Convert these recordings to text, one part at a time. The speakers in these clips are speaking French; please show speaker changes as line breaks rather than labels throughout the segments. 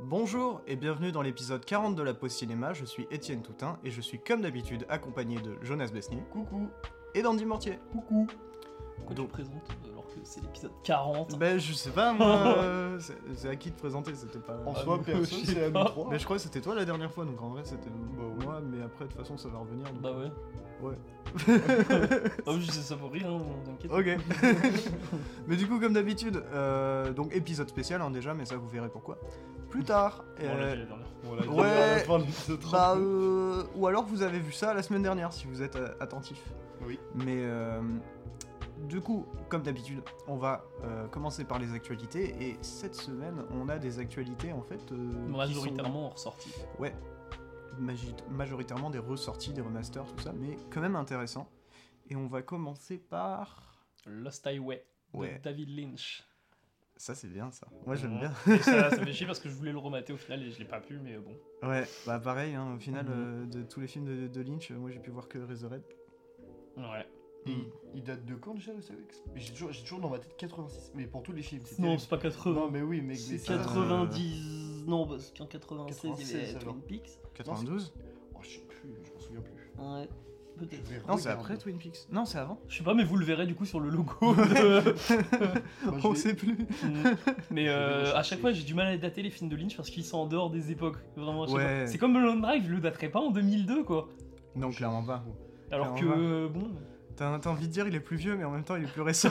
Bonjour et bienvenue dans l'épisode 40 de la Pause Cinéma, je suis Étienne Toutin et je suis comme d'habitude accompagné de Jonas Besnier
Coucou,
et d'Andy Mortier.
coucou. Pourquoi tu
Donc-
le présentes euh, alors que c'est l'épisode 40
Bah.
Ben je sais pas moi, euh, c'est c'est à qui de présenter, c'était pas...
En
Ah,
soi,
mais
perso,
je sais
c'est à
pas.
nous trois. Bah
Mais je crois que c'était toi la dernière fois, donc en vrai c'était
ouais.
moi, mais après de toute façon ça va revenir. donc-
Bah ouais.
Ouais.
Ah oui, je sais ça pour rire, hein, t'inquiète.
Ok. mais du coup, comme d'habitude, euh, donc épisode spécial hein, déjà, mais ça vous verrez pourquoi. Plus tard.
Bon, là,
euh,
j'ai la dernière.
On l'a dit
Ouais.
à la fin de l'épisode
bah,
30.
euh, ou alors vous avez vu ça la semaine dernière si vous êtes euh, attentif.
Oui.
Mais euh, du coup, comme d'habitude, on va euh, commencer par les actualités. Et cette semaine, on a des actualités en fait. euh, qui sont-
Majoritairement en ressorti.
Ouais. Magi- Majoritairement des ressorties, des remasters, tout ça, mais quand même intéressant. Et on va commencer par.
Lost Highway de
Ouais.
David Lynch.
Ça, c'est bien ça. Moi, j'aime
Ouais.
bien.
Et ça, ça fait chier parce que je voulais le remater au final et je l'ai pas pu, mais bon.
Ouais, bah pareil, hein, au final,
Mhm.
euh, de tous les films de, de Lynch, euh, moi j'ai pu voir que Resurrect.
Ouais.
Et
hmm.
il- il date de quand déjà le CEX J'ai toujours, j'ai toujours dans ma tête 86, mais pour tous les films, c'est
Non,
terrible.
c'est pas 80.
Non, mais oui, mec, mais
c'est
ça-
90. Non, parce qu'en 96, il y
96,
avait
alors.
Twin Peaks.
92
Oh, je sais plus, je m'en souviens plus.
Ouais.
Je
Peut-être.
vais
Non, c'est
regarder.
après Twin Peaks. Non, c'est avant.
Je sais pas, mais vous le verrez du coup sur le logo. de-
Moi, je
On
vais-
sait plus.
Mm. mais euh,
rechercher.
à chaque fois, j'ai du mal à dater les films de Lynch parce qu'ils sont en dehors des époques. Vraiment, à chaque
Ouais.
fois. C'est comme Mulholland Drive, je le daterais pas en 2002, quoi.
Non, clairement pas.
Alors
Clairement
que,
pas.
euh, bon,
T'as t'as envie de dire, il est plus vieux, mais en même temps, il est plus récent.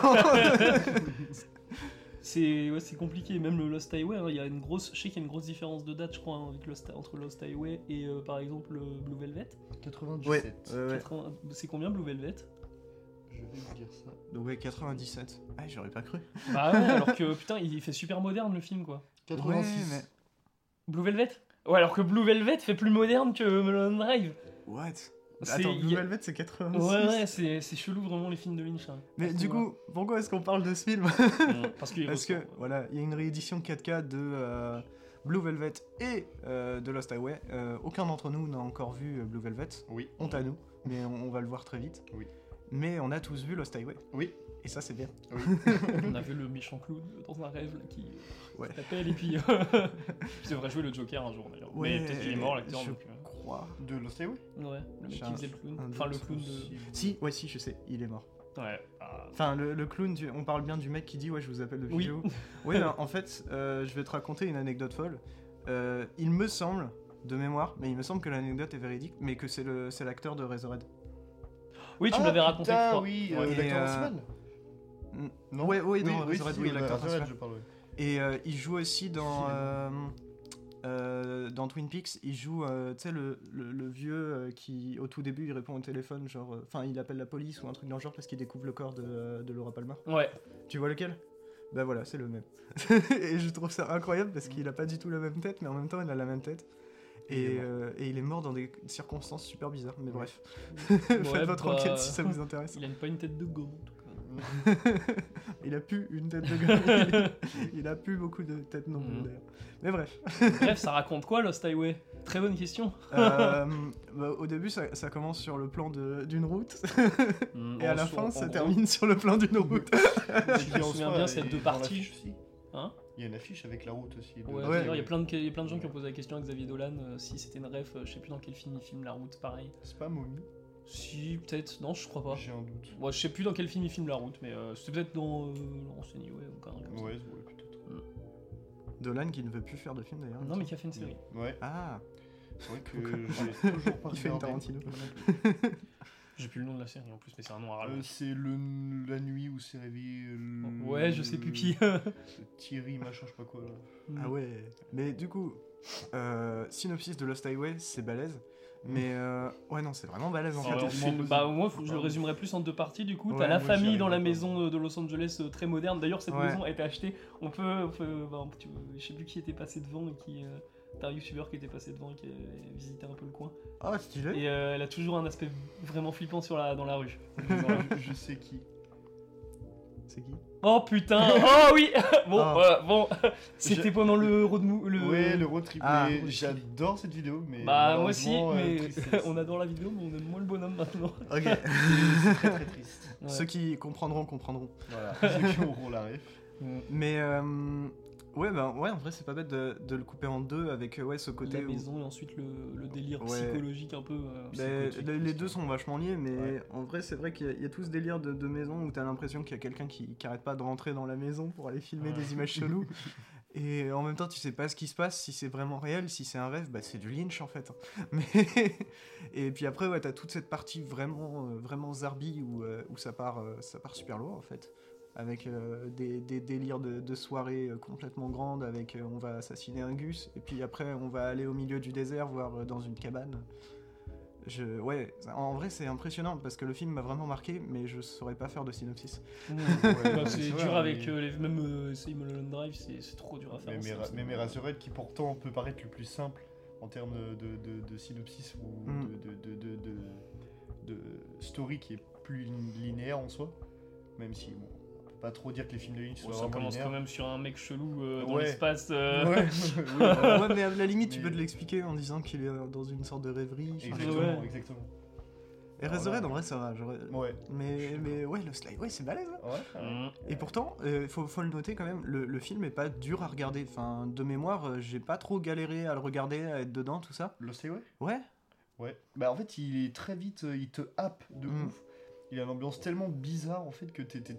c'est ouais, c'est compliqué. Même le Lost Highway, hein, il y a une grosse, je sais qu'il y a une grosse différence de date, je crois, hein, avec Lost- entre Lost Highway et euh, par exemple euh, Blue Velvet.
97.
ouais, ouais, ouais.
80 C'est combien Blue Velvet
Je vais vous dire ça.
Donc, ouais, 97. Ah, j'aurais pas cru.
Bah ouais, alors que putain, il fait super moderne le film, quoi.
86.
Ouais,
Blue Velvet Ouais, alors que Blue Velvet fait plus moderne que Mulholland Drive.
mais. What
C'est-
Attends,
il
Blue
y a-
Velvet, c'est 86.
Ouais, ouais, c'est c'est chelou vraiment les films de Lynch. hein.
Mais
À ce
du
niveau-là.
coup, pourquoi est-ce qu'on parle de ce film
parce qu'il
Parce que, voilà, il y a une réédition 4K de euh, Blue Velvet et euh, de Lost Highway. Euh, aucun d'entre nous n'a encore vu euh, Blue Velvet.
Oui.
Honte à nous, mais on, on va le voir très vite.
Oui.
Mais on a tous vu Lost Highway.
Oui.
Et ça, c'est bien.
on a vu le méchant clown dans un rêve là, qui euh,
Ouais.
qui s'appelle et puis euh, je devrais jouer le Joker un jour d'ailleurs.
Ouais,
mais peut-être qu'il est mort l'acteur.
je-
donc, euh,
Croire.
De Lost Highway
Ouais, le mec
J'ai
qui
un-
faisait le clown.
un
Enfin le
doute
clown de.
Possible.
Si, ouais, si, je sais, il est mort.
Ouais. ah,
Enfin, le, le clown, tu- on parle bien du mec qui dit Ouais, je vous appelle depuis
Oui.
Géo. Oui, ben, en fait, euh, je vais te raconter une anecdote folle. Euh, il me semble, de mémoire, mais il me semble que l'anecdote est véridique, mais que c'est le- c'est l'acteur de Resurred.
Oui, tu me
ah,
l'avais raconté. je
putain,
crois.
oui, euh,
Ouais.
Et,
l'acteur
euh,
principal
mm,
Non
ouais, ouais, dans
oui,
Resurrect,
si,
oui,
dans
l'acteur
Resurrect,
principal.
je parle, ouais.
Et euh, il joue aussi dans.
Si,
euh, euh, dans Twin Peaks, il joue, euh, tu sais, le, le- le vieux euh, qui, au tout début, il répond au téléphone, genre, euh, enfin, il appelle la police ou un truc dans le genre parce qu'il découvre le corps de, euh, de Laura Palmer.
Ouais.
Tu vois lequel Bah voilà, c'est le même. et je trouve ça incroyable parce qu'il a pas du tout la même tête, mais en même temps, il a la même tête.
Il
Et,
est mort.
euh, et il est mort dans des circonstances super bizarres, mais
Ouais.
bref.
Ouais,
Faites votre
bah,
enquête si ça vous intéresse.
Il a une- pas une tête de gomme en tout cas.
Il a plus une tête de gars. il a plus beaucoup de têtes non plus
Mhm.
d'ailleurs. Mais bref.
Bref, ça raconte quoi Lost Highway Très bonne question.
Euh, bah, au début, ça, ça commence sur le plan de- d'une route,
Mm,
et à
en
la
soi-
fin,
en
ça
gros,
termine sur le plan d'une route.
Et
me
puis, en
souviens
soi,
bien,
il
c'est
est
deux
dans
parties.
l'affiche aussi.
Hein
Il y a une affiche avec la route aussi. de-
Ouais,
Ouais.
d'ailleurs, il y a plein de, il y a plein de gens qui ont posé la question à Xavier Dolan euh, si c'était une ref, euh, je sais plus dans quel film il filme La Route, pareil.
C'est pas Mommy
Si, peut-être, non, je crois pas.
J'ai un doute.
Moi, je sais plus dans quel film il filme la route, mais euh, c'était peut-être dans euh, Laurence Anyway ou quoi, un truc comme ça.
Ouais, ouais, peut-être.
Dolan qui ne veut plus faire de film d'ailleurs.
Non, mais qui a fait une série.
Ouais,
Ah,
c'est vrai
Pourquoi
que j'ai toujours pas
il fait une
regardé.
Tarantino.
J'ai plus le nom de la série en plus, mais c'est un nom à
Euh,
rallonge.
c'est le, la nuit où s'est réveillé.
Euh,
le-
hmm.
Ouais, je sais plus qui.
Thierry, machin, je sais pas quoi. là.
Ah ouais. Mais du coup, euh, synopsis de Lost Highway, c'est balèze. Mais euh, ouais, non, c'est vraiment balèze en
Oh,
fait.
ouais,
C'était
on
moins
fait-
posé.
bah, moi, faut- je le résumerai plus en deux parties du coup. T'as
Ouais,
la
moi, j'y
famille dans la
arrive pas.
maison euh, de Los Angeles euh, très moderne. D'ailleurs, cette
Ouais.
maison a été achetée. On peut. on peut- bah, on- tu- je sais plus qui était passé devant et qui. euh, T'as un youtubeur qui était passé devant et qui euh, visitait un peu le coin.
Ah, stylé.
Et euh, elle a toujours un aspect vraiment flippant sur la, dans la rue.
Non, je, je sais qui.
C'est qui
Oh putain Oh oui Bon,
Ah.
voilà, bon,
Je-
c'était pendant le road mou- le...
Ouais, le road trip.
Ah.
mais J'adore cette vidéo, mais.
Bah moi aussi,
malheureusement, euh,
mais
tristesse.
on adore la vidéo, mais on aime moins le bonhomme maintenant.
Ok.
C'est très très triste.
Ouais.
Ceux qui comprendront, comprendront.
Voilà, ceux qui auront la ref.
Mais euh, Ouais, bah, ouais, en vrai, c'est pas bête de, de le couper en deux avec euh, ouais, ce côté.
la
où-
maison et ensuite le, le délire
Ouais.
psychologique un peu.
Ben,
euh,
Mais
psychotique,
Ben, les, les
parce
deux
que-
sont vachement liés, mais
Ouais.
en vrai, c'est vrai qu'il y, a- il y a tout ce délire de, de maison où t'as l'impression qu'il y a quelqu'un qui, qui arrête pas de rentrer dans la maison pour aller filmer
Ouais.
des images cheloues. Et en même temps, tu sais pas ce qui se passe, si c'est vraiment réel, si c'est un rêve, bah c'est du Lynch en fait. Mais... Et puis après, ouais, t'as toute cette partie vraiment, euh, vraiment zarbi où, euh, où ça, part, euh, ça part super loin en fait. Avec euh, des, des délires de, de soirée euh, complètement grandes, avec euh, on va assassiner un gus, et puis après on va aller au milieu du désert, voire euh, dans une cabane. Je, ouais, en vrai c'est impressionnant parce que le film m'a vraiment marqué, mais je saurais pas faire de synopsis.
Ouais,
Ouais,
bah,
mais
c'est
vrai,
dur
mais-
avec euh, les même euh, c'est Mulholland Drive, c'est c'est trop dur à faire.
Mais
hein,
mes,
ça,
ra-
ça.
mais mes Razorhead qui pourtant peut paraître le plus simple en termes de, de, de- de synopsis ou
Mm.
de, de, de, de- de- de story qui est plus lin- linéaire en soi, même si bon, on peut pas trop dire que les films de Lynch sont
Ouais, ça
vraiment
commence quand
linéaires.
même sur un mec chelou euh, dans
Ouais.
l'espace. euh,
Ouais, oui, voilà.
Euh, ouais, mais à la limite, tu
Mais-
peux te l'expliquer en disant qu'il est euh, dans une sorte de rêverie. enfin,
exactement,
Ouais.
exactement.
Et
Alors là-
Razorhead, en vrai, ça va. j'aurais-
Ouais, Je
Mais,
suis
mais ouais, le slide, ouais, c'est balèze. hein.
ouais, ah ouais.
hein.
Et pourtant, il faut, faut le noter quand même, le, le film est pas dur à regarder. Enfin, de mémoire, euh, j'ai pas trop galéré à le regarder, à être dedans, tout
Mm.
ça.
Lost Highway
Ouais.
Ouais. Bah en fait, il est très vite, euh, il te happe de
Mm.
ouf. Il a une ambiance tellement bizarre en fait que t'es t'es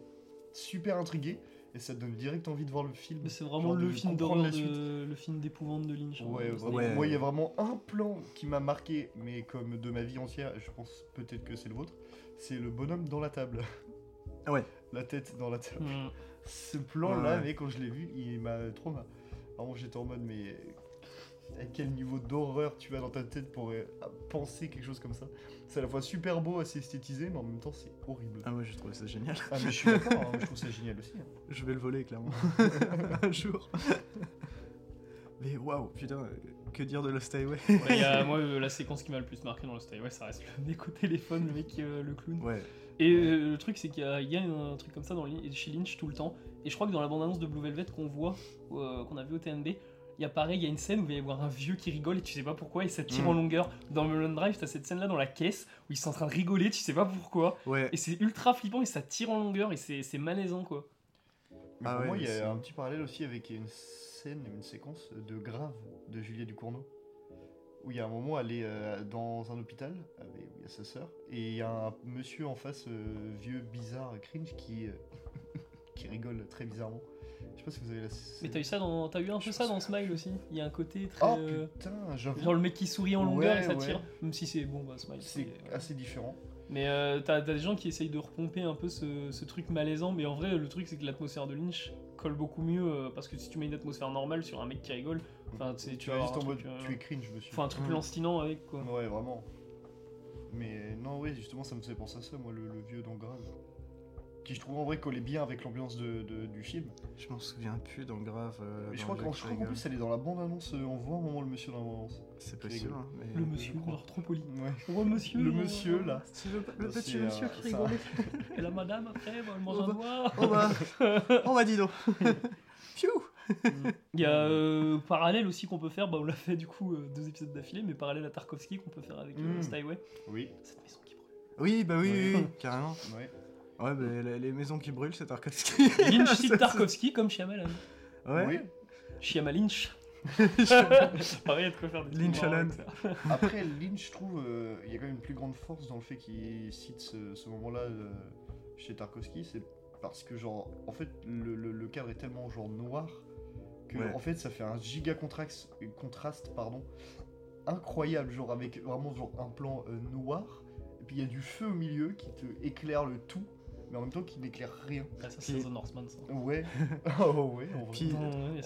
super intrigué et ça te donne direct envie de voir le film.
Mais c'est vraiment
Genre de
le film
comprendre
d'horreur,
la
de-
suite.
le film d'épouvante de Lynch. hein.
Ouais,
C'est-
vraiment.
Ouais.
Moi, il y a vraiment un plan qui m'a marqué, mais comme de ma vie entière, et je pense peut-être que c'est le vôtre, c'est le bonhomme dans la table.
Ah ouais.
La tête dans la table.
Mm.
Ce plan-là,
Ouais.
mais quand je l'ai vu, il m'a trop mal. Vraiment, j'étais en mode, mais à quel niveau d'horreur tu vas dans ta tête pour euh, penser quelque chose comme ça C'est à la fois super beau, assez esthétisé, mais en même temps, c'est horrible.
Ah ouais, je trouve ça génial.
Ah, mais je suis d'accord, hein, je trouve ça génial aussi. hein.
Je vais le voler, clairement. Un jour. Mais waouh, putain, euh, que dire de Lost Highway
Ouais, il y a- moi, euh, la séquence qui m'a le plus marqué dans Lost Highway, ça reste le mec au téléphone, le mec, euh, le clown.
Ouais.
Et euh, le truc, c'est qu'il y, a- il y a un truc comme ça dans, Lin- chez Lynch tout le temps. Et je crois que dans la bande-annonce de Blue Velvet qu'on voit, euh, qu'on a vu au TNB, il y a pareil, il y a une scène où il va y avoir un vieux qui rigole et tu sais pas pourquoi, et ça tire
Mm.
en longueur. Dans Melon Drive, t'as cette scène-là dans la caisse où ils sont en train de rigoler, tu sais pas pourquoi.
Ouais.
Et c'est ultra flippant et ça tire en longueur et c'est c'est malaisant quoi.
Mais
Ah
pour
ouais,
moi, il y
mais c'est-
a un petit parallèle aussi avec une scène, une séquence de Grave de Julia Ducournau. Où il y a un moment, elle est euh, dans un hôpital, avec, où il y a sa sœur, et il y a un monsieur en face, euh, vieux, bizarre, cringe, qui, euh, qui rigole très bizarrement. Je sais pas si vous avez la
Mais
scène.
t'as eu, ça dans... t'as eu un peu
Je
ça
sais
dans
pas.
Smile aussi. Il y a un côté très.
Oh
euh,
putain, j'avoue.
Genre le mec qui sourit en longueur
Ouais,
et ça
ouais.
tire. Même si c'est bon, bah, Smile.
C'est
c'est-
assez différent.
Mais euh, t'as t'as des gens qui essayent de repomper un peu ce, ce truc malaisant, mais en vrai, le truc c'est que l'atmosphère de Lynch colle beaucoup mieux euh, parce que si tu mets une atmosphère normale sur un mec qui rigole, enfin, tu sais, tu
Tu
vas
es
avoir
juste en
un
mode,
truc, euh,
tu es cringe, monsieur.
faut un truc
Mm.
lancinant avec quoi.
Ouais, vraiment. Mais non, ouais, justement, ça me fait penser à ça, moi, le, le vieux dans Grave. Qui, je trouve, en vrai, collait bien avec l'ambiance de- de- du film.
Je m'en souviens plus dans Grave. euh,
Mais je
dans
crois qu'en
Jack
je crois qu'en
Reagan.
plus, elle est dans la bande-annonce. euh, On voit un moment le monsieur dans la bande-annonce.
C'est possible. hein, mais-
Le monsieur,
crois.
alors trop poli.
Ouais.
On voit monsieur.
Le
on-
monsieur, là.
C'est le, le
Bah, C'est,
petit
euh,
monsieur qui
ça-
rigolait.
Et la madame après, bah, elle mange
Oh
un
bah.
doigt.
Oh bah, oh bah dis donc. Piou
Il y a euh, parallèle aussi qu'on peut faire, bah, on l'a fait du coup euh, deux épisodes d'affilée, mais parallèle à Tarkovsky qu'on peut faire avec
Mm.
euh, Lost Highway.
Oui,
Cette maison qui brûle.
Oui, bah oui, oui,
Ouais.
oui, carrément.
ouais.
Ouais, bah, les, les maisons qui brûlent, c'est Tarkovsky.
Lynch
Ça,
cite
ça-
Tarkovsky comme Shyamalan.
Ouais.
Shyamalan Lynch.
Je-
Pareil, il y a de quoi faire des trucs
Lynch
marrants
Allen.
avec ça.
Oui. Après, Lynch, je trouve, euh, il y a quand même une plus grande force dans le fait qu'il cite ce, ce moment-là euh, chez Tarkovsky. C'est parce que, genre, en fait, le, le- le cadre est tellement, genre, noir que,
Ouais.
en fait, ça fait un giga contraste, contraste pardon, incroyable. Genre, avec vraiment, genre, un plan euh, noir. Et puis, il y a du feu au milieu qui te éclaire le tout, mais en même temps qui n'éclaire rien.
Ah, ça,
Puis-
c'est The Northman, ça.
Ouais. oh, ouais, en vrai.
Puis-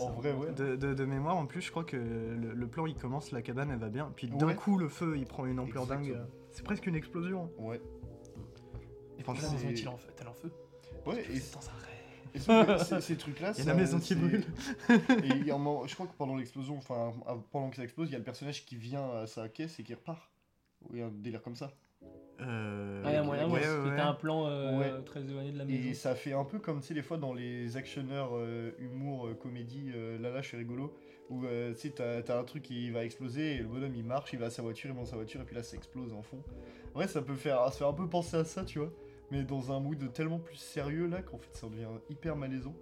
En vrai, ouais.
De, de- de mémoire, en plus, je crois que le, le plan il commence, la cabane elle va bien, puis d'un
Ouais.
coup le feu il prend une ampleur dingue.
Exactement.
C'est presque une explosion.
Ouais.
Et
Franchement,
franchement, la maison
c'est-
est-il en feu T'as en feu
Ouais, et
C'est dans un rêve.
Et sauf que ces, ces trucs-là,
Il y a
ça-
la maison qui
c'est-
brûle.
Et il y a un moment- je crois que pendant l'explosion, enfin av- pendant que ça explose, il y a le personnage qui vient à sa caisse et qui repart. Ou il y a un délire comme ça.
Euh,
Ah, il y a moyen, ouais,
ouais,
parce
ouais.
que t'as un plan euh,
Ouais.
très éloigné de la maison.
Et ça fait un peu comme, tu sais, des fois dans les actionneurs euh, humour, euh, comédie, euh, là là, je suis rigolo, où euh, tu sais, t'as t'as un truc qui va exploser et le bonhomme il marche, il va à sa voiture, il monte dans sa voiture et puis là ça explose en fond. Ouais, ça peut faire, ça fait un peu penser à ça, tu vois, mais dans un mood tellement plus sérieux là qu'en fait ça devient hyper malaisant.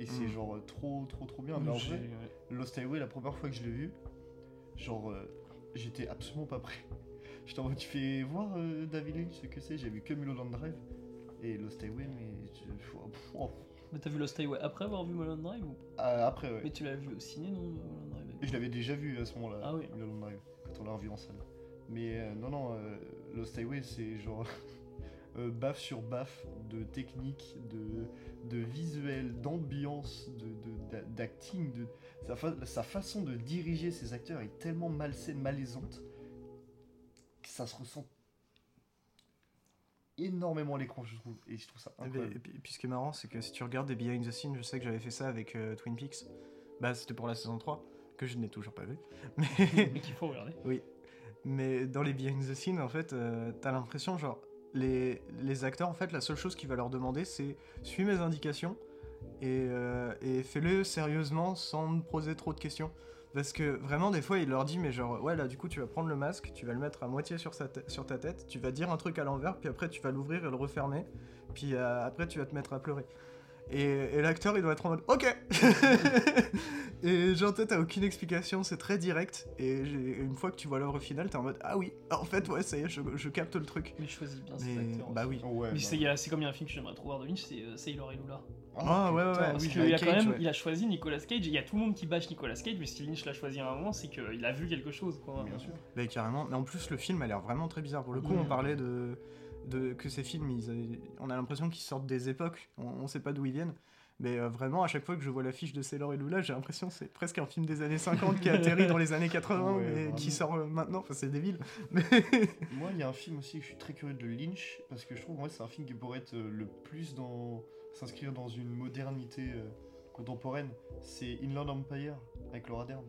Et c'est
Mm.
genre euh, trop, trop, trop bien. Mais en
J'ai-
vrai,
ouais.
Lost Highway, la première fois que je l'ai vu, genre, euh, j'étais absolument pas prêt. J'étais en mode, tu fais voir euh, David Lynch ce que c'est, j'ai vu que Mulholland Drive et Lost Highway, mais je- je- oh, pff, oh.
Mais t'as vu Lost Highway après avoir vu Mulholland Drive ou...
Ah, après, ouais.
Mais tu l'as vu au ciné, non Mulholland Drive
Et Je l'avais déjà vu à ce moment-là,
Ah oui.
Mulholland Drive, quand on l'a revu en salle. Mais euh, non, non, euh, Lost Highway, c'est genre euh, baffe sur baffe de technique, de, de visuel, d'ambiance, de- de- d'a- d'acting. De, sa, fa- sa façon de diriger ses acteurs est tellement malsaine, malaisante, que ça se ressent énormément à l'écran, je trouve. Et je trouve ça
Ah,
Et puis,
incroyable.
Eh ben, et puis- et puis ce qui est marrant, c'est que si tu regardes des behind the scenes, je sais que j'avais fait ça avec euh, Twin Peaks. Bah, c'était pour la saison 3, que je n'ai toujours pas vu. Mais,
Mais qu'il faut regarder.
oui. Mais dans les behind the scenes, en fait, euh, t'as l'impression, genre, les, les acteurs, en fait, la seule chose qu'il va leur demander, c'est suis mes indications et, euh, et fais-le sérieusement sans me poser trop de questions. Parce que vraiment, des fois, il leur dit, mais genre, ouais, là, du coup, tu vas prendre le masque, tu vas le mettre à moitié sur, sa tê- sur ta tête, tu vas dire un truc à l'envers, puis après, tu vas l'ouvrir et le refermer, puis euh, après, tu vas te mettre à pleurer. Et, et l'acteur, il doit être en mode, ok Et genre, toi, t'as aucune explication, c'est très direct, et j'ai- une fois que tu vois l'œuvre finale, t'es en mode, ah oui, en fait, ouais, ça y est, je, je capte le truc.
Mais je choisis
Ah,
bien ses
Mais,
acteurs.
bah
aussi.
oui.
Ouais,
Mais
bah,
c'est il y a- c'est comme il y a un film que j'aimerais trop voir de Lynch, c'est euh, Sailor et Lula.
Ah, ouais, ouais,
putain,
ouais,
Parce
oui,
qu'il
Nicolas
a quand
Cage,
même,
ouais.
il a choisi Nicolas Cage, et il y a tout le monde qui bâche Nicolas Cage, mais si Lynch l'a choisi à un moment, c'est qu'il a vu quelque chose, quoi.
Bien sûr.
Bah carrément, mais en plus le film a l'air vraiment très bizarre. Pour le coup,
Oui.
Mm.
on parlait de, de que ces films, ils avaient- on a l'impression qu'ils sortent des époques, on, on sait pas d'où ils viennent. Mais euh, vraiment, à chaque fois que je vois l'affiche de Sailor et Lula, j'ai l'impression que c'est presque un film des années 50 qui a atterri dans les années 80
Ouais,
mais
vraiment.
qui sort euh, maintenant. Enfin, c'est débile. Mais
Moi, il y a un film aussi que je suis très curieux de Lynch parce que je trouve que c'est un film qui pourrait être euh, le plus dans s'inscrire dans une modernité euh, contemporaine. C'est Inland Empire avec Laura Dern.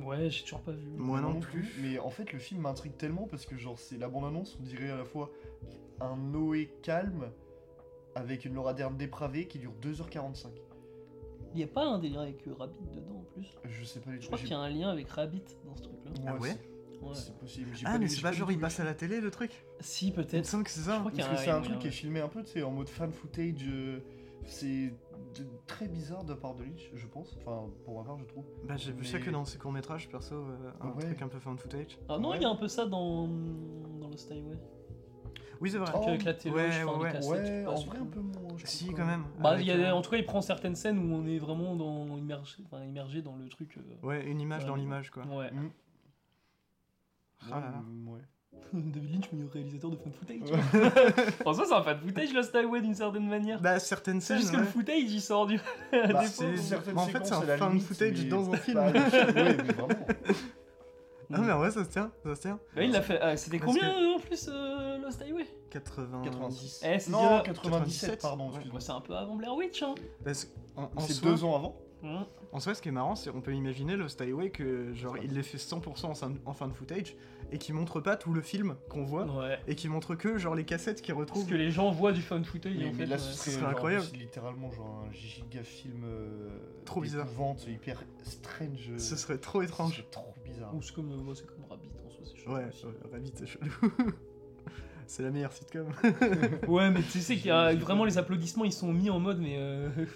Ouais, j'ai toujours pas vu.
moi non plus.
Mais en fait, le film m'intrigue tellement parce que genre c'est la bande annonce, on dirait à la fois un Noé calme avec une Laura Dern dépravée qui dure 2h45.
Il y a pas un délire avec euh, Rabbit dedans en plus.
Je sais pas les
Je crois qu'il y a un lien avec Rabbit dans ce truc-là.
Ah ouais
Ouais.
C'est possible. j'ai
Ah, mais
lu-
c'est
j'ai
pas
lu
genre
tout
il
le
passe à la télé le truc
Si,
Il me
peut-être.
semble que c'est
Je
ça.
crois qu'il y
Parce
a
que c'est un
il y a
truc qui est
ouais.
filmé un peu, tu sais, en mode fan footage. euh, c'est de- très bizarre de la part de Lynch, je pense. Enfin, pour ma part, je trouve.
Bah, j'ai vu ça
Mais- Ah
que dans ses courts-métrages perso, euh, un
Ouais.
truc un peu found footage.
Ah non,
Ouais.
il y a un peu ça dans, dans Lost Highway.
Oui, c'est vrai.
Oh,
avec la télé,
ouais,
je fais un
ouais,
cassettes,
Ouais,
tu
en
passes,
vrai,
quoi.
un peu moins. je
Si,
trouve,
quand même.
Bah,
avec,
il y a,
euh,
en tout cas, il prend certaines scènes où on est vraiment dans immergé, enfin, immergé dans le truc. euh,
Ouais, une image dans
Ouais.
l'image quoi.
Ouais.
Ouais,
Ah là là.
mm, ouais.
David Lynch, meilleur réalisateur de fan footage. tu vois. en soi, c'est un fan footage, Lost Highway, d'une certaine manière.
Bah, certaines
C'est
scènes.
juste que le
ouais.
footage, il sort du.
Bah,
des
c'est-
fois,
c'est-
où-
Certaines
mais en fait, c'est
séquences,
un
à la
fan
limite,
footage
mais
dans un
pas
film.
à la- ouais, mais vraiment.
Ah, mais ouais, ça se tient, ça se tient.
Ouais, il l'a fait. ah, C'était
Parce
combien euh, en plus euh, Lost Highway
80...
90.
Eh, c'est
non,
bien.
97, pardon,
Ouais,
Moi,
excuse-moi.
c'est un peu avant Blair Witch. Hein.
Parce que, en, en
C'est
soi,
deux ans avant
Hum.
en soi, ce qui est marrant, c'est qu'on peut imaginer le Highway que genre
Ouais.
il les fait 100% en, fin- en fan footage et qui montre pas tout le film qu'on voit
Ouais.
et qui montre que genre les cassettes qu'ils
Ce
retrouvent.
que les gens voient du fan footage,
Mais,
en
mais
fait.
là,
ouais.
ce
Ce
serait,
serait
genre,
incroyable.
c'est littéralement genre un giga film euh,
Trop bizarre.
d'épouvante, hyper strange. euh,
Ce serait trop
ce
étrange.
serait trop bizarre.
Ou c'est comme, euh, ouais, c'est comme Rabbit en soi, c'est chaud.
Ouais,
aussi.
ouais, Rabbit, c'est chelou. c'est la meilleure sitcom.
Ouais, mais tu sais qu'il y a vraiment les applaudissements, ils sont mis en mode, mais. euh,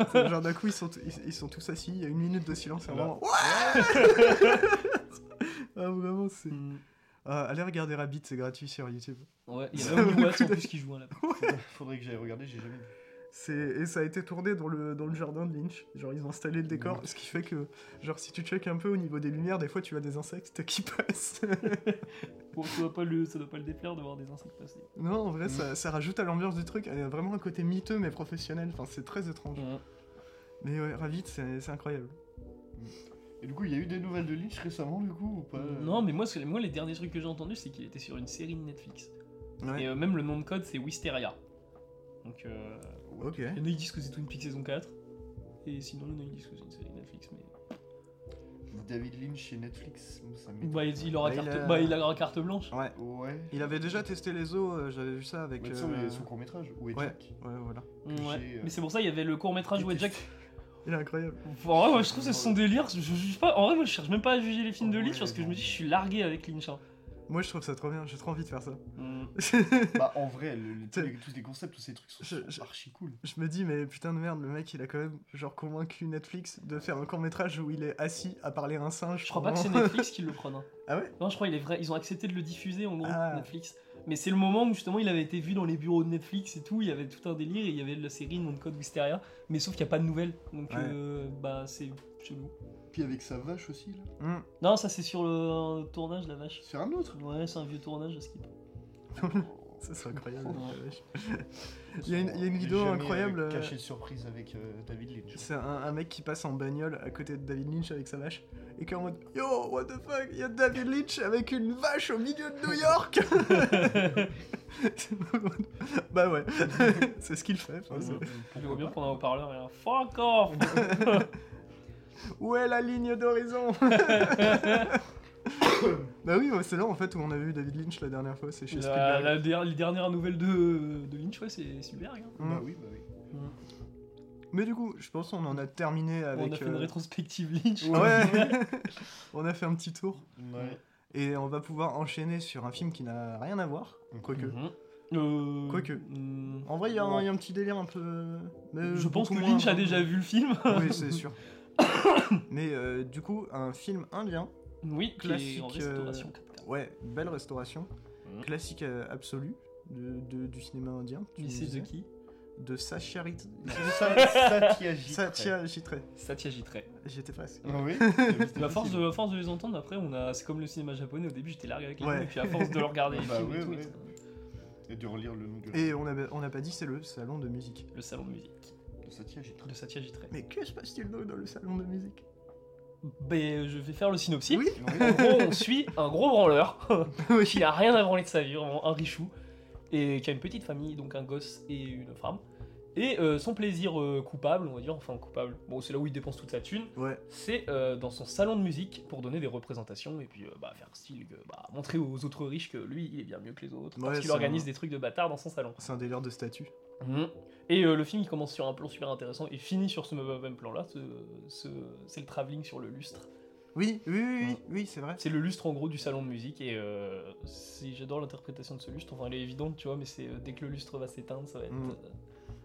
C'est genre d'un coup, ils sont, t- ils, ils sont tous assis, il y a une minute de silence et
Voilà.
vraiment. Ouah ah, vraiment, c'est.
Mm.
Ah, allez regarder Rabbit, c'est gratuit sur YouTube.
Ouais, il y
Ça
a Naomi
vaut le
Watts en
coup
plus qui joue hein, là.
Faudrait que j'aille regarder, j'ai jamais vu.
C'est- Et ça a été tourné dans le, dans le jardin de Lynch. Genre, ils ont installé le décor,
Mm.
ce qui fait que, genre, si tu checkes un peu au niveau des lumières, des fois tu vois des insectes qui passent.
Bon, ça doit pas le, ça doit pas le déplaire de voir des insectes passer.
non, en vrai,
Mm.
ça, ça rajoute à l'ambiance du truc. Elle a vraiment un côté miteux mais professionnel. Enfin, c'est très étrange. Mais ouais, Rabbit, c'est c'est incroyable.
Et du coup, il y a eu des nouvelles de Lynch récemment, du coup, ou pas
Euh, Non, mais moi, ce que- moi, les derniers trucs que j'ai entendus, c'est qu'il était sur une série de Netflix.
Ouais,
Et euh, même le nom de code, c'est Wisteria. Donc, euh,
ok.
il y en a qui disent que c'est Twin Peaks saison 4. Et sinon, il y en a qui disent que c'est une série Netflix. Mais...
David Lynch chez Netflix, moi, ça m'étonne.
Bah, il, il aura
Bah, il
carte...
a- Ah,
bah, il aura carte blanche.
Ouais.
Ouais.
Il avait déjà testé les eaux, euh, j'avais vu ça avec.
Bah, tu sais,
euh,
mais son court-métrage, ou
ouais. Ah,
Jack
Ouais, voilà.
que
Ouais.
j'ai, euh,
Mais c'est pour ça, il y avait le court-métrage Wet Jack.
Il est incroyable.
Enfin, en vrai, moi, je trouve que c'est son délire. Je, je juge pas. En vrai, moi, je cherche même pas à juger les films de
Ouais,
Lynch parce que je me
non.
dis, je suis largué avec Lynch. hein.
Moi, je trouve ça trop bien, j'ai trop envie de faire ça.
Mm.
Bah, en vrai, le- le- tous,
C'est-
les, tous les concepts, tous ces trucs sont,
Je-
sont
je-
archi cool.
je me dis, mais putain de merde, le mec, il a quand même genre convaincu Netflix de faire un court-métrage où il est assis à parler à un singe.
Je crois pas que c'est
pendant-
Netflix qui le prenne. hein.
Ah ouais
Non, je crois qu'il est vrai. Ils ont accepté de le diffuser en gros,
Ah.
Netflix. Mais c'est le moment où justement il avait été vu dans les bureaux de Netflix et tout. Il y avait tout un délire et il y avait la série Mon Code Wisteria. Mais sauf qu'il n'y a pas de nouvelles. Donc
Ouais.
euh, bah c'est chelou.
Puis avec sa vache aussi, là.
Hmm.
Non, ça c'est sur le un tournage, la vache.
C'est un autre.
Ouais, c'est un vieux tournage à skip.
Ça serait incroyable.
Ouais.
la vache. Il y a une- il y a une vidéo incroyable, euh,
Caché de surprise avec euh, David Lynch.
C'est un, un mec qui passe en bagnole à côté de David Lynch avec sa vache et qui est en mode Yo, what the fuck, il y a David Lynch avec une vache au milieu de New York C'est en mode, Bah ouais, c'est ce qu'il fait. enfin, c'est-
Je vois bien prendre un haut-parleur et un fuck off
Où est la ligne d'horizon Bah oui, ouais, c'est là en fait où on a vu David Lynch la dernière fois, c'est chez
la,
Spielberg.
la der- Les dernières nouvelles de, de Lynch, ouais, c'est super. hein.
Hmm.
Bah oui, bah oui.
Mais du coup, je pense qu'on en a terminé avec.
On a fait une
euh,
rétrospective Lynch.
Ouais. on a fait un petit tour
Ouais.
et on va pouvoir enchaîner sur un film qui n'a rien à voir, quoique.
Mhm. Euh,
Quoique.
hmm.
En vrai, il y, a un- il y a un petit délire un peu. mais
Euh, Je pense que
beaucoup
Lynch
moins-
a déjà vu le film.
Oui, c'est sûr. Mais euh, du coup, un film indien.
Oui, classique. en
Classique, euh,
restauration 4K.
Ouais, belle restauration.
Mhm.
Classique euh, absolu de, de- du cinéma indien. tu
Mais
me
c'est de
disais.
qui
De Sacha Rit-
Satyajit.
Satya Chitray.
Satya Jitray.
J'étais presque.
Ah Oui.
À force de, à force de les entendre, après, on a... c'est comme le cinéma japonais. Au début, j'étais largué avec les
Ouais.
noms, et puis à force de le regarder, les
Bah
films et
ouais,
tout,
ouais.
et-
Et de relire le nom de,
Et on n'a on a pas dit, c'est le salon de musique.
le salon de musique
de Satyajit.
de Satya Jitray.
Mais que se passe-t-il donc dans le salon de musique
Ben, je vais faire le synopsis.
Oui.
En gros, on suit un gros branleur
Oui.
qui a rien à branler de sa vie, vraiment un richou, et qui a une petite famille, donc un gosse et une femme. Et euh, son plaisir euh, coupable, on va dire, enfin coupable, bon, c'est là où il dépense toute sa thune,
Ouais,
c'est euh, dans son salon de musique pour donner des représentations et puis euh, bah, faire style, que, bah, montrer aux autres riches que lui, il est bien mieux que les autres, parce
Ouais,
qu'il
c'est
organise
un-
des trucs de bâtard dans son salon.
c'est un délire de statut.
Mhm. Et euh, le film, il commence sur un plan super intéressant et finit sur ce même plan-là, ce- ce- c'est le travelling sur le lustre.
Oui, oui, oui, oui,
Ouais.
oui, c'est vrai.
C'est le lustre en gros du salon de musique et euh, si j'adore l'interprétation de ce lustre, enfin elle est évidente, tu vois, mais c'est euh, dès que le lustre va s'éteindre, ça va être...
Mm.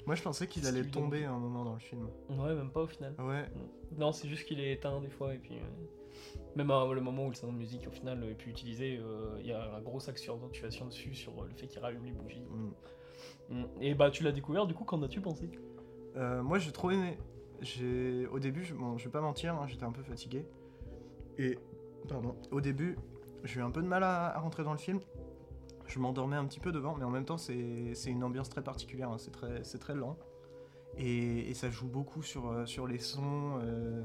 Moi, je pensais qu'il
Qu'est-ce
allait
qu'il lui donne
tomber à un moment dans le film.
euh, Ouais, même pas au final.
Ouais,
Non, c'est juste qu'il est éteint des fois et puis... euh, Même à le moment où le salon de musique au final est plus utilisé, euh, il y a un gros axe sur d'actuation dessus, sur euh, le fait qu'il rallume les bougies.
mm.
Mm. Et bah tu l'as découvert, du coup, qu'en as-tu pensé
Euh, moi, j'ai trop aimé. J'ai, au début, je, bon, je vais pas mentir, hein, j'étais un peu fatigué. Et, pardon, au début, j'ai eu un peu de mal à, à rentrer dans le film. Je m'endormais un petit peu devant, mais en même temps, c'est c'est une ambiance très particulière. hein, c'est très, c'est très lent. Et, et ça joue beaucoup sur, euh, sur les sons, euh,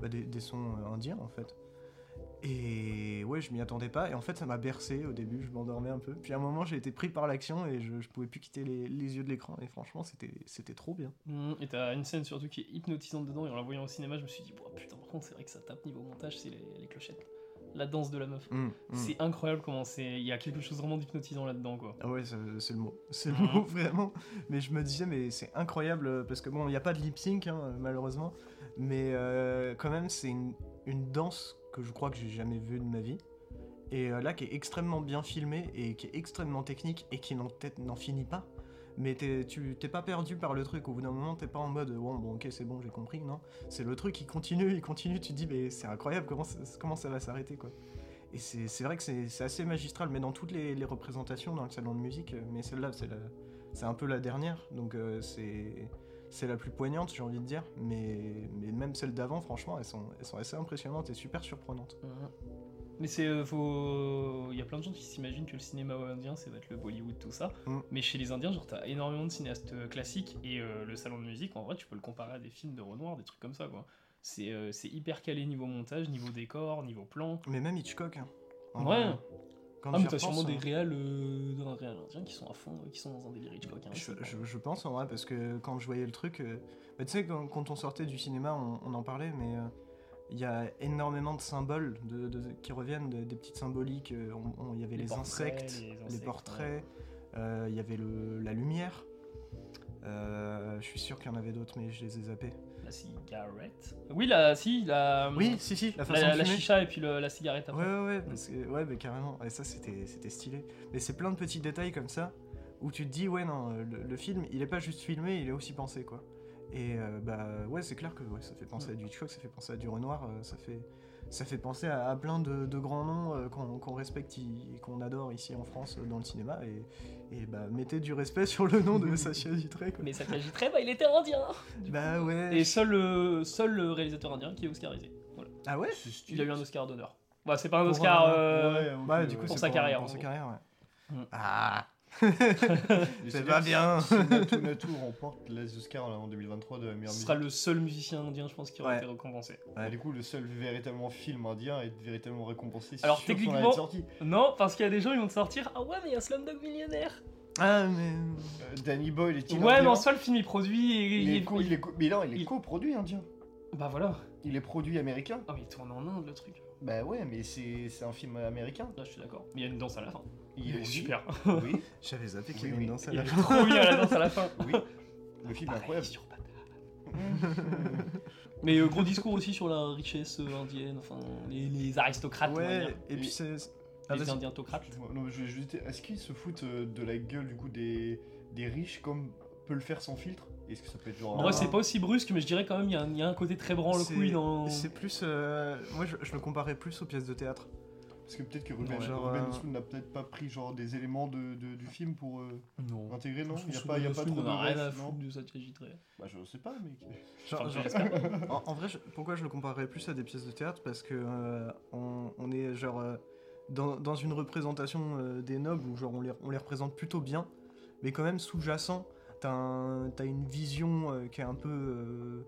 bah, des, des sons euh, indiens en fait. Et ouais, je m'y attendais pas. Et en fait, ça m'a bercé au début. Je m'endormais un peu. Puis à un moment, j'ai été pris par l'action et je, je pouvais plus quitter les, les yeux de l'écran. Et franchement, c'était c'était trop bien.
Mm, Et t'as une scène surtout qui est hypnotisante dedans, et en la voyant au cinéma, je me suis dit, Ouah, putain, par contre, c'est vrai que ça tape niveau montage, c'est les, les clochettes. La danse de la meuf.
Mm, mm.
C'est incroyable comment c'est. Il y a quelque chose vraiment d'hypnotisant là-dedans, quoi.
Ah ouais, ça- c'est le mot. C'est le
Mhm.
mot, vraiment. Mais je me disais, mais c'est incroyable, euh, parce que bon, il n'y a pas de lip sync, hein, malheureusement. Mais euh, quand même, c'est une, une danse que je crois que j'ai jamais vue de ma vie. Et euh, là, qui est extrêmement bien filmée, et qui est extrêmement technique, et qui n'en- peut-être n'en finit pas. Mais t'es- tu t'es pas perdu par le truc. Au bout d'un moment, t'es pas en mode, bon, bon ok, c'est bon, j'ai compris, non. C'est le truc, il continue, il continue, tu te dis, mais c'est incroyable, comment ça, comment ça va s'arrêter, quoi. Et c'est c'est vrai que c'est c'est assez magistral, mais dans toutes les, les représentations dans le salon de musique, euh, mais celle-là, c'est la- c'est un peu la dernière, donc euh, c'est c'est la plus poignante, j'ai envie de dire, mais, mais même celles d'avant, franchement, elles sont, elles sont assez impressionnantes et super surprenantes.
Mais c'est. euh, faut... Il y a plein de gens qui s'imaginent que le cinéma indien, ça va être le Bollywood, tout ça.
Mm.
Mais chez les Indiens, genre, t'as énormément de cinéastes euh, classiques, et euh, le salon de musique, en vrai, tu peux le comparer à des films de Renoir, des trucs comme ça, quoi. C'est euh, c'est hyper calé niveau montage, niveau décor, niveau plan.
Mais même Hitchcock, hein, en
Ouais.
vrai, quand
Ah,
j'y
mais t'as
repense,
sûrement des
hein,
réals, euh, dans un réal indien qui sont à fond, euh, qui sont dans un délire Hitchcock. hein.
Je, je- je pense en vrai, parce que quand je voyais le truc, euh, bah, tu sais, quand, quand on sortait du cinéma, on, on en parlait, mais euh, il y a énormément de symboles de, de- qui reviennent, de- des petites symboliques. euh, on- on- Il y avait
Les
les,
portraits,
insectes,
les
les,
insectes,
portraits, euh, il y avait le, la lumière. euh, je suis sûr qu'il y en avait d'autres, mais je les ai zappés.
La cigarette Oui, la, si, la, euh,
Oui, si, si, la façon
la,
de
la
fumer.
chicha et puis le- la cigarette
Ouais,
après.
ouais, ouais, parce que- ouais, mais carrément. Et ça, c'était c'était stylé. Mais c'est plein de petits détails comme ça où tu te dis, ouais, non, euh, le, le film, il est pas juste filmé, il est aussi pensé, quoi. Et euh, bah, ouais, c'est clair que ouais, ça fait penser à du Hitchcock, ça fait penser à du Renoir, euh, ça fait, ça fait penser à, à plein de, de grands noms euh, qu'on qu'on respecte i- et qu'on adore ici en France euh, dans le cinéma. Et, et bah, mettez du respect sur le nom de Sacha Guitry, quoi.
Mais ça très bah il était indien du
Bah ouais.
Et seul, euh, seul le réalisateur indien qui est oscarisé. Voilà.
Ah ouais
Il a eu un Oscar d'honneur. Bah, c'est pas un
Pour
Oscar.
un-
euh,
ok,
Bah, du coup,
Pour
c'est
sa carrière, en
Pour sa
gros.
carrière, ouais.
Mm.
Ah
Mais
C'est
c'est
pas bien.
Si Natu Natu remporte les Oscars là, en 2023 de la meilleure
Ce
musique.
sera le seul musicien indien, je pense, qui aura
Ouais.
été récompensé.
Ouais.
Et du coup, le seul véritablement film indien est véritablement récompensé
Alors,
sur son année de
techniquement-
sortie.
Non, parce qu'il y a des gens, ils vont te sortir Ah ouais, mais il y a Slumdog Millionnaire
Ah, mais.
Euh, Danny Boyle est
Ouais, mais
non,
en soi, le film il produit et.
il est
il-
co- il est co- mais non, il est
il-
coproduit indien.
Bah voilà.
Il est produit américain.
Ah, mais il tourne en Inde le truc.
Bah ouais, mais c'est c'est un film américain.
Là, je suis d'accord. Mais il y a une danse à la fin.
Il est
super.
Oui,
J'avais zappé qu'il y
Oui,
avait
oui.
une danse à
Il
la
est
fin.
trop bien la danse à la fin.
oui. Le film est
Pareil,
incroyable.
sur patate. Ah, Mais euh, gros discours aussi sur la richesse euh, indienne, enfin, les, les aristocrates, on va
Ouais,
dire.
et puis
Et-
c'est. Ah,
les
vas-y.
indientocrates.
Excuse-moi, Non, mais je vais juste dire, est-ce qu'ils se foutent euh, de la gueule du coup des, des riches comme peut le faire sans filtre Est-ce que ça peut être genre.
En vrai, c'est pas aussi brusque, mais je dirais quand même il y, a un- il y a un côté très branle-couille
C'est-
dans.
C'est plus. euh, Moi, je, je le comparais plus aux pièces de théâtre.
Parce que peut-être que Ruben,
Ouais, genre,
Ruben
euh,
Östlund n'a peut-être pas pris genre des éléments de, de- du film pour euh,
Non.
intégrer, non Il n'y a pas, il y a pas trop de.
rien à
refs, non
foutre de ça, tu agiterais.
Bah, je sais pas, mais.
Genre,
Enfin,
genre-
j'espère pas.
en, en vrai, je- pourquoi je le comparais plus à des pièces de théâtre Parce que euh, on, on est genre euh, dans, dans une représentation euh, des nobles où genre on les, on les représente plutôt bien, mais quand même sous-jacent, t'as un- t'as une vision euh, qui est un peu euh,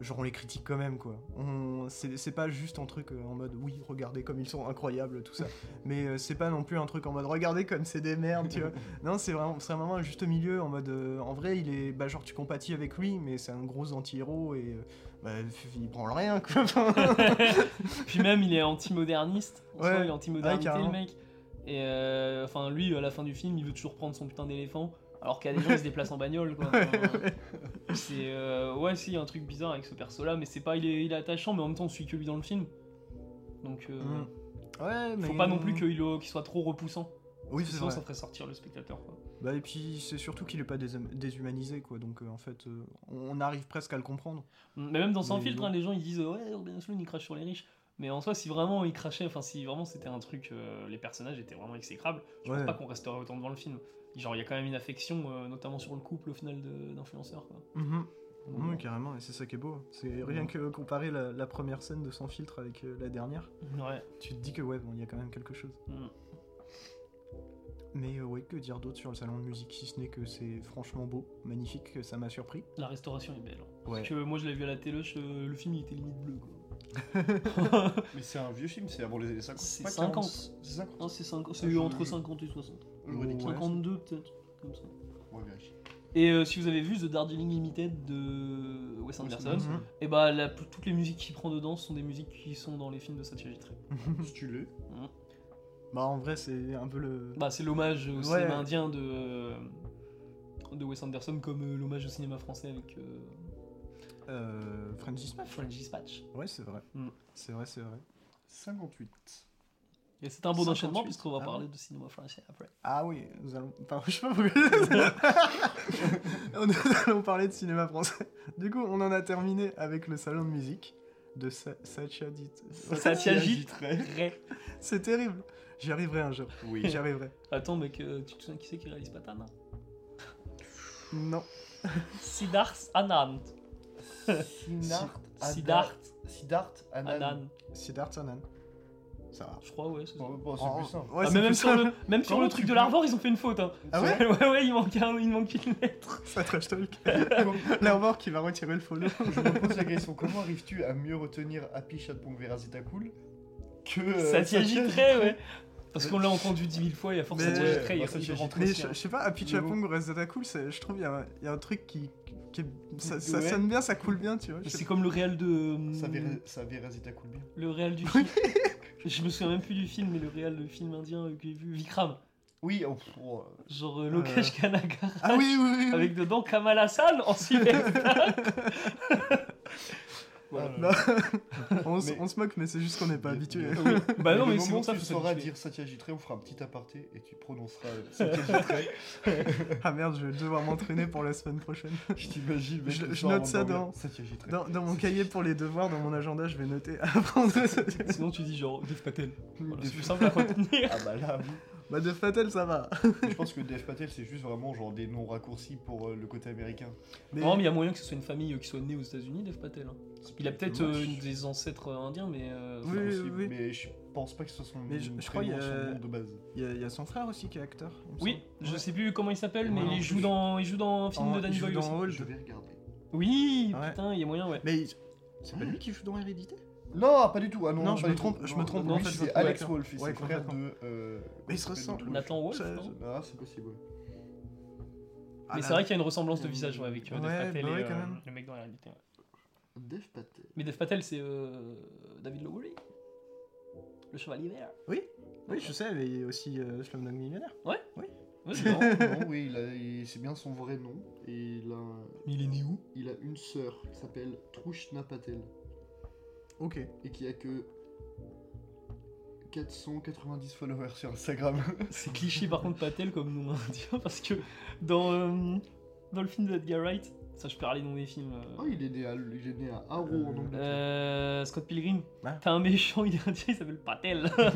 genre on les critique quand même quoi. On- C'est c'est pas juste un truc euh, en mode oui regardez comme ils sont incroyables tout ça, mais euh, c'est pas non plus un truc en mode regardez comme c'est des merdes tu vois. Non, c'est vraiment, c'est vraiment un juste milieu en mode. euh, en vrai, il est. Bah, genre, tu compatis avec lui, mais c'est un gros anti-héros et. euh, bah, f- il branle rien, quoi. Enfin,
Puis même, il est anti-moderniste. En soi,
Ouais.
il est anti-modernité,
Ouais, carrément.
le mec. Et euh, enfin, lui, à la fin du film, il veut toujours prendre son putain d'éléphant. Alors qu'il y a des gens qui se déplacent en bagnole, quoi. Enfin, C'est. euh, ouais, si, il y a un truc bizarre avec ce perso-là, mais c'est pas. Il est, il est attachant, mais en même temps, on suit que lui dans le film. Donc, euh,
Mm. ouais, mais.
faut pas non plus qu'il euh, qu'il soit trop repoussant.
Oui,
Parce que
c'est
sinon,
vrai.
ça ferait sortir le spectateur, quoi.
Bah, et puis, c'est surtout qu'il est pas dés- déshumanisé, quoi. Donc, euh, en fait, euh, on arrive presque à le comprendre.
Mais même dans Sans
Mais
filtre,
bon.
hein, les gens ils disent euh, ouais, Urban Sloan il crache sur les riches. Mais en soi, si vraiment il crachait, enfin si vraiment c'était un truc, euh, les personnages étaient vraiment exécrables, je
Ouais.
pense pas qu'on resterait autant devant le film. Genre il y a quand même une affection, euh, notamment sur le couple au final de- d'influenceurs. quoi.
Mhm.
Donc,
Oui,
bon.
carrément, et c'est ça qui est beau. C'est rien
Ouais.
que comparer la, la première scène de Sans filtre avec euh, la dernière,
Ouais.
tu te dis que, ouais, bon, il y a quand même quelque chose.
Mm.
Mais, euh, ouais, que dire d'autre sur le salon de musique, si ce n'est que c'est franchement beau, magnifique, que ça m'a surpris.
La restauration est belle. hein.
Ouais.
Parce que moi je l'ai vu à la télé, je- le film il était limite bleu. Quoi.
Mais c'est un vieux film, c'est avant les années 50.
C'est
pas
50.
40, C'est 50.
Non, c'est cinq- c'est
Ah, je-
entre 50 et 60.
J'aurais dit
Ouais.
52 peut-être. comme ça.
40. Ouais, vérifie.
Et euh, si vous avez vu The Darjeeling Limited de Wes Anderson,
Mhm.
Et bah, la- toutes les musiques qu'il prend dedans sont des musiques qui sont dans les films de Satyajit Ray.
Hum.
Si tu l'es.
Bah en vrai c'est un peu le...
Bah, c'est l'hommage au
Ouais.
cinéma indien de, euh, de Wes Anderson, comme euh, l'hommage au cinéma français avec euh,
Euh, French Dispatch
French Dispatch.
Ouais c'est vrai.
Mm.
C'est vrai, c'est vrai.
58.
Et c'est un bon
58,
enchaînement, puisqu'on va
ah
parler de cinéma français après.
Ah oui, nous allons... Enfin, je sais pas pourquoi... nous allons parler de cinéma français. Du coup, on en a terminé avec le salon de musique de Sa- Satya Dit.
Satyajit
Ray.
Ray.
C'est terrible. J'y arriverai un jour.
Oui.
J'y arriverai.
Attends, mec, euh, tu te souviens qui c'est qui réalise Patan hein
Non.
Siddharth Anand.
Siddharth. Anand.
Siddharth
Siddharth Anand.
Anand.
Siddharth Anand. Ça va.
Je crois, ouais, c'est ça.
Bon, bon,
Oh,
c'est plus simple.
ouais,
Ah,
c'est
mais même
plus
sur
simple.
le, même sur
Comment
le
tu
truc de
peux-
l'Arvor, ils ont fait une faute. hein.
Ah ouais
ouais, ouais, il manque, un- il manque une lettre.
Ça trash talk.
Je
L'herbor qui va retirer le follow.
me pose la question comment arrives-tu à mieux retenir Happy Chatpong Verazita Cool que. euh,
Ça t'y
Satyajit
agiterait, ouais. Parce qu'on l'a entendu 10 000 fois et à force
Mais-
ça t'y agiterait, il y a
Ouais, ça t'y
de rentrer
Mais
aussi,
je,
hein.
je sais pas, à Pitch
Le
Japon ou Reste Data Cool, c'est- je trouve il y, a un- il y a un truc qui. qui est- ça, ça
Ouais.
sonne bien, ça coule bien, tu vois. je
Mais
sais
C'est comme le réel de. hum,
Ça Vera- Ça Verazita Cool bien.
Le réel du film. je me souviens même plus du film, mais le réel du film indien euh, que j'ai vu, Vikram.
Oui, oh, pff, oh,
Genre euh, Lokesh Kanagara
Ah oui, oui, oui, oui.
avec dedans Kamal Hassan en cyberpunk.
ah,
Voilà.
là,
Non.
là.
on, se-
Mais-
on se moque, mais c'est juste qu'on n'est pas
Mais-
habitué.
mais-
Bah non,
le
mais
moment
c'est bon
où
ça,
tu
faut
sauras
s'habituer.
dire Satya Jitré, on fera un petit aparté et tu prononceras euh, Satya Jitré.
Ah merde, je vais devoir m'entraîner pour la semaine prochaine.
je t'imagine, mec,
Je-
le
je
soir
note
avant de
ça
dormir,
dans-
Satya Jitré.
Dans, dans mon cahier pour les devoirs, dans mon agenda, je vais noter apprendre ce...
Sinon tu dis genre Dev Patel. Voilà,
Dev-
c'est plus simple à retenir.
Ah bah là, oui.
Bah de Fatal, ça va.
Mais je pense que Dev Patel, c'est juste vraiment genre des noms raccourcis pour euh, le côté américain.
Mais-
Non, mais il y a moyen que ce soit une famille euh, qui soit née aux États-Unis, Dev Patel. hein. Il a peut-être
dommage.
euh, des ancêtres euh, indiens, mais. euh,
Oui,
C'est
oui,
possible,
oui.
Mais je pense pas que ce soit son
Mais je-
prénom,
je crois qu'il y a-
son nom de base.
Il y, a- il y a son frère aussi qui est acteur. il me
Oui,
semble.
je
Ouais.
sais plus comment il s'appelle, mais
Moi non
il joue,
plus.
dans, il joue dans un film
En-
de
il
Danny
joue
Boyle aussi.
dans
Je
Hold.
vais regarder.
Oui,
Ouais.
putain, il y a moyen, ouais.
Mais il- c'est pas lui qui joue dans Hérédité
Non, pas du tout. Ah non,
Non,
non,
je
pas
me
du
trompe,
tout.
je
Non,
me trompe.
non,
En
lui,
fait,
c'est
votre
Alex
acteur.
Wolf, et
Ouais,
c'est le frère
complètement.
de. euh,
Mais ils se
de
ressemblent.
l'autre
Nathan Wolf,
Ça-
non
Ah, c'est possible. ouais.
Ah
Mais
là
c'est vrai qu'il y a une ressemblance de visage ouais, avec euh, Dev
Ouais,
Patel
bah
et
ouais, quand
euh,
même.
le mec dans la réalité. ouais.
Dev Patel.
Mais Dev Patel, c'est euh, David Lowery, le chevalier vert.
Oui, je sais, mais il y a aussi euh, Slumdog Millionnaire.
Ouais, c'est marrant.
Non, oui, il a- il- c'est bien son vrai nom. Et il a,
Mais il est né où
il a une sœur qui s'appelle Trushna Patel.
Ok.
Et qui a que 490 followers sur Instagram.
C'est cliché par contre Patel comme nom indien parce que dans, euh, dans le film d'Edgar Wright, ça je parlais dans des films. euh,
Oh, il est né à, il est né à Harrow en Angleterre.
euh, Scott Pilgrim,
Ah.
t'as un méchant, il est indien, il s'appelle Patel. euh.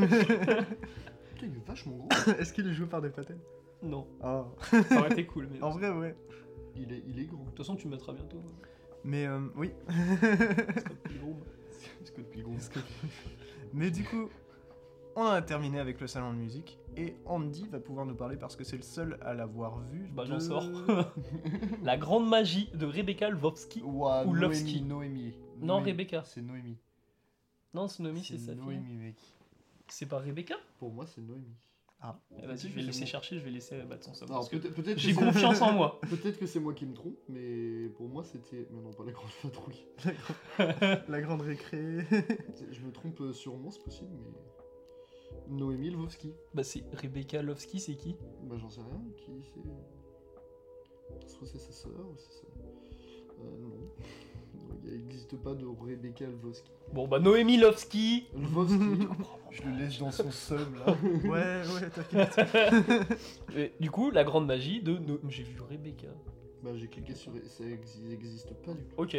Putain, il est vachement gros.
Est-ce qu'il est joué par des Patel
non,
Oh.
ça aurait été cool. Mais...
En vrai, ouais.
Il est, il est grand.
De toute façon, tu me mettras bientôt. hein,
Mais euh, oui.
Scott Pilgrim.
Scott Pilgrim.
Mais du coup, on en a terminé avec le salon de musique. Et Andy va pouvoir nous parler parce que c'est le seul à l'avoir vu.
Bah,
de-
j'en sors. La grande magie de Rebecca Lvovsky.
Ouah,
Ou
Noémie,
Lovski.
Noémie.
Non,
Noémie.
Rebecca.
C'est Noémie.
Non, Tsunomi, c'est sa fille.
Noémie, mec.
C'est pas Rebecca
Pour moi, c'est Noémie.
Ah, Vas-y, je vais
C'est
laisser
bon.
chercher, je vais laisser battre son somme.
Alors,
parce que
peut-être peut-être que
J'ai
c'est-
confiance en moi.
Peut-être que c'est moi qui me trompe, mais pour moi, c'était. Mais non, pas la grande patrouille.
La grande récré.
Je me trompe euh, sûrement, c'est possible, mais. Noémie Lvovski.
Bah, c'est Rebecca Lovsky, c'est qui
Bah, j'en sais rien. Qui c'est Soit c'est sa sœur, ou c'est ça. Euh, non. Il n'existe pas de Rebecca Lvovski.
Bon, bah, Noémie Lovsky.
Lvovski Je le laisse dans son seum, là.
Ouais, ouais, t'inquiète.
Et du coup, la grande magie de. No- J'ai vu Rebecca.
Bah, j'ai cliqué sur. Ça n'existe pas du tout.
Ok.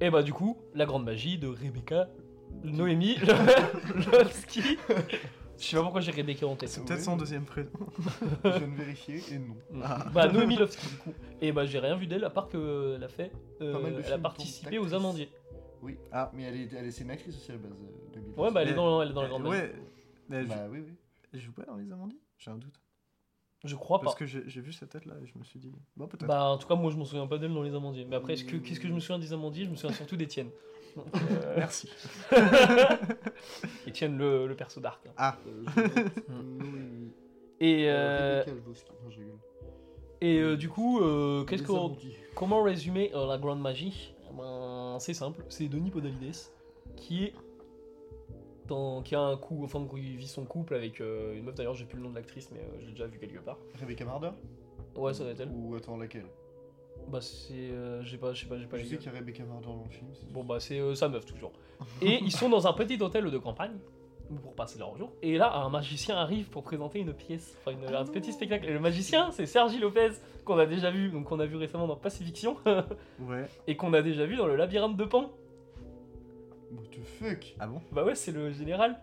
Et bah, du coup, la grande magie de Rebecca. Noémie Lovsky. Je sais pas pourquoi j'ai Rebecca en tête.
C'est peut-être son deuxième prénom.
Je viens de vérifier, et non.
Mm.
Ah.
Bah, Noémie Lovsky, du coup. Et bah, j'ai rien vu d'elle à part qu'elle a fait. euh,
Pas mal de
elle a
films,
participé
donc,
aux Amandiers.
Mais elle est, elle est, c'est une actrice aussi à la base. euh, de Bill
Ouais, bah, elle est
Mais-
dans, elle est dans la grande magie.
ouais. Elle joue,
Bah oui, oui.
elle joue pas dans les Amandiers J'ai un doute.
Je crois Ah, pas.
Parce que j'ai j'ai vu sa tête là et je me suis dit. Bon, peut-être.
Bah, en tout cas, moi je m'en souviens pas d'elle dans les amandiers. Mais après, est-ce que-
Hmm.
qu'est-ce que je me souviens des amandiers Je me souviens surtout d'Étienne. Donc, euh,
Merci.
Étienne, le, le perso d'arc. hein.
Euh, je note Noémie.
Et,
Euh,
euh,
Rebecca Lvovsky. Non, je rigole.
et euh, du coup, euh, qu'est-ce
Les
qu'on-
Arrondis.
comment résumer euh, la grande magie Ben, C'est simple, c'est Denis Podalides qui est. dans- qui a un coup, enfin, qui vit son couple avec euh, une meuf. D'ailleurs, j'ai plus le nom de l'actrice, mais euh, je l'ai déjà vu quelque part.
Rebecca Marder
Ouais, ça doit être elle.
Ou attends, laquelle
Bah, c'est. euh, j'ai pas, je sais pas, j'ai pas
Je
les
sais
yeux.
qu'il y a Rebecca Marder dans le film. c'est-
Bon bah c'est euh, sa meuf toujours. Et ils sont dans un petit hôtel de campagne pour passer leur jour. Et là un magicien arrive pour présenter une pièce, enfin une- un petit spectacle. Et le magicien c'est Sergi Lopez qu'on a déjà vu, donc qu'on a vu récemment dans Pacifiction
Ouais.
et qu'on a déjà vu dans le labyrinthe de Pan.
What the fuck
Ah bon
Bah ouais c'est le général.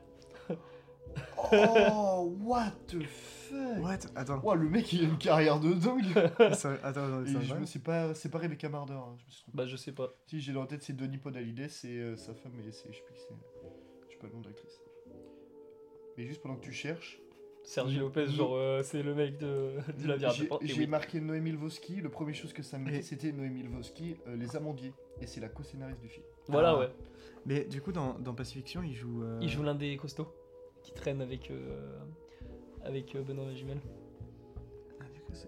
Oh, what the fuck
What Attends.
Ouah, le mec, il a une carrière de dingue
ça- attends, attends,
Et
ça
je
va
me sais pas, c'est pas Rebecca Marder, hein, je me suis trompé.
Bah je sais pas.
Si, j'ai dans la tête, c'est Denis Podalides, c'est euh, sa femme, et c'est, je sais plus qui c'est. Je sais pas le nom de l'actrice. Mais juste pendant que tu cherches,
Sergi Lopez genre euh, c'est le mec de, du labyrinthe de
j'ai
Pan. Et
j'ai
oui.
marqué Noémie Lvovsky, le premier chose que ça me
Et-
dit, c'était Noémie Lvovsky, euh, Les Amandiers, et c'est la co-scénariste du film.
Voilà ouais.
Mais du coup, dans, dans Pacifiction, il joue. euh,
Il joue l'un des costauds qui traîne avec euh, avec euh, Benoît Jumel.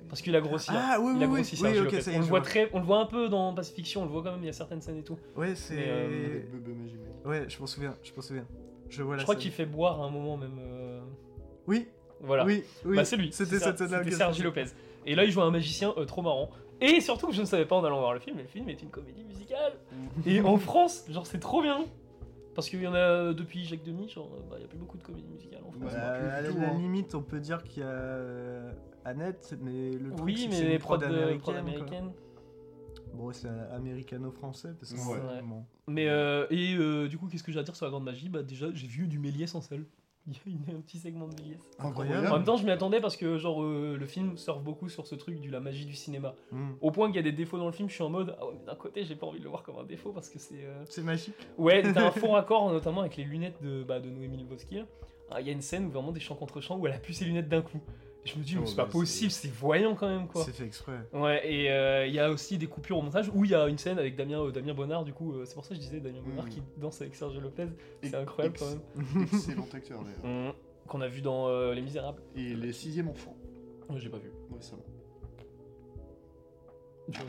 Parce qu'il a grossi. hein.
Ah oui,
Il
oui,
a
oui,
grossi
oui,
Sergio
ok,
Lopez.
ça y est,
on, le
je
voit
vois.
très, on le voit un peu dans Pacifiction, on le voit quand même, il y a certaines scènes et tout.
Ouais, c'est.
Mais, euh,
Avec Bebe Majimel.
Ouais, je m'en souviens, je m'en souviens. Je vois la
je crois
scène.
qu'il fait boire à un moment même. euh,
Oui,
Voilà.
Oui, oui.
Bah, c'est lui.
C'était
C'est ça,
cette scène-là.
c'était
que-
Sergi Lopez. Et là, il joue un magicien euh, trop marrant. Et surtout, je ne savais pas en allant voir le film, mais le film est une comédie musicale. Et en France, genre, c'est trop bien. Parce qu'il y en a euh, depuis Jacques Demy, genre, euh, bah, il n'y a plus beaucoup de comédies musicales en France.
Ouais.
Bah,
plus
à la
tout,
la
hein.
limite, on peut dire qu'il y a euh, Annette, mais le truc,
Oui,
c'est que
mais
c'est
les
une
prods
prod
de-
américaine.
prod
quoi.
américaines.
Bon, c'est un américano-français, parce que
Ouais.
Ouais.
bon.
Mais euh, et euh, du coup, qu'est-ce que j'ai à dire sur la grande magie Bah, déjà, j'ai vu du Méliès en salle. Il y a un petit segment de Méliès.
Incroyable.
En même temps, je m'y attendais parce que genre euh, le film surfe beaucoup sur ce truc de la magie du cinéma.
Mm.
Au point qu'il y a des défauts dans le film, je suis en mode ah ouais, mais d'un côté, j'ai pas envie de le voir comme un défaut parce que c'est euh,
C'est magique.
ouais, t'as un faux raccord notamment avec les lunettes de bah, de Noémie Lvovsky. Ah, Il y a une scène où vraiment des chants contre chants où elle a pu ses lunettes d'un coup. Et je me dis mais
Oh,
c'est
bah,
pas possible, c'est voyant quand même quoi.
C'est fait exprès.
Ouais, et euh, il y a aussi des coupures au montage où il y a une scène avec Damien, euh, Damien Bonnard, du coup, euh, c'est pour ça que je disais Damien Bonnard
Mhm.
qui danse avec Sergio Lopez, c'est incroyable quand même.
Excellent acteur d'ailleurs.
Mhm. Qu'on a vu dans euh, Les Misérables.
Et les sixième enfants,
Ouais, j'ai pas vu.
récemment.
Je,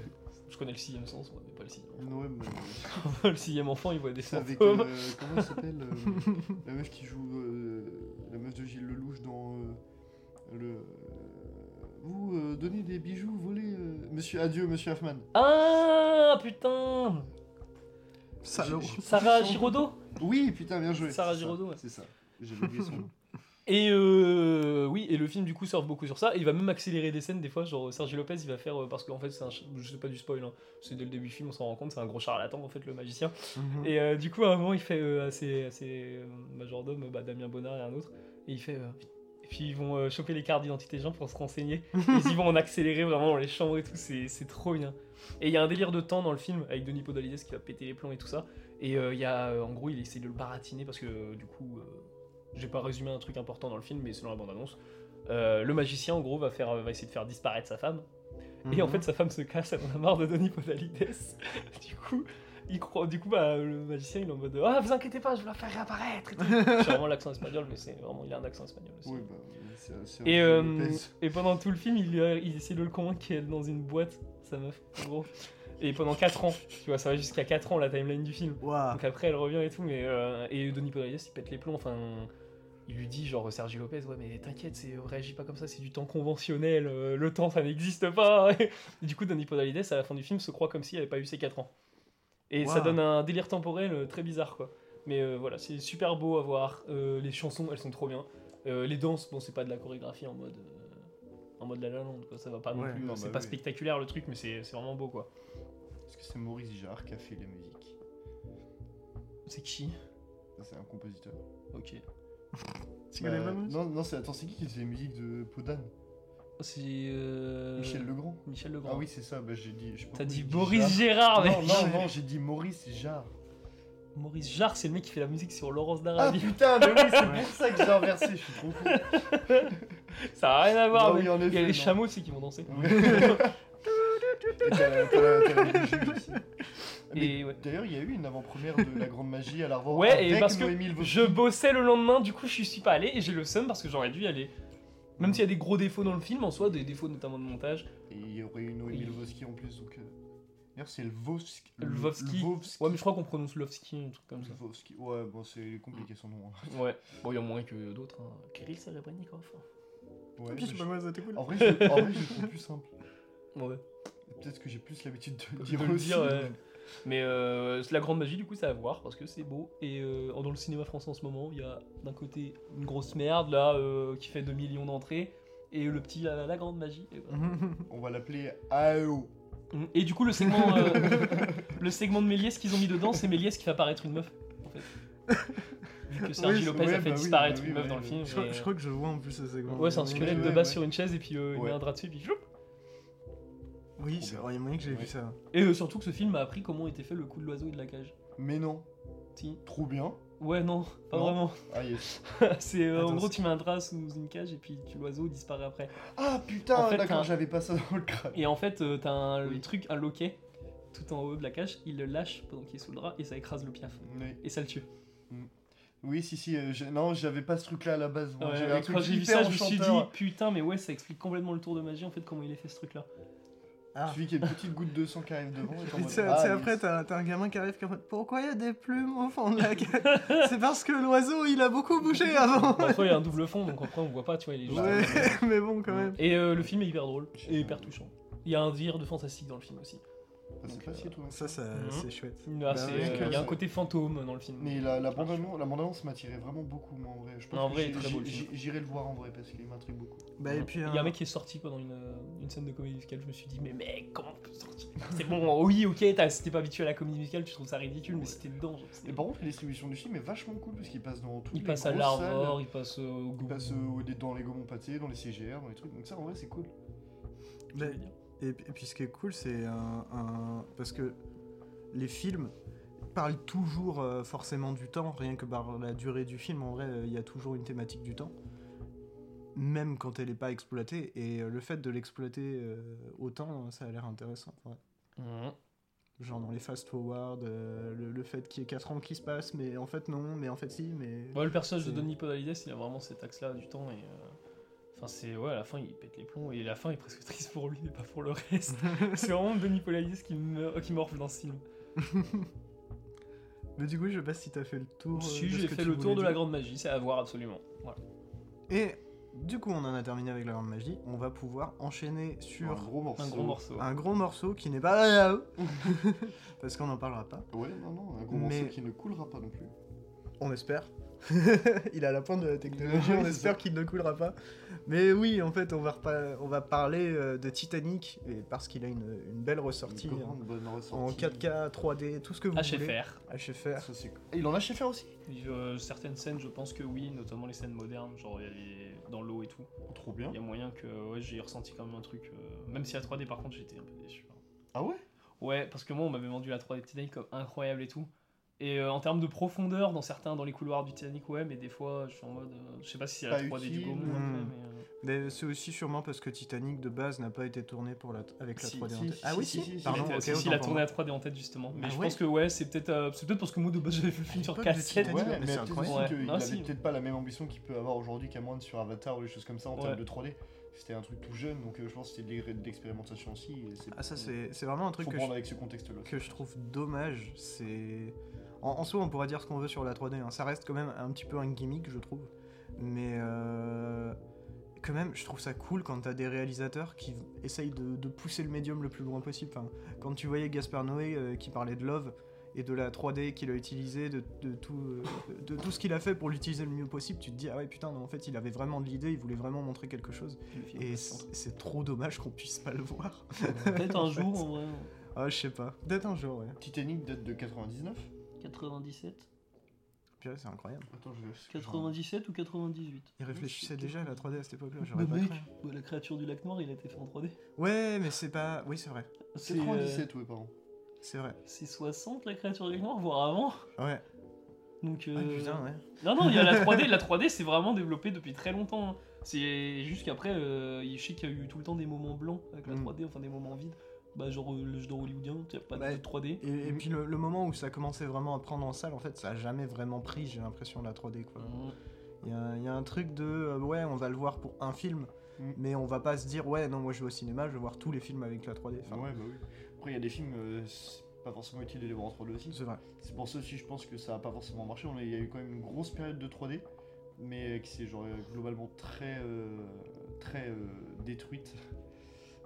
je connais le sixième sens, moi, mais pas le sixième.
Ouais, mais
enfant. le sixième enfant, il voit des
c'est avec.
fantômes.
euh, comment elle s'appelle euh, La meuf qui joue. euh, la meuf de Gilles Lelouch dans. euh, le. euh, vous euh, donnez des bijoux, volez. euh, Monsieur Adieu, Monsieur Hoffman.
Ah putain
Salaud.
J'ai- j'ai-
Sarah
j'ai son-
Giraudot
Oui, putain, bien joué.
Sarah
c'est ça,
Giraudot, ouais.
C'est ça. J'ai oublié son nom.
Et euh, oui, et le film du coup surfe beaucoup sur ça. Et il va même accélérer des scènes des fois. Genre Sergio Lopez, il va faire euh, parce qu'en fait, c'est un, ch- je sais pas du spoil. hein, c'est dès le début du film, on s'en rend compte. C'est un gros charlatan en fait, le magicien.
Mhm.
Et euh, du coup, à un moment, il fait euh, à ses, à ses, euh, majordomes, bah, Damien Bonnard et un autre, et il fait. euh, et puis ils vont euh, choper les cartes d'identité des gens pour se renseigner. Et ils y vont en accéléré vraiment dans les chambres et tout, c'est c'est trop bien. Et il y a un délire de temps dans le film avec Denis Podalides qui va péter les plombs et tout ça. Et euh, il y a, euh, en gros, il essaie de le baratiner parce que euh, du coup, euh, j'ai pas résumé un truc important dans le film, mais c'est dans la bande-annonce. Euh, le magicien, en gros, va, faire, euh, va essayer de faire disparaître sa femme. Et en
Mhm.
fait, sa femme se casse, elle en a marre de Denis Podalides. du coup, il croit, du coup, bah, le magicien, il est en mode Ah, vous inquiétez pas, je vais la faire réapparaître. et tout. c'est vraiment l'accent espagnol, mais c'est vraiment, il a un accent espagnol aussi.
Oui, bah, c'est- c'est
Et,
un
euh,
Lopez.
et pendant tout le film, il, lui a- il essaie de le convaincre qu'elle est dans une boîte, sa meuf, en gros. Et pendant 4 ans, tu vois, ça va jusqu'à 4 ans la timeline du film.
Waouh.
Donc après, elle revient et tout, mais. euh, et Denis Podalides, il pète les plombs, enfin. Il lui dit, genre, Sergi Lopez, ouais, mais t'inquiète, c'est- euh, réagis pas comme ça, c'est du temps conventionnel, euh, le temps, ça n'existe pas. Et du coup, Denis Podalides, à la fin du film, se croit comme s'il avait pas eu ses 4 ans. Et ça
Wow.
donne un délire temporel euh, très bizarre, quoi. Mais euh, voilà, c'est super beau à voir. Euh, les chansons, elles sont trop bien. Euh, les danses, bon, c'est pas de la chorégraphie en mode. euh, en mode la la Land, quoi. Ça va pas non
Ouais.
plus.
Non,
c'est
bah
pas
oui.
spectaculaire le truc, mais c'est c'est vraiment beau, quoi.
Est-ce que c'est Maurice Jarre qui a fait les musiques
C'est qui
C'est un compositeur.
Ok.
Tu connais
Bah,
pas, Maurice
non, non, c'est attends, c'est qui qui fait les musiques de Podane
C'est. euh,
Michel Legrand.
Michel Legrand.
Ah oui, c'est ça. Bah j'ai dit. je sais pas
T'as
pourquoi
dit
j'ai
Boris
Jarre.
Gérard, mais.
Non, non, non, j'ai dit Maurice Jarre.
Maurice Jarre, c'est le mec qui fait la musique sur Laurence
Ah
d'Arabie.
putain, mais oui, c'est
Ouais.
pour ça que j'ai inversé. Je suis trop con.
ça a rien à voir,
Non,
mais.
Bah oui, en
Il y a
effet,
les
non.
chameaux aussi qui vont danser.
Et t'as la- t'as la- t'as la bougie aussi. Mais
Et ouais.
D'ailleurs, il y a eu une avant-première de La Grande Magie à l'Arvor
Ouais, et
avec
parce que
Noémie Lvovsky.
Je bossais le lendemain, du coup je suis pas allé et j'ai le seum parce que j'aurais dû y aller. Même s'il y a des gros défauts dans le film en soi, des défauts notamment de montage.
Et il y aurait eu Noémie
Il-
Lvovsky en plus, donc... euh, D'ailleurs, c'est Lvovsky.
Lvovsky.
Lvovsky.
Ouais, mais je crois qu'on prononce Lovski, un truc comme ça.
Lvovsky. Ouais, bon, c'est compliqué son nom. hein.
Ouais. Bon, il y en a moins que d'autres. Hein. Kirill Serebrennikov.
Ouais,
Ah,
mais
je sais pas
je-
quoi, c'était cool.
En vrai, je en vrai, je le trouve plus simple.
Ouais.
Peut-être que j'ai plus l'habitude de
De
le dire
le
aussi.
dire, ouais. Mais euh, c'est la grande magie, du coup, c'est à voir parce que c'est beau. Et euh, dans le cinéma français en ce moment, il y a d'un côté une grosse merde là euh, qui fait 2 millions d'entrées et le petit la, la grande magie. Et, voilà.
Mmh.
On va l'appeler E AO. Mhm.
Et du coup, le segment, euh, le segment de Méliès qu'ils ont mis dedans, c'est Méliès qui fait apparaître une meuf. En fait. Vu que Sergi
Oui,
Lopez
ouais,
a fait
bah oui,
disparaître
bah
une
oui,
meuf dans le
ouais,
film.
je,
et,
crois, je crois que je vois en plus ce segment.
Ouais, c'est un
Oui,
squelette
oui,
de
ouais,
base
ouais.
sur une chaise et puis euh, il met
Ouais.
un drap dessus et puis chloup.
Oui,
bah.
c'est vrai, il y a moyen que j'ai
Ouais.
vu ça.
Et euh, surtout que ce film m'a appris comment était fait le coup de l'oiseau et de la cage.
Mais non,
Si.
trop bien.
Ouais, non, pas
Non.
vraiment.
Ah, yes.
c'est euh, en
Attends,
gros,
c'est-
tu mets un drap sous une cage et puis tu- l'oiseau disparaît après.
Ah putain,
En fait,
d'accord,
t'as-
j'avais pas ça dans le crâne.
Et en fait, euh, t'as un le
Oui.
truc, un loquet tout en haut de la cage, il le lâche pendant qu'il est sous le drap et ça écrase le piaf.
Mais-
Et ça le tue.
Oui, si, si. euh, j'ai- Non, j'avais pas ce truc-là à la base. moi,
Ouais,
j'avais un
et
truc
quand j'ai vu
hyper
ça, je me suis dit
enchanteur.
putain, mais ouais, ça explique complètement le tour de magie en fait, comment il est fait ce truc là.
Ah.
Celui qui a une petite goutte de sang qui arrive devant. et t'es en
Et
mode,
tu sais,
ah,
tu sais,
il-
après, t'as t'as un gamin qui arrive qui est en mode Pourquoi il y a des plumes au fond de la gueule C'est parce que l'oiseau il a beaucoup bougé avant
Parfois, Bah, il y a un double fond, donc après, on voit pas, tu vois, il est juste- euh,
Ouais, mais bon, quand même.
Et euh, le film est hyper drôle et hyper touchant. Il y a un délire de fantastique dans le film aussi.
Ah, c'est pas si étonnant.
Ça, ça
Mhm.
c'est chouette.
Il y
Bah
a- c'est,
oui,
euh,
que-
il y a un côté fantôme dans le film.
Mais la, la bande-annonce la bande-annonce m'a tiré vraiment beaucoup, moi, en vrai. Je pense
Non, Ah, en
que
vrai,
j'ai-
très
j'ai-
beau le
j'ai-
film.
J'irai le voir en vrai parce qu'il m'intrigue beaucoup.
Bah, et puis,
il y
un,
a un mec qui est sorti pendant une, euh, une scène de comédie musicale. Je me suis dit, mais mec, comment tu peux sortir C'est bon, oh oui, ok, t'as- si t'es pas habitué à la comédie musicale, tu trouves ça ridicule, mais
Ouais.
si t'es dedans, genre, c'est-
Et par contre, la distribution du film est vachement cool parce qu'il passe dans tout.
il passe à l'Arvor, il passe euh, au
Il
Go.
passe euh, au- dans les Gaumont pâtés, dans les CGR, dans les trucs. Donc ça, en vrai, c'est cool.
bah, et, puis- et puis, ce qui est cool, c'est un, un- Parce que les films parlent toujours euh, forcément du temps, rien que par la durée du film. En vrai, euh, il y a toujours une thématique du temps. Même quand elle n'est pas exploitée, et euh, le fait de l'exploiter euh, autant, ça a l'air intéressant. ouais.
Mhm.
Genre dans les fast-forward, euh, le, le fait qu'il y ait 4 ans qui se passent, mais en fait non, mais en fait si, mais...
Ouais, le personnage de
C'est-
Donny Podalides, il a vraiment cet axe-là du temps et. euh, Enfin, c'est. Ouais, à la fin, il pète les plombs et la fin est presque triste pour lui, mais pas pour le reste. c'est vraiment Donny Podalides qui, meurt, qui morfle dans ce film.
Mais du coup, je sais pas si t'as fait le tour... euh,
Si,
de ce
j'ai
que
fait
tu
le
voulais
tour de la
dire.
grande magie, c'est à voir absolument. Voilà.
Et du coup, on en a terminé avec la grande magie, on va pouvoir enchaîner sur
Un gros morceau.
Un gros morceau.
un gros morceau qui n'est pas là-haut, parce qu'on n'en parlera pas,
Ouais, non, non, un gros
Mais-
morceau qui ne coulera pas non plus.
on espère. Il a la pointe de la technologie,
Ouais,
on
c'est
espère
ça.
qu'il ne coulera pas. Mais oui, en fait, on va, repa- on va parler euh, de Titanic, et parce qu'il a une, une belle ressortie
Une
hein,
grande bonne ressortie.
en 4K, 3D, tout ce que vous voulez.
HFR.
HFR.
Ça, c'est cool. Et il en a chez faire aussi
Euh, certaines scènes, je pense que oui, notamment les scènes modernes, genre il y a les- dans l'eau et tout.
Trop bien.
Il y a moyen que ouais, j'ai ressenti quand même un truc. euh, Même si la 3D, par contre, j'étais un peu déçu. hein.
Ah ouais
Ouais, parce que moi, on m'avait vendu la 3D de Titanic comme incroyable et tout. Et euh, en termes de profondeur, dans certains, dans les couloirs du Titanic, ouais, mais des fois, je suis en mode. euh, je sais pas si c'est la
Pas
3D du
utile,
Gaumont,
hmm.
ouais, mais. euh,
Mais c'est aussi sûrement parce que Titanic de base n'a pas été tourné pour la avec la
Si,
3D en
si,
tête.
si,
ah oui, si,
si, si, si,
pardon,
il a-
ok,
si, si,
autant
il a
pour
tourné
moi.
la 3D en tête justement. Mais
Ah
je
ouais
pense que ouais, c'est peut-être euh, c'est peut-être parce que moi de base j'avais vu le film sur cassette.
Titanic,
Ouais,
mais
mais
c'est
peut-être
incroyable.
aussi
Ouais.
qu'il
Non,
avait
si.
peut-être pas la même ambition qu'il peut avoir aujourd'hui qu'Amoine sur Avatar ou des choses comme ça en
Ouais.
termes de 3D. C'était un truc tout jeune, donc euh, je pense que c'était de l'expérimentation aussi. et c'est-
Ah ça c'est c'est vraiment un
Faut
truc que
prendre
je,
avec ce contexte-là.
que je trouve dommage. C'est en, en soi on pourra dire ce qu'on veut sur la 3D. hein. Ça reste quand même un petit peu un gimmick je trouve. Mais euh, quand même je trouve ça cool quand t'as des réalisateurs qui essayent de, de pousser le médium le plus loin possible. Enfin, quand tu voyais Gaspard Noé euh, qui parlait de Love et de la 3D qu'il a utilisé, de, de tout, euh, de tout ce qu'il a fait pour l'utiliser le mieux possible, tu te dis ah ouais putain non, en fait il avait vraiment de l'idée, il voulait vraiment montrer quelque chose et c'est c'est trop dommage qu'on puisse pas le voir.
Peut-être un jour en vrai.
Ah je sais pas, peut-être un jour ouais.
Titanic date de 99
97
Purée c'est incroyable.
Attends, je vais.
97 ou 98
Il réfléchissait déjà à la 3D à cette époque-là, j'aurais
Le
pas
mec,
cru.
ouais, la créature du lac noir, il a été fait en 3D.
Ouais mais c'est pas, oui c'est vrai,
C'est euh,
97, ouais, pardon.
c'est vrai.
c'est 60 la créature du lac noir, voire avant.
Ouais.
Donc,
Ah
euh,
putain ouais.
Non, non, il y a la 3D. La 3D, c'est vraiment développé depuis très longtemps. hein. C'est juste qu'après, euh, je sais qu'il y a eu tout le temps des moments blancs avec la
Mm.
3D, enfin des moments vides. Bah, genre euh, le jeu d'or hollywoodien, il n'y a pas
Ouais.
de 3D.
Bah, Et, et puis le, le moment où ça commençait vraiment à prendre en salle, en fait, ça a jamais vraiment pris, j'ai l'impression, la 3D quoi.
Mm.
Il y, a- il y a un truc de euh, ouais, on va le voir pour un film,
Mm.
mais on va pas se dire ouais, non, moi je vais au cinéma, je vais voir tous les films avec la 3D. Enfin,
Ouais, bah oui. Après, il y a des films, euh, c'est pas forcément utile de les voir en 3D aussi.
C'est vrai.
C'est pour ça aussi, je pense que ça a pas forcément marché. On a- Il y a eu quand même une grosse période de 3D, mais qui s'est genre euh, globalement très, euh, très euh, détruite.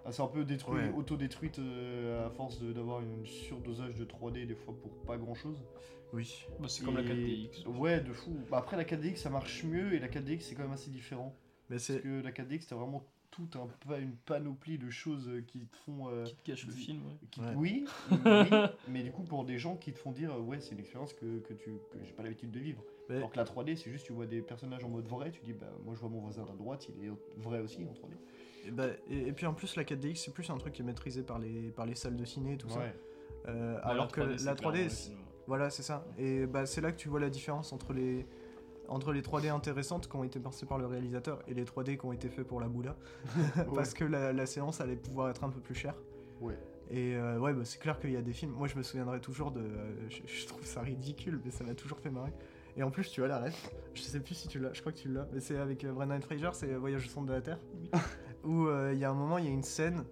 Ah, c'est un peu détruit,
Ouais.
auto-détruite euh, à force de- d'avoir une surdosage de 3D des fois pour pas grand chose.
Oui.
Bah, c'est comme la
Et-
4DX.
Ouais, de fou. Bah, après, la 4DX ça marche mieux et la 4DX c'est quand même assez différent.
Mais
Parce
c'est
que la 4DX t'as vraiment tout un, pa- une panoplie de choses euh, qui te font. euh,
Qui te cache le
Dis-
film, ouais.
qui-
Ouais.
Oui, oui, mais du coup, pour des gens qui te font dire, euh, ouais, c'est une expérience que, que tu que j'ai pas l'habitude de vivre.
Ouais.
Alors que la 3D, c'est juste, tu vois des personnages en mode vrai, tu dis, bah, moi je vois mon voisin à droite, il est vrai aussi en 3D.
Et, bah, et, et puis en plus, la 4DX, c'est plus un truc qui est maîtrisé par les, par les salles de ciné et tout ça. Euh, alors que la 3D, c'est- voilà, c'est ça. Et bah, c'est là que tu vois la différence entre les, entre les 3D intéressantes qui ont été pensées par le réalisateur et les 3D qui ont été faits pour la boula. Parce que la, la séance allait pouvoir être un peu plus chère.
Ouais.
Et euh, ouais, bah, c'est clair qu'il y a des films. Moi, je me souviendrai toujours de. euh, je, je trouve ça ridicule, mais ça m'a toujours fait marrer. Et en plus, tu as la ref. Je sais plus si tu l'as, je crois que tu l'as. Mais euh, c'est avec euh, Brendan Fraser, c'est Voyage au centre de la Terre. Où euh, il y a un moment, il y a une scène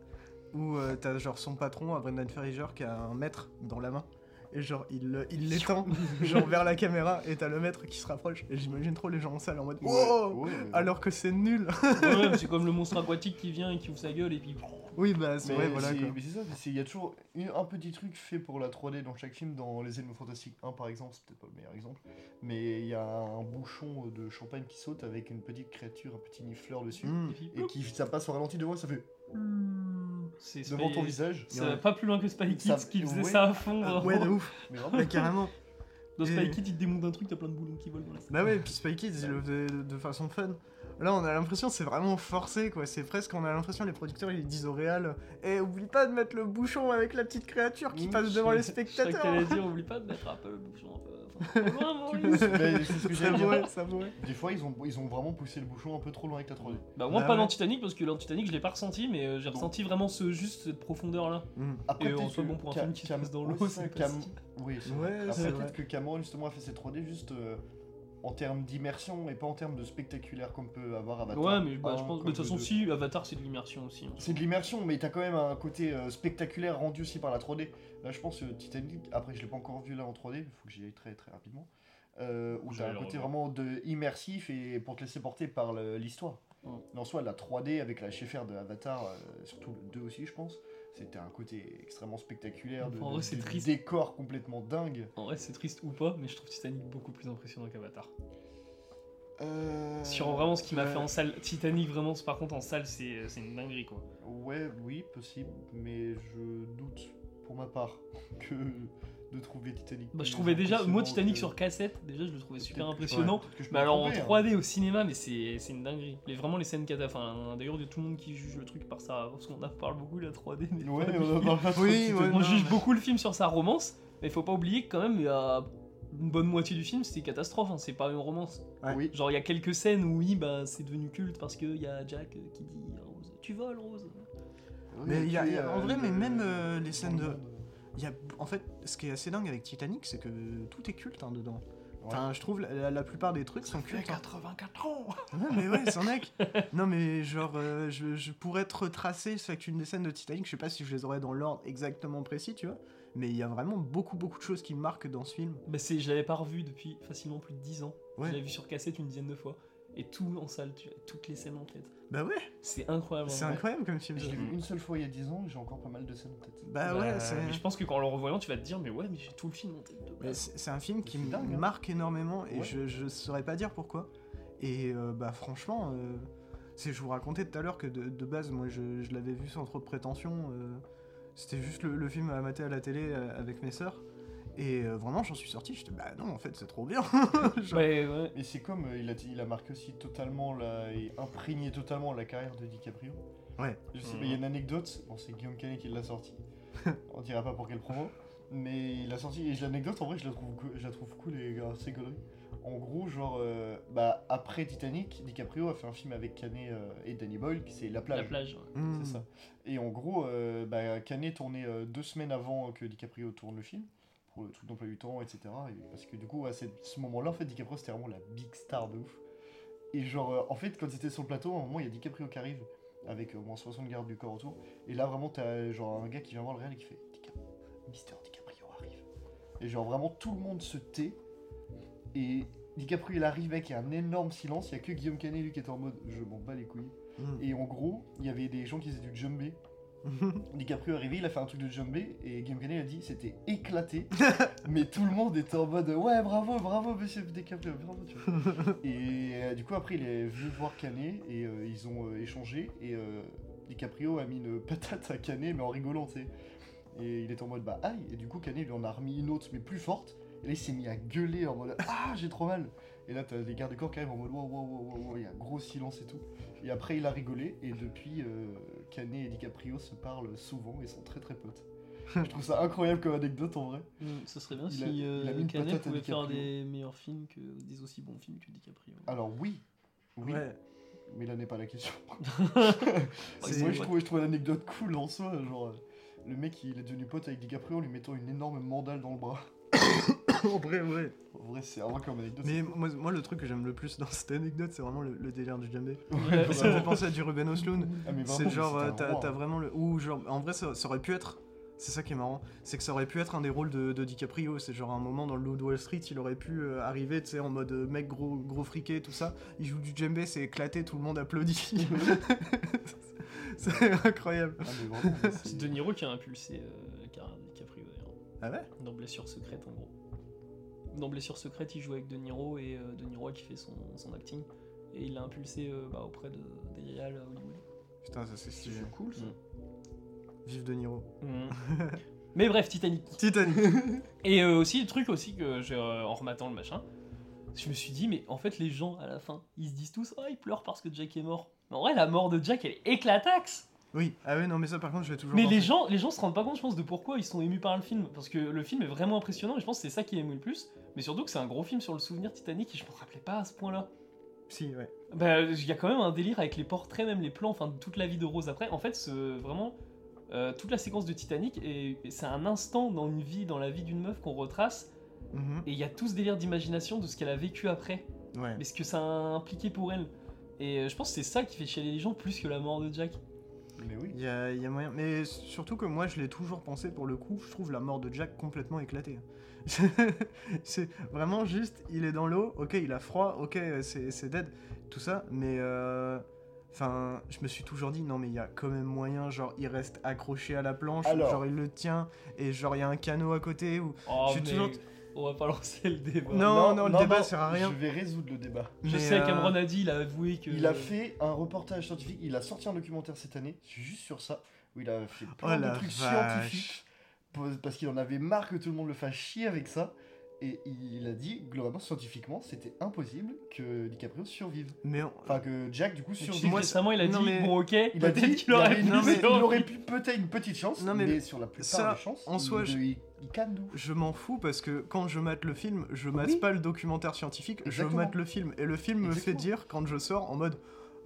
où euh, t'as genre son patron à Brendan Fraser qui a un mètre dans la main et genre il le- il l'étend genre vers la caméra et t'as le maître qui se rapproche et j'imagine trop les gens en salle en mode wow
Ouais, ouais.
alors que c'est nul
Ouais, mais c'est comme le monstre aquatique qui vient et qui ouvre sa gueule et puis.
oui bah c'est
Mais
vrai voilà
c'est-
quoi
mais c'est ça, c'est- il y a toujours une- un petit truc fait pour la 3D dans chaque film, dans Les Animaux Fantastiques 1 par exemple, c'est peut-être pas le meilleur exemple, mais il y a un bouchon de champagne qui saute avec une petite créature, un petit nifleur dessus,
Hmm.
et puis,
et qui ça passe au ralenti devant, ça fait
c'est
devant ton
Spy-
visage.
Ça va pas plus loin que Spy
Ça-
Kids qui faisait
ouais.
ça à fond.
Ah,
vraiment.
ouais de ouf
Mais vraiment,
mais carrément
Dans Spy
Et-
Kids, il te démonte un truc, t'as plein de boulons qui volent dans la salle.
Bah ouais, et puis Spy Kids, ils le faisaient de de façon fun. Là, on a l'impression que c'est vraiment forcé, quoi. C'est presque, on a l'impression que les producteurs, ils disent au réal Eh, oublie pas de mettre le bouchon avec la petite créature qui
Mmh,
passe devant les
Je crois que
spectateurs
t'allais dire, oublie pas de mettre un peu le bouchon. un peu- enfin, loin, Maurice.
mais c'est ce que
Ça
j'allais dire.
pourrait, ça pourrait.
Des fois, ils ont, ils ont vraiment poussé le bouchon un peu trop loin avec la 3D.
Bah moi
Bah
pas
ouais.
dans Titanic parce que dans Titanic je l'ai pas ressenti mais euh, j'ai ressenti vraiment ce juste cette profondeur là.
Après,
Et en
peut-être
soi,
que
bon, pour un
Ca-
film qui se
Cam-
passe dans
ouais,
l'eau, c'est
c'est ça,
pas
Cam-
si-
Oui, c'est
Ouais,
vrai.
c'est
Après,
vrai.
peut-être que Cameron, justement, a fait cette 3D juste euh, en termes d'immersion et pas en termes de spectaculaire qu'on peut avoir Avatar.
ouais mais bah,
un
je pense de
comme
toute façon
deux.
si Avatar c'est de l'immersion aussi. hein.
C'est de l'immersion, mais t'as quand même un côté euh, spectaculaire rendu aussi par la 3D. Là, je pense que Titanic, après, je l'ai pas encore vu là en 3D, il faut que j'y aille très très rapidement. euh, où
Vous
t'as
allez
un
le
côté
revoir.
vraiment de immersif et pour te laisser porter par le- l'histoire.
Mm.
Mais En soi, la 3D avec la chef-faire de Avatar, euh, surtout le 2 aussi, je pense, c'était un côté extrêmement spectaculaire, de,
En vrai,
de-
c'est
de
triste.
décor complètement dingue.
En vrai c'est triste ou pas mais je trouve Titanic beaucoup plus impressionnant qu'Avatar.
Euh,
Sur vraiment ce qui m'a
ouais.
fait en salle Titanic vraiment c'est- par contre en salle c'est c'est une dinguerie quoi.
Ouais, oui, possible, mais je doute pour ma part que de trouver Titanic.
Bah je
plus
trouvais déjà moi
impressionnant
Titanic
que-
sur cassette déjà je le trouvais super
Peut-être que-
impressionnant.
ouais, peut-être que je
Mais
me
alors en
trompais, hein.
3D au cinéma, mais c'est c'est une dinguerie. Les, vraiment les scènes cata. Enfin, d'ailleurs, de tout le monde qui juge le truc par ça. Parce qu'on en parle beaucoup de la 3D. Mais
Ouais,
pas du
on en
film.
parle pas trop,
Oui,
c'est
ouais.
On
Non,
juge
mais-
beaucoup le film sur sa romance, mais faut pas oublier que quand même, il y a une bonne moitié du film, c'était catastrophe. hein, c'est pas une romance.
Ouais.
Oui.
Genre, il y a quelques scènes où oui, bah c'est devenu culte parce qu'il y a Jack euh, qui dit à Rose Tu voles, Rose
Mais
Oui,
il y a-
puis,
il y a- en vrai, mais
le-
même, euh, les scènes
dans le
de-
monde,
Il y a- en fait, ce qui est assez dingue avec Titanic, c'est que tout est culte hein, dedans.
euh, ouais.
Enfin, je trouve la, la plupart des trucs sont cultes. hein.
84 ans
Ouais, mais ouais, c'est un mec. Non, mais genre, euh, je, je pourrais te retracer chacune des scènes de Titanic. Je sais pas si je les aurais dans l'ordre exactement précis, tu vois. Mais il y a vraiment beaucoup, beaucoup de choses qui me marquent dans ce film.
Bah, c'est, je l'avais pas revu depuis facilement plus de 10 ans.
Ouais.
Je l'avais vu sur cassette une dizaine de fois. Et tout en salle, tu- toutes les scènes en tête.
Bah ouais,
C'est incroyable.
c'est
en vrai.
incroyable comme film.
Je
ça.
l'ai vu une seule fois il y a 10 ans et j'ai encore pas mal de scènes en tête.
Bah
Euh,
ouais, c'est.
mais je pense que quand le revoyant, tu vas te dire, mais ouais, mais j'ai tout le film en tête de
Mais
base.
C'est c'est un film qui
Euh, C'est
me
dingue, hein.
marque énormément et
Ouais.
je, je saurais pas dire pourquoi. Et euh, bah franchement, euh, c'est je vous racontais tout à l'heure que de, de base, moi je, je l'avais vu sans trop de prétention. euh, C'était juste le, le film à mater à la télé euh, avec mes sœurs. Et euh, vraiment, j'en suis sorti, j'étais bah non, en fait, c'est trop bien. Genre,
Ouais, ouais.
Mais c'est comme euh, il, a, il a marqué aussi totalement la, et imprégné totalement la carrière de DiCaprio.
Ouais.
Je sais
Mhm.
pas, il y a une anecdote, bon, c'est Guillaume Canet qui l'a sorti. On dira pas pour quelle promo, mais il a sorti et l'anecdote en vrai je la trouve cou- je la trouve cool et assez gaulerie. En gros, genre euh, bah après Titanic, DiCaprio a fait un film avec Canet euh, et Danny Boyle qui c'est La
La
plage.
plage. ouais.
hmm,
C'est ça. Et en gros, euh, bah, Canet tournait euh, deux semaines avant que DiCaprio tourne le film, pour le truc d'emploi du temps, etc. Et parce que du coup, à cette- ce moment-là, en fait, DiCaprio, c'était vraiment la big star de ouf. Et genre, euh, en fait, quand c'était sur le plateau, à un moment, il y a DiCaprio qui arrive, avec euh, au moins 60 gardes du corps autour. Et là, vraiment, t'as euh, genre un gars qui vient voir le réel et qui fait Dicap- Mister DiCaprio arrive. Et genre, vraiment, tout le monde se tait. Et DiCaprio, il arrive, mec, il y a un énorme silence. Il y a que Guillaume Canet, lui, qui est en mode Je m'en bats les couilles.
hmm.
Et en gros, il y avait des gens qui faisaient du jumbé.
Mmh.
DiCaprio est arrivé, il a fait un truc de jumbé et Game Canet a dit c'était éclaté. mais tout le monde était en mode ouais, bravo, bravo, monsieur DiCaprio, bravo. Tu vois. et euh, du coup, après, il est venu voir Canet et euh, ils ont euh, échangé. Et euh, DiCaprio a mis une patate à Canet, mais en rigolant, tu sais. Et il est en mode bah aïe. Et du coup, Canet lui en a remis une autre, mais plus forte. Et là, il s'est mis à gueuler en mode ah, j'ai trop mal. Et là, t'as les gardes du corps qui arrivent en mode wow, wow, wow, wow, wow, il y a gros silence et tout. Et après, il a rigolé, et depuis, euh, Canet et DiCaprio se parlent souvent et sont très très potes. Je trouve ça incroyable comme anecdote en vrai.
Mm, Ce serait bien
Il
si
a- il a
euh,
mis une
Canet
patate à
pouvait faire
DiCaprio.
des meilleurs films que des aussi bons films que DiCaprio.
Alors oui, oui,
Ouais.
mais là n'est pas la question.
C'est-
Moi, je
ouais.
trouvais, je trouvais l'anecdote cool en soi, genre euh, le mec il est devenu pote avec DiCaprio en lui mettant une énorme mandale dans le bras.
en vrai, ouais.
En vrai, c'est vraiment comme anecdote.
Mais moi, moi, le truc que j'aime le plus dans cette anecdote, c'est vraiment le, le délire du djembé.
Ah bah Ouais,
Ça me
vraiment.
fait penser à du Ruben Osloon.
Ah, mais
C'est
vraiment,
genre,
c'était
euh,
un
t'as
roi,
t'as
hein.
vraiment le. Ou genre, en vrai, ça, ça aurait pu être. C'est ça qui est marrant, c'est que ça aurait pu être un des rôles de, de DiCaprio. C'est genre un moment dans le Loup de Wall Street, il aurait pu euh, arriver, tu sais, en mode euh, mec gros, gros friqué, tout ça. Il joue du djembé, c'est éclaté, tout le monde applaudit. c'est incroyable.
Ah, mais vraiment, mais
C'est De Niro qui a impulsé euh, Car- DiCaprio d'ailleurs,
Ah ouais
hein. dans Blessure Secrète en gros. Dans Blessure Secrète, il joue avec De Niro et euh, De Niro qui fait son, son acting. Et il l'a impulsé euh, bah, auprès de, des réals à Hollywood.
Putain, ça c'est
C'est
stylé.
cool ça.
Vive De Niro.
Mm. Mais bref, Titanic.
Titanic
Et euh, aussi, le truc aussi que j'ai, euh, en rematant le machin, je me suis dit, mais en fait, les gens à la fin, ils se disent tous, oh, ils pleurent parce que Jack est mort. Mais en vrai, la mort de Jack, elle est éclataxe.
Oui, ah ouais, non, mais ça par contre, je l'ai toujours.
Mais
pensé.
les gens, les gens se rendent pas compte, je pense, de pourquoi ils sont émus par le film. Parce que le film est vraiment impressionnant et je pense que c'est ça qui émeut le plus. Mais surtout que c'est un gros film sur le souvenir Titanic et je me rappelais pas à ce point-là.
Si, ouais.
Bah, il y a quand même un délire avec les portraits, même les plans, enfin toute la vie de Rose après. En fait, ce- vraiment, euh, toute la séquence de Titanic, et, et c'est un instant dans une vie, dans la vie d'une meuf qu'on retrace.
Mhm.
Et il y a tout ce délire d'imagination de ce qu'elle a vécu après,
Ouais.
mais ce que ça a impliqué pour elle. Et euh, je pense que c'est ça qui fait chialer les gens plus que la mort de Jack.
Mais oui.
Il y, a- il y a moyen. Mais surtout que moi, je l'ai toujours pensé pour le coup. Je trouve la mort de Jack complètement éclatée. c'est vraiment juste, il est dans l'eau, ok, il a froid, ok, c'est c'est dead, tout ça. Mais. euh, Enfin, je me suis toujours dit, non, mais il y a quand même moyen, genre, il reste accroché à la planche,
Alors.
genre, il le tient, et genre, il y a un canot à côté, ou.
Oh,
Je suis
mais
toujours-
on va pas lancer le débat.
Non, non, le débat sert à rien.
Je vais résoudre le débat.
Je
Mais,
sais,
euh,
Cameron a dit, il a avoué que.
Il a fait un reportage scientifique, il a sorti un documentaire cette année, juste sur ça, où il a fait
Oh
plein
la
de trucs
vache.
scientifiques, pour- parce qu'il en avait marre que tout le monde le fasse chier avec ça, et il a dit, globalement, scientifiquement, c'était impossible que DiCaprio survive.
Mais. on-
Enfin, que Jack, du coup,
Moi,
survive.
récemment, il a
non,
dit,
mais-
bon, ok,
Il a dit
peut-être qu'il
il
aurait
avait-
pu.
non, mais-
il aurait pu peut-être une petite chance,
Non, mais
mais, sur la plupart
ça,
des chances,
en soi,
il,
je-
il, il canne nous.
Je m'en fous parce que quand je mate le film, je mate
Oui.
pas le documentaire scientifique, je
Exactement.
mate le film. Et le film me fait
Exactement.
dire quand je sors en mode.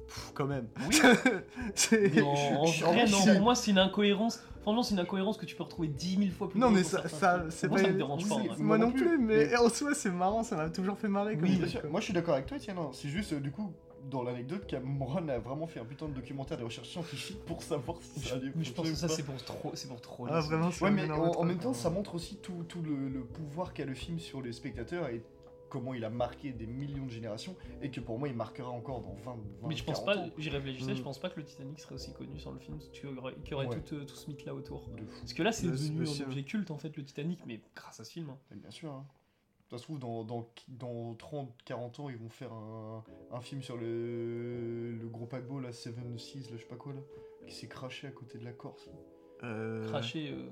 Pff, quand même.
Oui.
C'est-
Mais
Non,
je-
en
je- en
vrai,
vrai,
non,
c'est-
pour moi, c'est une incohérence. Franchement, c'est une incohérence que tu peux retrouver 10 000 fois plus
Non
loin
mais
dans
ça,
certains
ça
films.
c'est
Moi,
pas.
ça me dérange pas. en
Oui,
vrai.
Moi non plus, mais
Mais-
en soi c'est marrant, ça m'a toujours fait marrer. comme
Oui, bien
truc,
sûr.
quoi.
Moi, je suis d'accord avec toi, Étienne. hein. C'est juste, euh, du coup, dans l'anecdote, Cameron a vraiment fait un putain de documentaire de recherche scientifique pour savoir si ça allait
Mais je pense
fonctionner
que ça,
ou pas.
c'est pour trop. C'est pour trop.
Ah, vraiment, c'est
Ouais,
un
mais
énorme
en, en
truc,
même temps,
hein.
ça montre aussi tout, tout le, le pouvoir qu'a le film sur les spectateurs et comment il a marqué des millions de générations et que pour moi, il marquera encore dans 20, 20
Mais je pense
40
pas,
ans.
j'y réfléchissais, je
Mm.
pense pas que le Titanic serait aussi connu sans le film, qu'il y aurait, qu'il y aurait
Ouais.
tout, euh, tout ce mythe là autour.
De fou.
Parce que là, c'est
Ouais, c'est
devenu un
possible.
objet culte en fait, le Titanic, mais grâce à ce film. hein.
Mais bien sûr, hein. Ça se trouve, dans, dans, dans 30, 40 ans, ils vont faire un, un film sur le, le gros paquebot, là, Seven Seas, là, je sais pas quoi, là, qui s'est craché à côté de la Corse.
Euh,
Cracher, euh,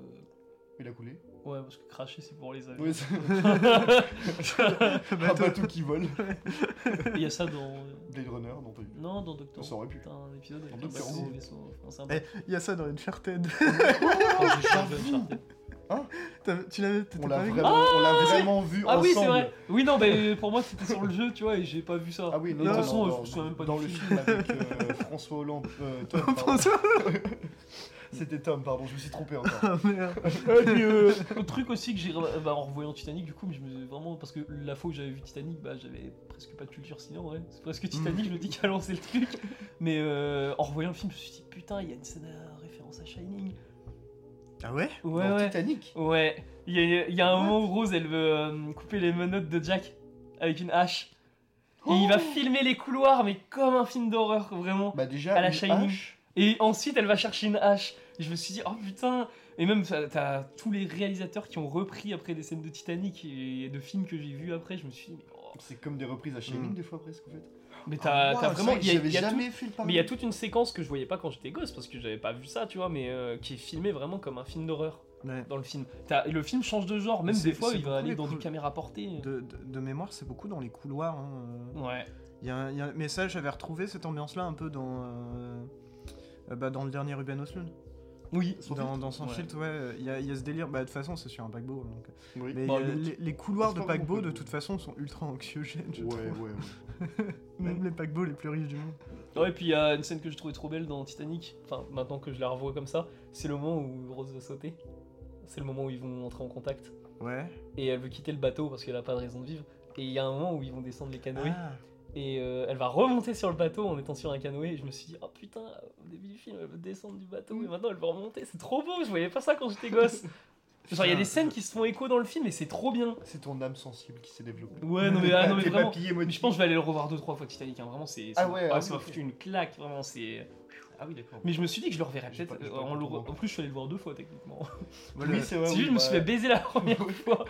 Il a coulé.
ouais, parce que cracher c'est pour les avions.
Ouais, c'est- un
bateau.
bateau qui vole.
Il y a ça dans. euh,
Blade Runner, non pas du tout.
Non, dans Doctor
Ça aurait pu.
T'as un épisode avec
Dans
un
Doctor
bateau,
Who.
un vaisseau. enfin, c'est un
Eh,
peu-
Il y a ça dans Uncharted.
Oh, j'ai pas vu Uncharted.
T'as- tu l'avais peut-être
On
pas
l'a
vu
vraiment, on l'a vraiment vu
Ah
ensemble.
oui, c'est vrai. Oui, non, mais pour moi c'était sur le jeu, tu vois, et j'ai pas vu ça.
Ah oui, non,
de toute
non,
façon,
dans,
je me souviens même pas
dans
du
le film avec euh, François Hollande. euh, Tom, pardon.
François-
C'était Tom, pardon, je me suis trompé encore.
Ah, merde.
Le truc aussi que j'ai bah, en revoyant Titanic du coup mais je me suis vraiment parce que la fois où j'avais vu Titanic bah j'avais presque pas de culture ciné en vrai c'est parce
Mm.
que Titanic je me dis qu'il a lancé le truc mais euh, en revoyant le film je me suis dit putain il y a une scène à référence à Shining
Ah ouais
ouais
dans
ouais
Titanic.
ouais il y a, il y a un
What
moment où Rose elle veut euh, couper les menottes de Jack avec une hache et il va
Oh
filmer les couloirs mais comme un film d'horreur vraiment
Bah déjà,
à la
une
Shining.
hache,
et ensuite, elle va chercher une hache. Et je me suis dit, oh putain Et même, t'as- t'as tous les réalisateurs qui ont repris après des scènes de Titanic et de films que j'ai vus après. Je me suis dit, mais, oh.
c'est comme des reprises à Shining
Mm.
des fois presque en fait.
mais t'as
Ah,
t'as
wow,
vraiment.
c'est vrai que
il y a-
j'avais
il y a tout-
jamais fait le
mais il y a
parallèle.
toute une séquence que je voyais pas quand j'étais gosse parce que j'avais pas vu ça, tu vois, mais euh, qui est filmée vraiment comme un film d'horreur
Ouais.
dans le film. T'as- et le film change de genre, même
C'est-
des fois,
c'est
il va
beaucoup
aller
les
dans du
cool-
caméra portée.
de, de- de mémoire, c'est beaucoup dans les couloirs. hein, euh.
Ouais.
Il y a, un- il y a un- mais ça, j'avais retrouvé cette ambiance-là un peu dans, euh, euh, bah, dans le dernier Ruben Östlund.
Oui.
Son
dans,
filtre.
dans son
Ouais.
filtre, ouais, il y, a- il y a ce délire. Bah, de toute façon, c'est sur un paquebot. donc.
Oui.
Mais
Bah,
il y a-
le-
les, les couloirs
c'est
de
pas vraiment
paquebot, de
paquebot.
toute façon, sont ultra anxiogènes. je
Ouais, ouais,
trouve.
ouais.
Même les paquebots les plus riches du monde.
Ouais, et puis il y a une scène que je trouvais trop belle dans Titanic, enfin maintenant que je la revois comme ça, c'est le moment où Rose va sauter. c'est le moment où ils vont entrer en contact.
Ouais.
Et elle veut quitter le bateau parce qu'elle a pas de raison de vivre. Et il y a un moment où ils vont descendre les canoës.
Ah.
Et euh, elle va remonter sur le bateau en étant sur un canoë. Et je me suis dit, oh putain, au début du film, elle veut descendre du bateau et maintenant elle veut remonter. C'est trop beau, je voyais pas ça quand j'étais gosse. Genre, il y a des scènes qui se font écho dans le film et c'est trop bien.
C'est ton âme sensible qui s'est développée.
Ouais, non mais, ah, non, mais
Tes
vraiment.
papilles
Mais je
émotives.
pense que je vais aller le revoir deux trois fois Titanic. hein. Vraiment, c'est. ça-
Ah ouais, ah
ça
oui,
m'a
ok.
foutu une claque, vraiment. C'est.
Ah oui, d'accord.
Mais je me suis dit que je le reverrais
J'ai
peut-être.
pas- j'ai pas
euh, en,
compris
le re-
non plus.
en plus, je suis allé le voir deux fois techniquement.
Moi, le-
Oui, c'est vrai.
c'est
oui,
juste, je me suis
bah,
fait baiser la première fois.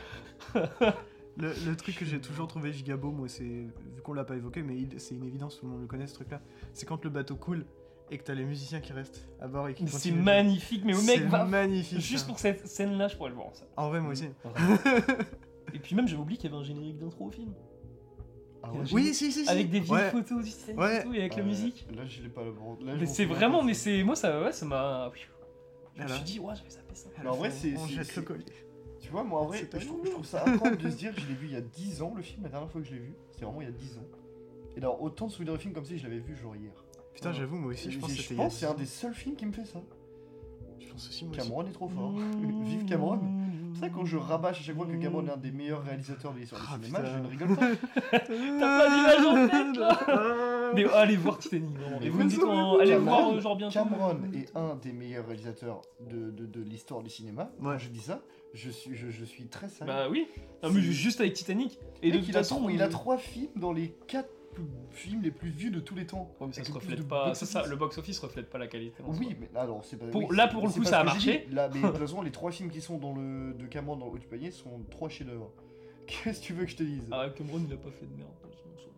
Le, le truc que j'ai toujours trouvé giga beau, moi, c'est. Vu qu'on l'a pas évoqué, mais il- c'est une évidence, tout le monde le connaît ce truc-là. C'est quand le bateau coule et que t'as les musiciens qui restent à bord et qui
Mais C'est
continuent de-
magnifique, mais au mec,
C'est
va.
magnifique.
Juste
ça.
pour cette scène-là, je pourrais le voir. Ça.
En vrai, moi aussi.
Et puis même, j'avais oublié qu'il y avait un générique d'intro au film.
Ah ouais,
Oui, si, si, si.
Avec des vieilles
Ouais.
photos du Titanic
Ouais.
et tout, et avec la
Ouais,
musique.
Là, je l'ai pas. là, je
mais
m'en hein.
c'est
souviens
vraiment,
pas.
mais c'est. Moi, ça ouais, ça m'a. Je me
Voilà.
suis dit, ouais, j'avais zappé ça.
Mais en vrai, c'est-
On
c'est-
jette
c'est-
le collier.
Tu vois, moi en vrai,
C'est pas
je
nous.
trouve, je trouve ça incroyable de se dire, je l'ai vu il y a 10 ans le film, la dernière fois que je l'ai vu, c'était vraiment il y a 10 ans. Et alors, autant de souvenirs de film comme si je l'avais vu genre hier.
Putain,
Ouais.
j'avoue, moi
Et
aussi, je pense que
c'est-
c'était.
je
il y a
pense que c'est un
dix
des seuls films qui me fait ça.
ans. Je pense aussi, moi aussi.
Cameron est trop fort. Vive Cameron. C'est ça quand je rabâche à chaque fois que Cameron est un des meilleurs réalisateurs de l'histoire
Ah,
du cinéma,
putain.
je ne rigole pas.
T'as
pas d'image en tête,
Ah.
Mais oh, allez voir Titanic, vraiment.
Mais
Et vous me dites,
vous
en-
savez,
allez le
Cameron-
voir euh, genre bientôt.
Cameron est un des meilleurs réalisateurs de, de- de l'histoire du cinéma.
Ouais.
Quand je dis ça, je suis, je, je suis très sérieux.
Bah oui. Non, mais juste avec Titanic. Et de
Mec,
toute
il, a
façon, euh,
trois- il a trois films dans les quatre plus- films les plus vus de tous les temps.
Ouais, Oh, mais ça
Avec
se
le plus
reflète
de
pas.
box
Ça, ça,
office.
le box-office reflète pas la qualité. en soi.
Oui, mais alors c'est pas.
Pour-
oui,
là,
c'est-
pour le
c'est
coup,
pas
ça
ce
a
que j'ai
marché.
dit. Là, mais de toute façon, les trois films qui sont dans le de Cameron dans le haut du panier sont trois chefs-d'œuvre. Qu'est-ce que tu veux que je te dise
Ah, Cameron, il a pas fait de merde. je m'en souviens.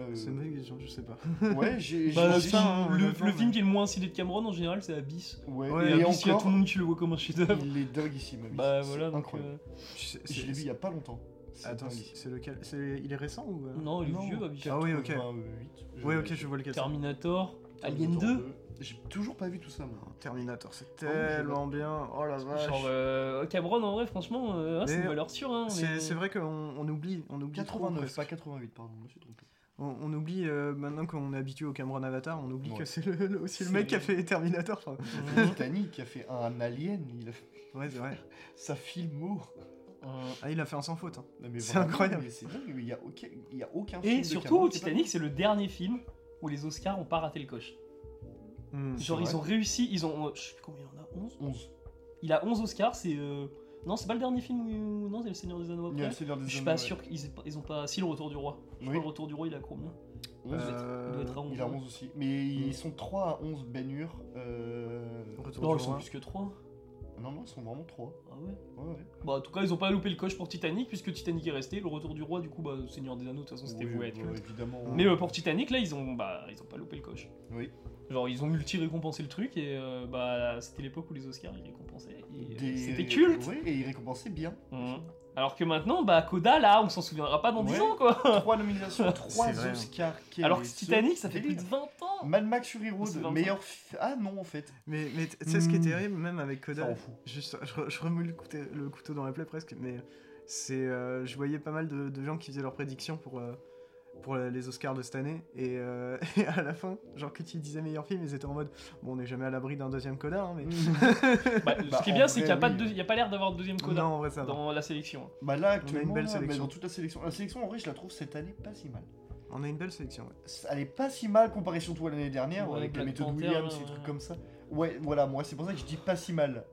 Euh,
C'est ma question, je sais pas.
Ouais, j'ai.
Bah, le
j'ai-
sais,
j'ai-
film-
hein,
le,
honnêtement,
le
mais-
film qui est le moins cité de Cameron en général, c'est Abyss.
Ouais,
Ouais,
Et,
et
Abyss, il y a tout le
encore,
monde qui le voit comme un chef-d'œuvre.
il est dinguissime. Abyss.
Bah
C'est
voilà, donc.
incroyable.
euh,
Je sais-
Je l'ai vu il y a pas longtemps. C'est
Attends,
dinguissime.
c'est lequel C'est- Il est récent ou. euh
Non, il est
Non,
vieux, Abyss.
Ah oui, ok.
88, je
Ouais,
l'ai
ok,
acheté.
je vois lequel. c'est.
Terminator, Alien
Terminator
2.
J'ai toujours pas vu tout ça, moi.
Terminator, c'est
oui, je
tellement bien. Oh la vache.
Genre, euh, Cameron, en vrai, franchement, euh, ouais, c'est
Mais-
une valeur sûre. Hein, mais-
C'est c'est vrai qu'on on oublie, on oublie trop,
89,
presque.
pas 88, pardon, je me suis trompé.
On, on oublie euh, maintenant qu'on est habitué au Cameron Avatar, on oublie
Ouais.
que c'est le, le- aussi le
C'est
mec qui a
le-
fait Terminator. enfin.
Mhm.
Titanic qui a fait un alien, il a fait
ouais, c'est vrai.
sa filmo.
Euh,
Ah, il a fait un sans faute. hein.
Non, mais
C'est
vraiment,
incroyable.
mais C'est dingue, mais il y a aucun, il y a aucun film
Et
de
surtout,
Cameron qui est pas
Titanic, c'est le dernier film où les Oscars ont pas raté le coche.
Hmm.
Genre,
vrai.
ils ont réussi, ils ont. euh, Je sais plus combien il en a, 11
bon. 11.
Il a 11 Oscars, c'est. euh, Non, c'est pas le dernier film où. où- Non, c'est Le Seigneur des Anneaux
Il y a
après.
le Seigneur des
Je suis
Anneaux,
pas
ouais.
sûr qu'ils aient pas- ils ont pas. Si, Le Retour du Roi. Je crois
Oui.
que Le Retour du Roi, il a combien
11,
Euh, Il doit être à 11.
Il a 11 aussi. Mais
Mm.
Hmm.
ils sont 3 à 11 Ben Hur, Euh...
Retour
Non,
du
Oh, ils sont
roi.
plus que 3.
Non, non, ils sont vraiment 3.
Ah ouais
Ouais, ouais.
Bah, en tout cas, ils ont pas loupé le coche pour Titanic, puisque Titanic est resté. Le Retour du Roi, du coup, bah, Le Seigneur des Anneaux, de toute façon, c'était
Oui,
voué à être
bah,
culte.
évidemment.
Mais euh, pour Titanic, là, ils ont, bah, ils ont pas loupé le coche.
Oui.
Genre, ils ont multi-récompensé le truc, et euh, bah, c'était l'époque où les Oscars, ils récompensaient. et, euh,
Des-
C'était culte
Ouais, et ils récompensaient bien.
Mhm. Alors que maintenant, bah, Coda, là, on s'en souviendra pas dans 10
Ouais.
ans, quoi
3 nominations, 3
vrai, hein.
Oscars. quel
Alors que
est ce
Titanic, ça fait plus
délire.
de 20 ans
Mad Max Fury
C'est
Road,
25.
meilleur. fi- Ah non, en fait.
Mais, mais tu sais ce qui est
Hmm.
terrible, même avec Coda,
Ça on fout.
Juste, je, re- je remue le couteau, le couteau dans la plaie presque, mais c'est, euh, je voyais pas mal de, de gens qui faisaient leurs prédictions pour, euh, pour les Oscars de cette année, et, euh, et à la fin, genre quand ils disaient meilleur film, ils étaient en mode, bon, on n'est jamais à l'abri d'un deuxième Coda, hein, mais...
Mmh. Hmm.
Bah,
Bah,
Ce qui est
en
bien, c'est qu'il n'y a,
vrai,
pas de
oui.
deuxi- il y a pas l'air d'avoir de deuxième Coda
Non, en vrai, ça va.
dans la sélection.
Bah là,
une
actuellement,
belle
là,
sélection.
mais dans toute la sélection. La sélection, en vrai, je la trouve cette année pas si mal.
On a une belle sélection, ouais.
Elle est pas si mal comparée surtout à l'année dernière,
Ouais,
avec la
Black
méthode
Panther,
Williams
là,
et des
ouais.
trucs comme ça. Ouais, voilà, moi, c'est pour ça que je dis pas si mal.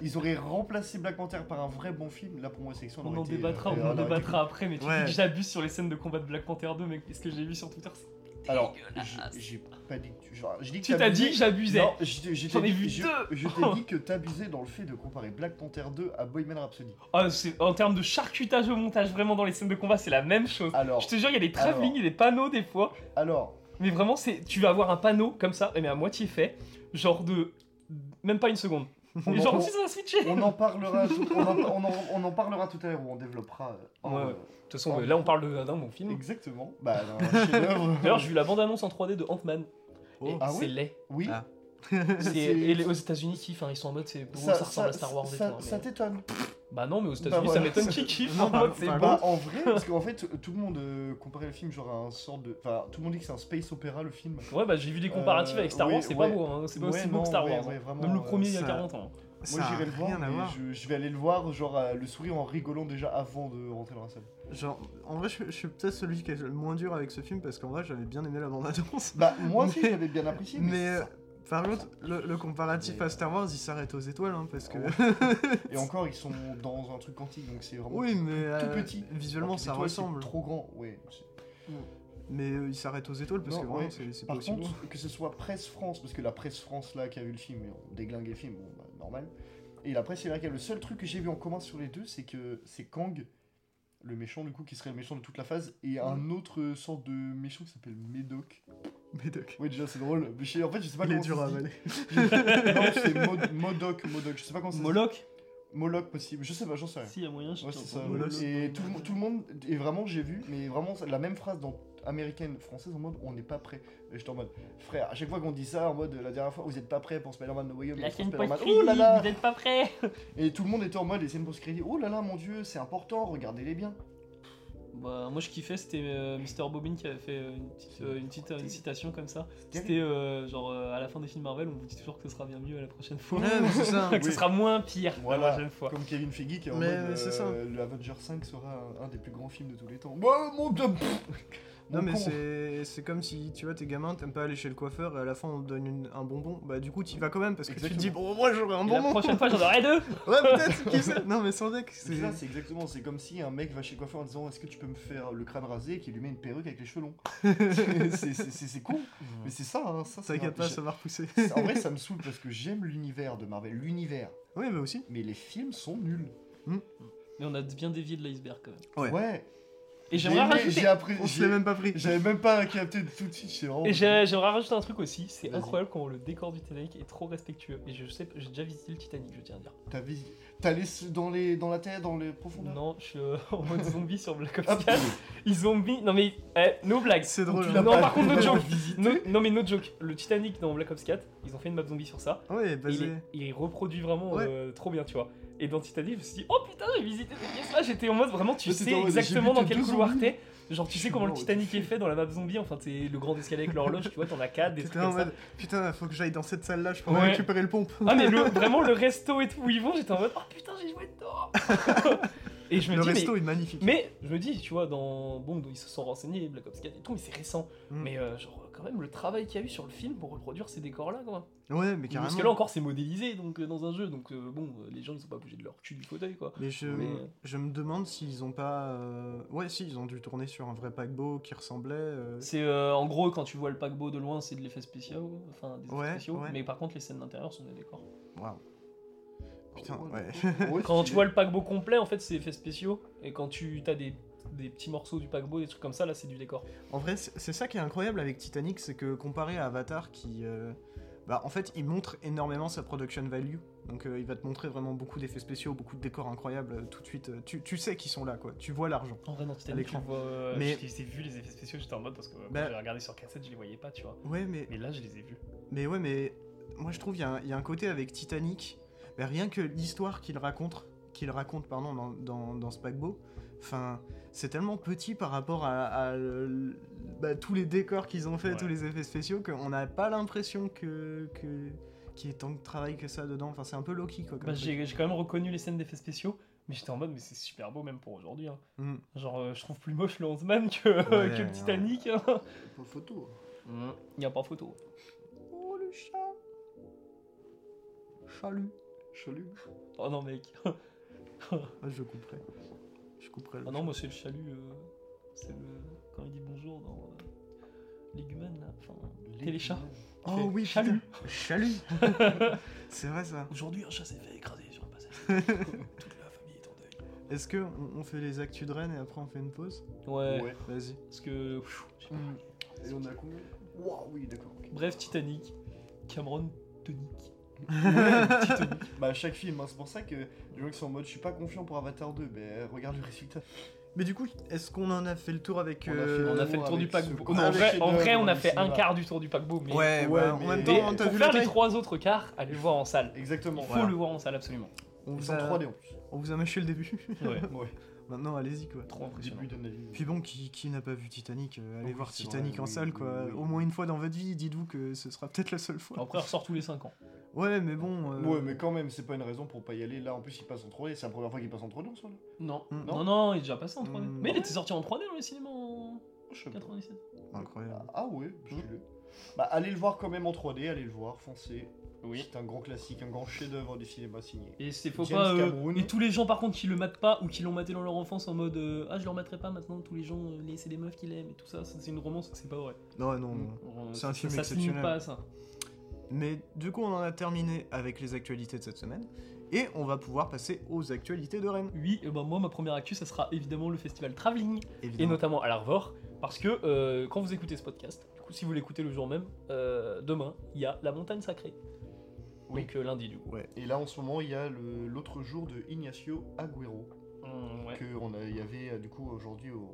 Ils auraient remplacé Black Panther par un vrai bon film. Là, pour moi, la sélection, elle
On
aurait
en
été- euh,
débattra,
elle
on en
aurait été-
débattra après, mais tu
Ouais.
dis que j'abuse sur les scènes de combat de Black Panther 2, mais ce que j'ai vu sur Twitter, c'est.
Alors,
dégueulasse.
j'ai j'ai pas dit que tu. genre, j'ai dit que
Tu t'as dit que j'abusais
Non, je t'ai- je t'ai
J'en ai
dit-
vu
je-
deux.
Je t'ai dit que t'abusais dans le fait de comparer Black Panther 2 à Boyman Rhapsody.
Ah, c'est- En termes de charcutage au montage, vraiment dans les scènes de combat, c'est la même chose.
Alors,
Je te jure, il y a des travelling, il y a des panneaux des fois.
alors,
Mais vraiment, c'est, tu vas avoir un panneau comme ça, mais à moitié fait, genre de. Même pas une seconde.
on,
Et
en,
genre,
on-
si ça a switché
on en parlera, tout- on, en, on en- on en parlera tout à l'heure où on développera. euh, en-
Ouais, ouais. De toute façon, là, on parle de- d'un bon film.
Exactement. Bah, un chef-d'œuvre.
D'ailleurs, j'ai vu la bande-annonce en 3D de Ant-Man.
Oh.
Et
Ah
c'est
ouais
laid.
Oui.
Ah.
C'est-
C'est-
Et les- aux États-Unis, kiffent, enfin, ils sont en mode, c'est bon, ça, ressemble à Star Wars et
ça-
tout. hein,
ça
mais-
t'étonne.
Bah non, mais aux États-Unis,
voilà.
ça m'étonne qu'ils kiffent.
Non,
en
bah,
mode, c'est
bah,
bon.
Bah, en vrai, parce qu'en fait, tout le monde euh, comparait le film genre à un sort de. Enfin, tout le monde dit que c'est un space opéra le film.
Ouais, bah j'ai vu des comparatifs
Euh,
avec Star
ouais,
Wars, c'est
ouais.
pas beau, hein, c'est pas
Ouais,
aussi beau
non,
que Star
ouais,
Wars. hein.
ouais, vraiment,
Même le
euh,
premier il y a
ça-
40 ans.
ça
Moi
a
j'irai le voir,
rien à
mais
voir.
je, je vais aller le voir, genre euh, le sourire en rigolant déjà avant de rentrer dans la salle.
Genre, en vrai, je, je suis peut-être celui qui est le moins dur avec ce film parce qu'en vrai, j'avais bien aimé la bande-annonce.
Bah moi aussi
Mais-
j'avais bien apprécié, mais,
Mais euh,
ça-
par contre, le, le comparatif à Star Wars, il s'arrête aux étoiles hein, parce que.
Ah et encore ils sont dans un truc quantique, donc c'est vraiment
oui, mais.
tout
euh,
petit.
Visuellement,
Alors que
ça
l'étoile, c'est
ressemble.
Trop grand, ouais. c'est-
Mais euh, il s'arrête aux étoiles parce
Non,
que vraiment,
ouais.
c'est c'est pas
Par
aussi beau.
contre, que ce soit Presse France, parce que la Presse France là qui a vu le film, on déglingue les films, bon, bah, normal. Et la Presse américaine, le seul truc que j'ai vu en commun sur les deux, c'est que c'est Kang, le méchant du coup, qui serait le méchant de toute la phase, et un autre euh, sorte de méchant qui s'appelle Médoc.
Mais doc,
Ouais, déjà c'est drôle. Mais je sais- en fait, je sais pas
il est
comment
dur à
ça se dit.
avaler.
Non, c'est Mod- Modoc, Modoc. Je sais pas comment ça se dit.
Moloch
Moloch possible. Je sais pas, j'en sais rien.
Si, il y a moyen, je
Ouais,
t'en-
c'est ça.
Moloch.
Et tout le, mo- tout le monde, et vraiment, j'ai vu, mais vraiment, c'est la même phrase dans américaine, française, en mode on n'est pas prêt. Et j'étais en mode, frère, à chaque fois qu'on dit ça, en mode la dernière fois, vous n'êtes pas prêt pour Spider-Man No Way Home,
La
pour
scène
Spider-Man-
post-crédit,
oh là là
vous n'êtes pas prêts
Et tout le monde était en mode, les scènes post-crédit, oh là là, mon dieu, c'est important, regardez-les bien.
Bah, moi je kiffais, c'était euh, Mr. Bobbin qui avait fait euh, une petite, euh, une petite- une citation comme ça. C'était euh, genre euh, à la fin des films Marvel, on vous dit toujours que ce sera bien mieux à la prochaine fois.
Ah,
Ouais, mais c'est ça.
que ce
Oui.
sera moins pire la
Voilà.
prochaine fois.
Comme Kevin Feige qui est en
Mais,
mode,
ouais, c'est ça.
euh, le Avenger 5 sera un, un des plus grands films de tous les temps. Bah, mon dieu pff,
Non
mon
mais
con.
c'est c'est comme si tu vois t'es gamin t'aimes pas aller chez le coiffeur et à la fin on te donne une- un bonbon bah du coup t'y vas quand même parce que tu te dis bon moi j'aurais un
Et la
bonbon
prochaine fois, j'en aurai deux
ouais peut-être qui sait non mais sans deck
Mais
c'est
ça, c'est exactement, c'est comme si un mec va chez le coiffeur en disant Est-ce que tu peux me faire le crâne rasé et qu'il lui met une perruque avec les cheveux longs C'est- c'est- C'est c'est con, mais c'est ça, hein, ça, c'est
t'inquiète
un-
pas ça va repousser
j'ai- En vrai, ça me saoule parce que j'aime l'univers de Marvel, l'univers,
oui bah aussi
mais les films sont nuls.
Mais on a bien dévié de l'iceberg quand même.
Ouais.
Ouais,
Et
j'ai
j'aimerais
aimé-
rajouter,
j'ai appris-
on se
j'ai-
l'est même pas pris
J'avais même pas capté tout de suite, c'est vraiment.
et j'ai- j'aimerais rajouter un truc aussi, c'est
Vas-y.
incroyable comment le décor du Titanic est trop respectueux. Et je sais, que j'ai déjà visité le Titanic, je tiens à dire.
T'as vis- t'as allé s- dans, les... dans la terre, dans les profondeurs
Non, je suis euh, en mode zombie sur Black
Ah,
Ops 4.
pff,
Ils zombie. Non mais, eh, no blague.
c'est drôle
tu
hein.
l'as
Non,
pas
par contre, no joke.
visité.
No- non mais no joke. Le Titanic dans Black Ops 4, ils ont fait une map zombie sur ça.
ouais
Et il,
basé
est- il reproduit vraiment
Ouais.
euh, trop bien, tu vois. Et dans Titanic, je me suis dit, oh putain, j'ai visité cette pièce-là. J'étais en mode vraiment, tu
Ouais,
sais
c'était en mode, j'ai
exactement
vu
dans
tes
quel
deux
couloir
zombies.
t'es. Genre, tu
Je
sais
suis
comment le
mort, ouais.
Titanic est fait dans la map zombie. Enfin, c'est le grand escalier avec l'horloge, tu vois, t'en as 4, des trucs
T'étais en
comme ça.
mode putain faut que j'aille dans cette salle là je peux
Ouais.
récupérer le pompe
Ah, mais le- vraiment, le resto et tout où ils vont, j'étais en mode, oh putain, j'ai joué dedans. et je me
le
dis, mais-
resto est magnifique
Mais je me dis, tu vois, dans. Bon, ils se sont renseignés, Black Ops 4 et tout, mais c'est récent.
Mm.
Mais euh, genre, quand même, le travail qu'il y a eu sur le film pour reproduire ces décors-là, quoi.
ouais mais
Parce que là
carrément
encore, c'est modélisé donc, euh, dans un jeu, donc euh, bon, euh, les gens ils sont pas obligés de leur cul du fauteuil, quoi.
mais je,
Mais-
je me demande s'ils ont pas. euh, Ouais, si, ils ont dû tourner sur un vrai paquebot qui ressemblait. euh,
C'est euh, en gros, quand tu vois le paquebot de loin, c'est de l'effet spécial, enfin des effets
Ouais,
spéciaux,
ouais.
mais par contre, les scènes d'intérieur sont des décors.
Waouh. Putain, ouais.
Ouais,
Quand
c'est-
tu vois le paquebot complet, en fait, c'est effets spéciaux, et quand tu as des, des petits morceaux du paquebot, des trucs comme ça, là, c'est du décor.
En vrai, c'est c'est ça qui est incroyable avec Titanic, c'est que comparé à Avatar, qui, euh, bah, en fait, il montre énormément sa production value. Donc, euh, il va te montrer vraiment beaucoup d'effets spéciaux, beaucoup de décors incroyables euh, tout de suite. euh, tu, tu sais qu'ils sont là, quoi. Tu vois l'argent.
En vrai, dans
À
Titanic, tu
l'écran.
le vois. euh,
Mais-
je les ai vus, les effets spéciaux, j'étais en mode parce que euh, quand
Bah-
j'ai regardé sur cassette, je les voyais pas, tu vois.
Ouais, mais,
Mais là, je les ai vus.
mais ouais, mais moi, je trouve il y, a un- il y a un côté avec Titanic, bah, rien que l'histoire qu'il raconte, qu'il raconte, pardon, dans, dans, dans ce paquebot. Enfin, c'est tellement petit par rapport à, à le- bah, tous les décors qu'ils ont fait,
Ouais.
tous les effets spéciaux, qu'on n'a pas l'impression que, que qu'il y ait tant de travail que ça dedans. Enfin, c'est un peu Loki, quoi. Comme
Bah,
truc.
j'ai j'ai quand même reconnu les scènes d'effets spéciaux, mais j'étais en mode, mais c'est super beau même pour aujourd'hui. hein.
Mm.
Genre, euh, je trouve plus moche le Huntsman que,
Ouais,
que le
ouais.
Titanic. hein.
Pas photo.
Il n'y a pas photo.
Oh le chat Chalut
Chalut.
Oh non, mec.
ah, Je couperai. Je couperai le
Ah non, moi, c'est le chalut. euh, c'est le. Quand il dit bonjour dans. euh, Légumen, là. Enfin, Téléchat.
chat.
fait
Oh oui,
chalut.
putain. Chalut C'est vrai ça.
Aujourd'hui, un chat s'est fait écraser sur le passage. Toute la famille est en deuil.
Est-ce que on, on fait les actus de Rennes et après on fait une pause
Ouais,
Ouais.
Vas-y.
parce que. pfiou, j'ai pas
Hmm.
parlé.
Et on a combien Waouh, oui, d'accord. ok.
Bref, Titanic. Cameron Tonic.
Bah, chaque film, hein, c'est pour ça que les gens qui sont en mode je suis pas confiant pour Avatar 2, mais euh, regarde le résultat.
Mais du coup, est-ce qu'on en a fait le tour avec...
On a fait-
euh,
On a fait le tour
avec
du
ce
paquebot.
grand
Non, en vrai, en
chef-d'œuvre
vrai, on a
du
fait un
cinéma.
quart du tour du paquebot. Mais
Ouais,
Ouais,
bah,
mais-
en même
Mais
temps, t'as
pour
vu
faire
la
les
taille
trois autres quarts, allez le voir en salle.
Exactement.
Il faut
Voilà.
le voir en salle, absolument.
on
Ils
vous,
sont
a,
3D en plus.
on vous a mâché le début.
Ouais,
Ouais,
Maintenant, allez-y quoi.
trop impressionnant.
début d'analyse.
Puis bon, qui, qui n'a pas vu Titanic euh, Allez
oui,
voir
c'est
Titanic
vrai,
en
oui,
salle
oui,
quoi.
oui,
Au
oui.
moins une fois dans votre vie, dites-vous que ce sera peut-être la seule fois.
Après, elle ressort tous les 5 ans.
Ouais, mais bon. euh,
Ouais, mais quand même, c'est pas une raison pour pas y aller. Là, en plus, il passe en 3D. C'est la première fois qu'il passe en 3D en soi. Là.
Non.
Mm.
non, non, il est déjà passé en 3D.
Mm.
Mais il était sorti en 3D dans les cinémas en
Oh, Je sais pas.
97.
Incroyable.
Ah ouais, dis-le. Bah, allez le voir quand même en 3D. Allez le voir, foncez. C'est un grand classique, un grand chef-d'œuvre du cinéma signé.
Et c'est faut
James
pas. euh,
Cameron.
et tous les gens par contre qui le matent pas ou qui l'ont maté dans leur enfance en mode euh, ah je le rematerai pas maintenant tous les gens euh, les- c'est des meufs qui l'aiment et tout ça ça, c'est une romance c'est pas vrai.
Non, non,
Mm.
non.
Euh,
C'est un film
ça, ça se limite
exceptionnel.
pas à ça.
Mais du coup, on en a terminé avec les actualités de cette semaine. Et on va pouvoir passer aux actualités de Rennes.
Oui et ben moi ma première actu ça sera évidemment le festival travelling et
Évidemment.
notamment à l'Arvor parce que euh, quand vous écoutez ce podcast du coup si vous l'écoutez le jour même euh, demain il y a la montagne sacrée
Oui.
donc euh, lundi du coup.
Et là, en ce moment, il y a le- l'autre jour de Ignacio Agüero.
Mm, ouais.
que on a, il y avait euh, du coup aujourd'hui au,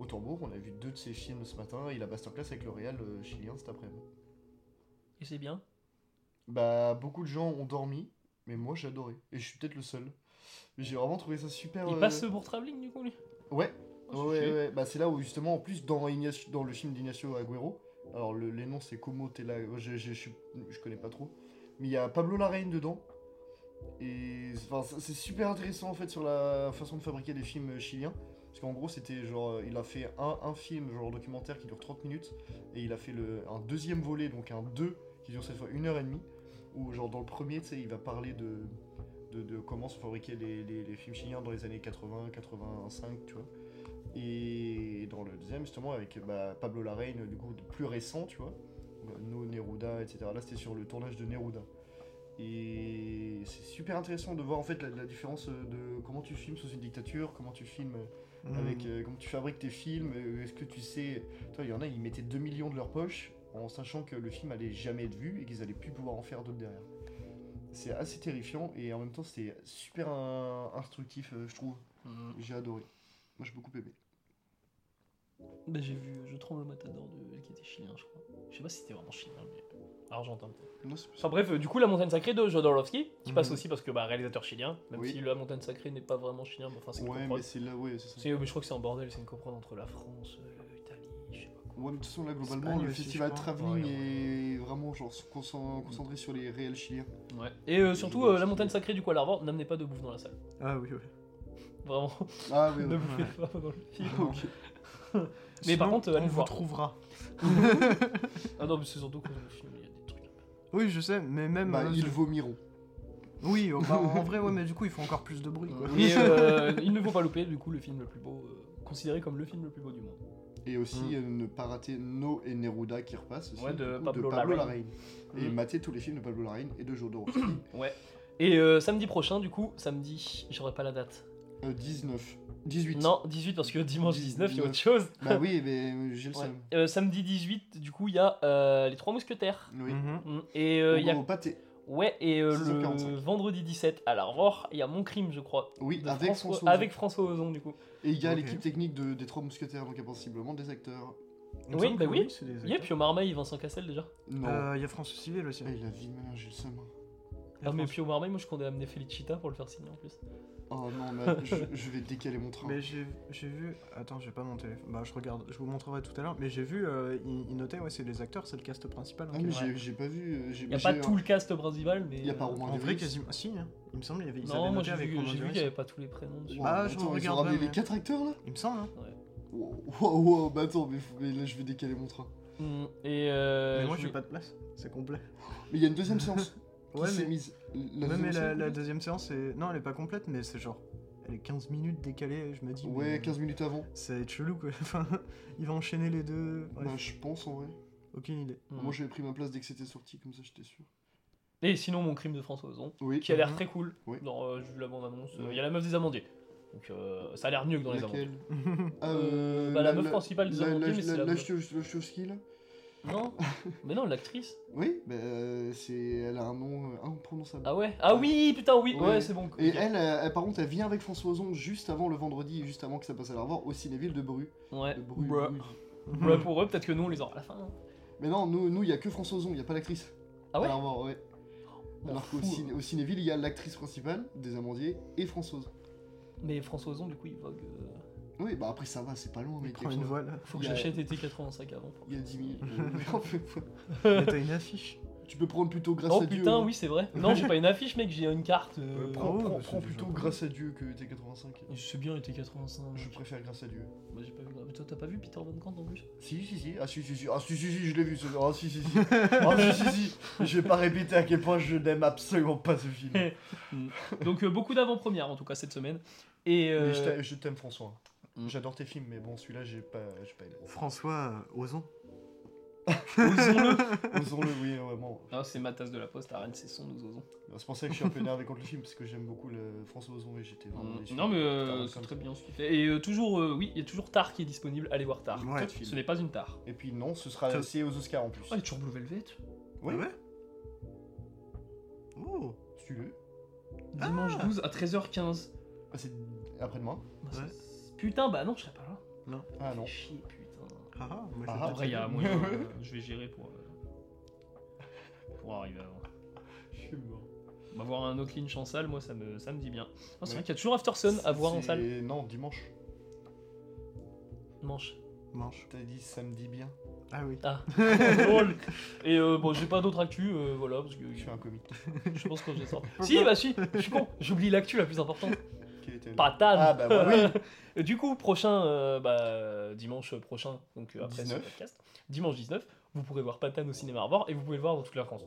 au tambour, on a vu deux de ses films ce matin et la masterclass avec le Real euh, chilien cet après-midi.
Et c'est bien.
Bah beaucoup de gens ont dormi, mais moi j'ai adoré et je suis peut-être le seul. Mais J'ai vraiment trouvé ça super.
Il
euh,
passe pour travelling du coup lui.
Ouais.
Oh, c'est
ouais, ouais,
chouette.
ouais. Bah c'est là où justement en plus dans, Ignacio- dans le film d'Ignacio Agüero, alors le- les noms c'est Como Tela, je, je, je, suis- je connais pas trop, mais il y a Pablo Larraín dedans. Et enfin, ça- c'est super intéressant en fait sur la façon de fabriquer des films chiliens. Parce qu'en gros c'était genre, euh, il a fait un, un film, genre documentaire qui dure 30 minutes, et il a fait le, un deuxième volet, donc un 2, qui dure cette fois une heure et demie, où genre dans le premier, tu sais, il va parler de, de, de comment se fabriquaient les, les- les films chiliens dans les années 80, 85, tu vois. Et dans le deuxième, justement, avec bah, Pablo Larraín, du coup, de plus récent, tu vois. Bah, No Neruda, etc. Là, c'était sur le tournage de Neruda. Et c'est super intéressant de voir en fait la, la différence de comment tu filmes sous une dictature, comment tu filmes
Mm.
avec euh, comment tu fabriques tes films, euh, est-ce que tu sais. Toi, il y en a, ils mettaient 2 millions de leur poche en sachant que le film allait jamais être vu et qu'ils allaient plus pouvoir en faire d'autres derrière. C'est assez terrifiant et en même temps, c'était super euh, instructif, euh, je trouve.
Mm.
J'ai adoré. Moi, j'ai beaucoup aimé.
Bah, j'ai vu Je tremble au matador de... qui était chilien, je crois. Je sais pas si c'était vraiment chilien, mais euh, argentin peut-être.
Non, c'est pas
Enfin bref, euh, du coup, La Montagne Sacrée de Jodorowsky, qui passe
Mhm.
aussi parce que bah, réalisateur chilien, même
Mmh. Oui.
si La Montagne Sacrée n'est pas vraiment chilien, mais enfin c'est une
Ouais,
coprode.
mais c'est là, ouais, c'est ça.
C'est- mais je crois que c'est un bordel, c'est une coprode entre la France, euh, l'Italie, je sais pas quoi.
Ouais, mais de toute façon, là, globalement,
Espagne
le
aussi,
festival
je crois.
Travelling
Ouais,
est vraiment genre se concent- concentré sur les réels chiliens.
Ouais. Et euh, surtout,
Ouais,
euh, La
c'est-
Montagne Sacrée, du coup, à l'Arvor, n'amenez pas de bouffe dans la salle.
Ah oui, oui.
Vraiment,
Ah, oui,
ne
ouais.
bouffez pas dans le film.
Ok.
Mais par contre, euh, allez
on
le
vous
voir.
trouvera.
Ah non, mais c'est surtout que dans le film, il y a des trucs.
Oui, je sais, mais même.
Bah,
euh,
ils
c'est-
vomiront.
Oui, oh, bah, en vrai, ouais, mais du coup, il faut encore plus de bruit. Quoi.
Et euh, il ne faut pas louper, du coup, le film le plus beau, euh, considéré comme le film le plus beau du monde.
Et aussi,
Mm.
euh, ne pas rater No et Neruda qui repassent aussi.
Ouais, de
du coup,
Pablo Larraín.
Et
Mm.
mater tous les films de Pablo Larraín et de Jodorowsky.
Ouais. Et euh, samedi prochain, du coup, samedi, j'aurai pas la date.
Euh, 19. 18.
Non, 18 parce que dimanche 19, il y a
19.
autre chose.
Bah oui, mais j'ai le
Ouais.
seum.
Euh, samedi 18, du coup, il y a euh, les trois mousquetaires.
Oui.
Mhm.
Mm. Et euh, il y
Au
a...
pâté.
Ouais, et euh, le
6h45.
vendredi 17 à l'Arvor, il y a Mon Crime, je crois.
Oui,
de
avec
François-
François.
avec François Ozon, du coup.
Et il y a
Ok.
l'équipe technique de, des Trois Mousquetaires, donc il y a possiblement des acteurs.
Il me
Oui,
semble
bah
que
oui.
c'est des
Il y a
acteurs.
puis Marmaille, Vincent Cassel déjà.
Non.
Euh, Il y a France Civil aussi.
Et la vie de ma mère, j'ai le seum.
Ah, mais
France-
Pio Marmaille, moi je comptais amener Felicita pour le faire signer en plus.
Oh non, mais je, je vais décaler mon train.
Mais j'ai j'ai vu. Attends, j'ai pas mon téléphone. Bah, je regarde. Je vous montrerai tout à l'heure. Mais j'ai vu. euh, il, il notait. Ouais, c'est les acteurs. C'est le cast principal. hein,
Ah,
qui-
mais
ouais.
j'ai- j'ai pas vu.
Il y a pas tout le cast principal, mais.
Il y a pas
euh,
Romain
En vrai,
Duris.
quasiment. Si. hein. Il me semble. Il y avait. Ils
Non,
avaient
moi
noté
j'ai
avec
vu,
Romain
j'ai vu
Duris.
qu'il y avait pas tous les prénoms dessus.
Wow,
Ah,
mais
je
attends, ils ont
regarderai,
ramené
mais-
les quatre acteurs là
Il me semble. hein.
Wow, wow, wow, bah attends, mais, faut- mais là je vais décaler mon train.
Mm, Et. euh,
mais moi,
je
j'ai
voulais-
pas de place. C'est complet.
Mais il y a une deuxième séance qui
Ouais,
s'est
mais.
mise. La
ouais,
deuxième
mais la,
séance,
la
peut-être
deuxième séance, est... non, elle est pas complète, mais c'est genre. Elle est 15 minutes décalée. Je me dis.
Ouais,
mais-
15 minutes avant.
Ça va être chelou quoi. Enfin, il va enchaîner les deux. Bref,
Bah je pense en vrai.
Aucune idée.
Mm.
Moi j'avais pris ma place dès que c'était sorti, comme ça j'étais sûr.
Et sinon, Mon Crime de François Ozon,
Oui.
qui a l'air
Mhm.
très cool.
Oui.
Genre, euh, j'ai vu la bande-annonce. euh, Il
Ouais.
y a la meuf des Amandiers. Donc euh, ça a l'air mieux que dans les Amandiers.
Laquelle Ah,
ouais,
Euh, bah, la meuf principale des
la- la-
Amandiers, mais c'est
la-
la
la
meuf.
Chio- la Chiovski, là
Non Mais non, l'actrice.
Oui, bah euh, c'est. Elle a un nom euh, imprononçable.
Ah ouais Ah oui, putain, oui
Ouais.
Ouais, c'est bon.
Et
ok.
elle, euh, elle, par contre, elle vient avec François Ozon juste avant le vendredi, juste avant que ça passe à la revoir au Cinéville de Bru.
Ouais.
De Bru,
Bruh.
Bruges.
Ouais,
Hmm.
pour eux, peut-être que nous on les aura à la fin. hein.
Mais non, nous, il nous, n'y a que François Ozon, il n'y a pas l'actrice.
Ah ouais
à la revoir, ouais.
On
Alors qu'au
fout. hein.
ciné- au Cinéville, il y a l'actrice principale des Amandiers et François Ozon.
Mais François Ozon, du coup, il vogue. euh,
Oui, bah après, ça va, c'est pas loin,
Il
mec.
prend une voile.
Faut que
Il y a-
j'achète été 85 avant.
Il y a 10 000. euh, on peut pas.
Mais t'as une affiche.
Tu peux prendre plutôt grâce
Oh
à Dieu.
putain,
hein.
oui, c'est vrai. Non, j'ai pas une affiche, mec, j'ai une carte.
Euh,
euh,
prends
ouais,
prends-
bah, c'est
prends
déjà
plutôt
pas mal.
grâce à Dieu que T85.
Je sais bien, il était 85.
Je préfère grâce à Dieu.
Moi, j'ai pas vu. Mais toi, t'as pas vu Peter Van Kant en plus
Si, si, si. Ah, si, si, si. Ah, si, si, si, je l'ai vu. ce- Ah, si, si, si. Ah, si, si, si. Je vais pas répéter à quel point je n'aime absolument pas ce film. Mais
Donc, euh, beaucoup d'avant-premières en tout cas cette semaine. Et. euh,
je t'a- je t'aime, François.
Mm.
J'adore tes films, mais bon, celui-là, j'ai pas, j'ai pas aimé.
François euh, Ozon.
osons-le.
Osons-le, oui, ouais, bon.
Non, Ah, c'est ma tasse de la poste, à Rennes, c'est son, nous osons.
C'est pour ça que je suis un peu énervé contre le film, parce que j'aime beaucoup le François Ozon et j'étais vraiment déçu.
Non, mais euh,
Putain,
c'est
comme
très
ça.
bien ce qu'il fait. Et euh, toujours, euh, oui, il y a toujours Tar qui est disponible, allez voir Tar.
Ouais.
Pas de film.
Ce n'est pas une Tar.
Et puis non, ce sera
Ça-
c'est aux Oscars en plus.
Oh, il y a toujours Blue Velvet.
Oui.
Ah ouais Oh
Si tu veux.
Dimanche 12 à 13h15.
Ah, c'est après-demain.
Bah, ça-
Ouais.
Putain, bah non, je serais pas là.
Ah non.
Fais chier, putain.
ah, ah, moi,
Ah,
j'ai
ah,
pas
Après, il y a
dit.
moyen. euh, je vais gérer pour. euh, pour arriver avant.
Je suis mort.
On va voir un autre Lynch en salle, moi ça me, ça me dit bien. Oh, c'est
Ouais.
vrai qu'il y a toujours After Sun à voir en
C'est-
salle.
Non, dimanche.
Manche.
Manche.
T'as dit samedi bien.
Ah oui.
Ah, drôle. Et euh, bon, j'ai pas d'autres actus, euh, voilà, parce que
Je suis un comique.
je pense que j'ai sorti. si, bah si, je suis con, j'oublie l'actu la plus importante.
Quel était le-
Patane
Ah bah voilà.
Et Du coup, prochain, euh, bah, dimanche prochain, donc euh, après
19.
ce podcast, dimanche 19, vous pourrez voir Patane au cinéma Arvor et vous pouvez le voir dans toute la France.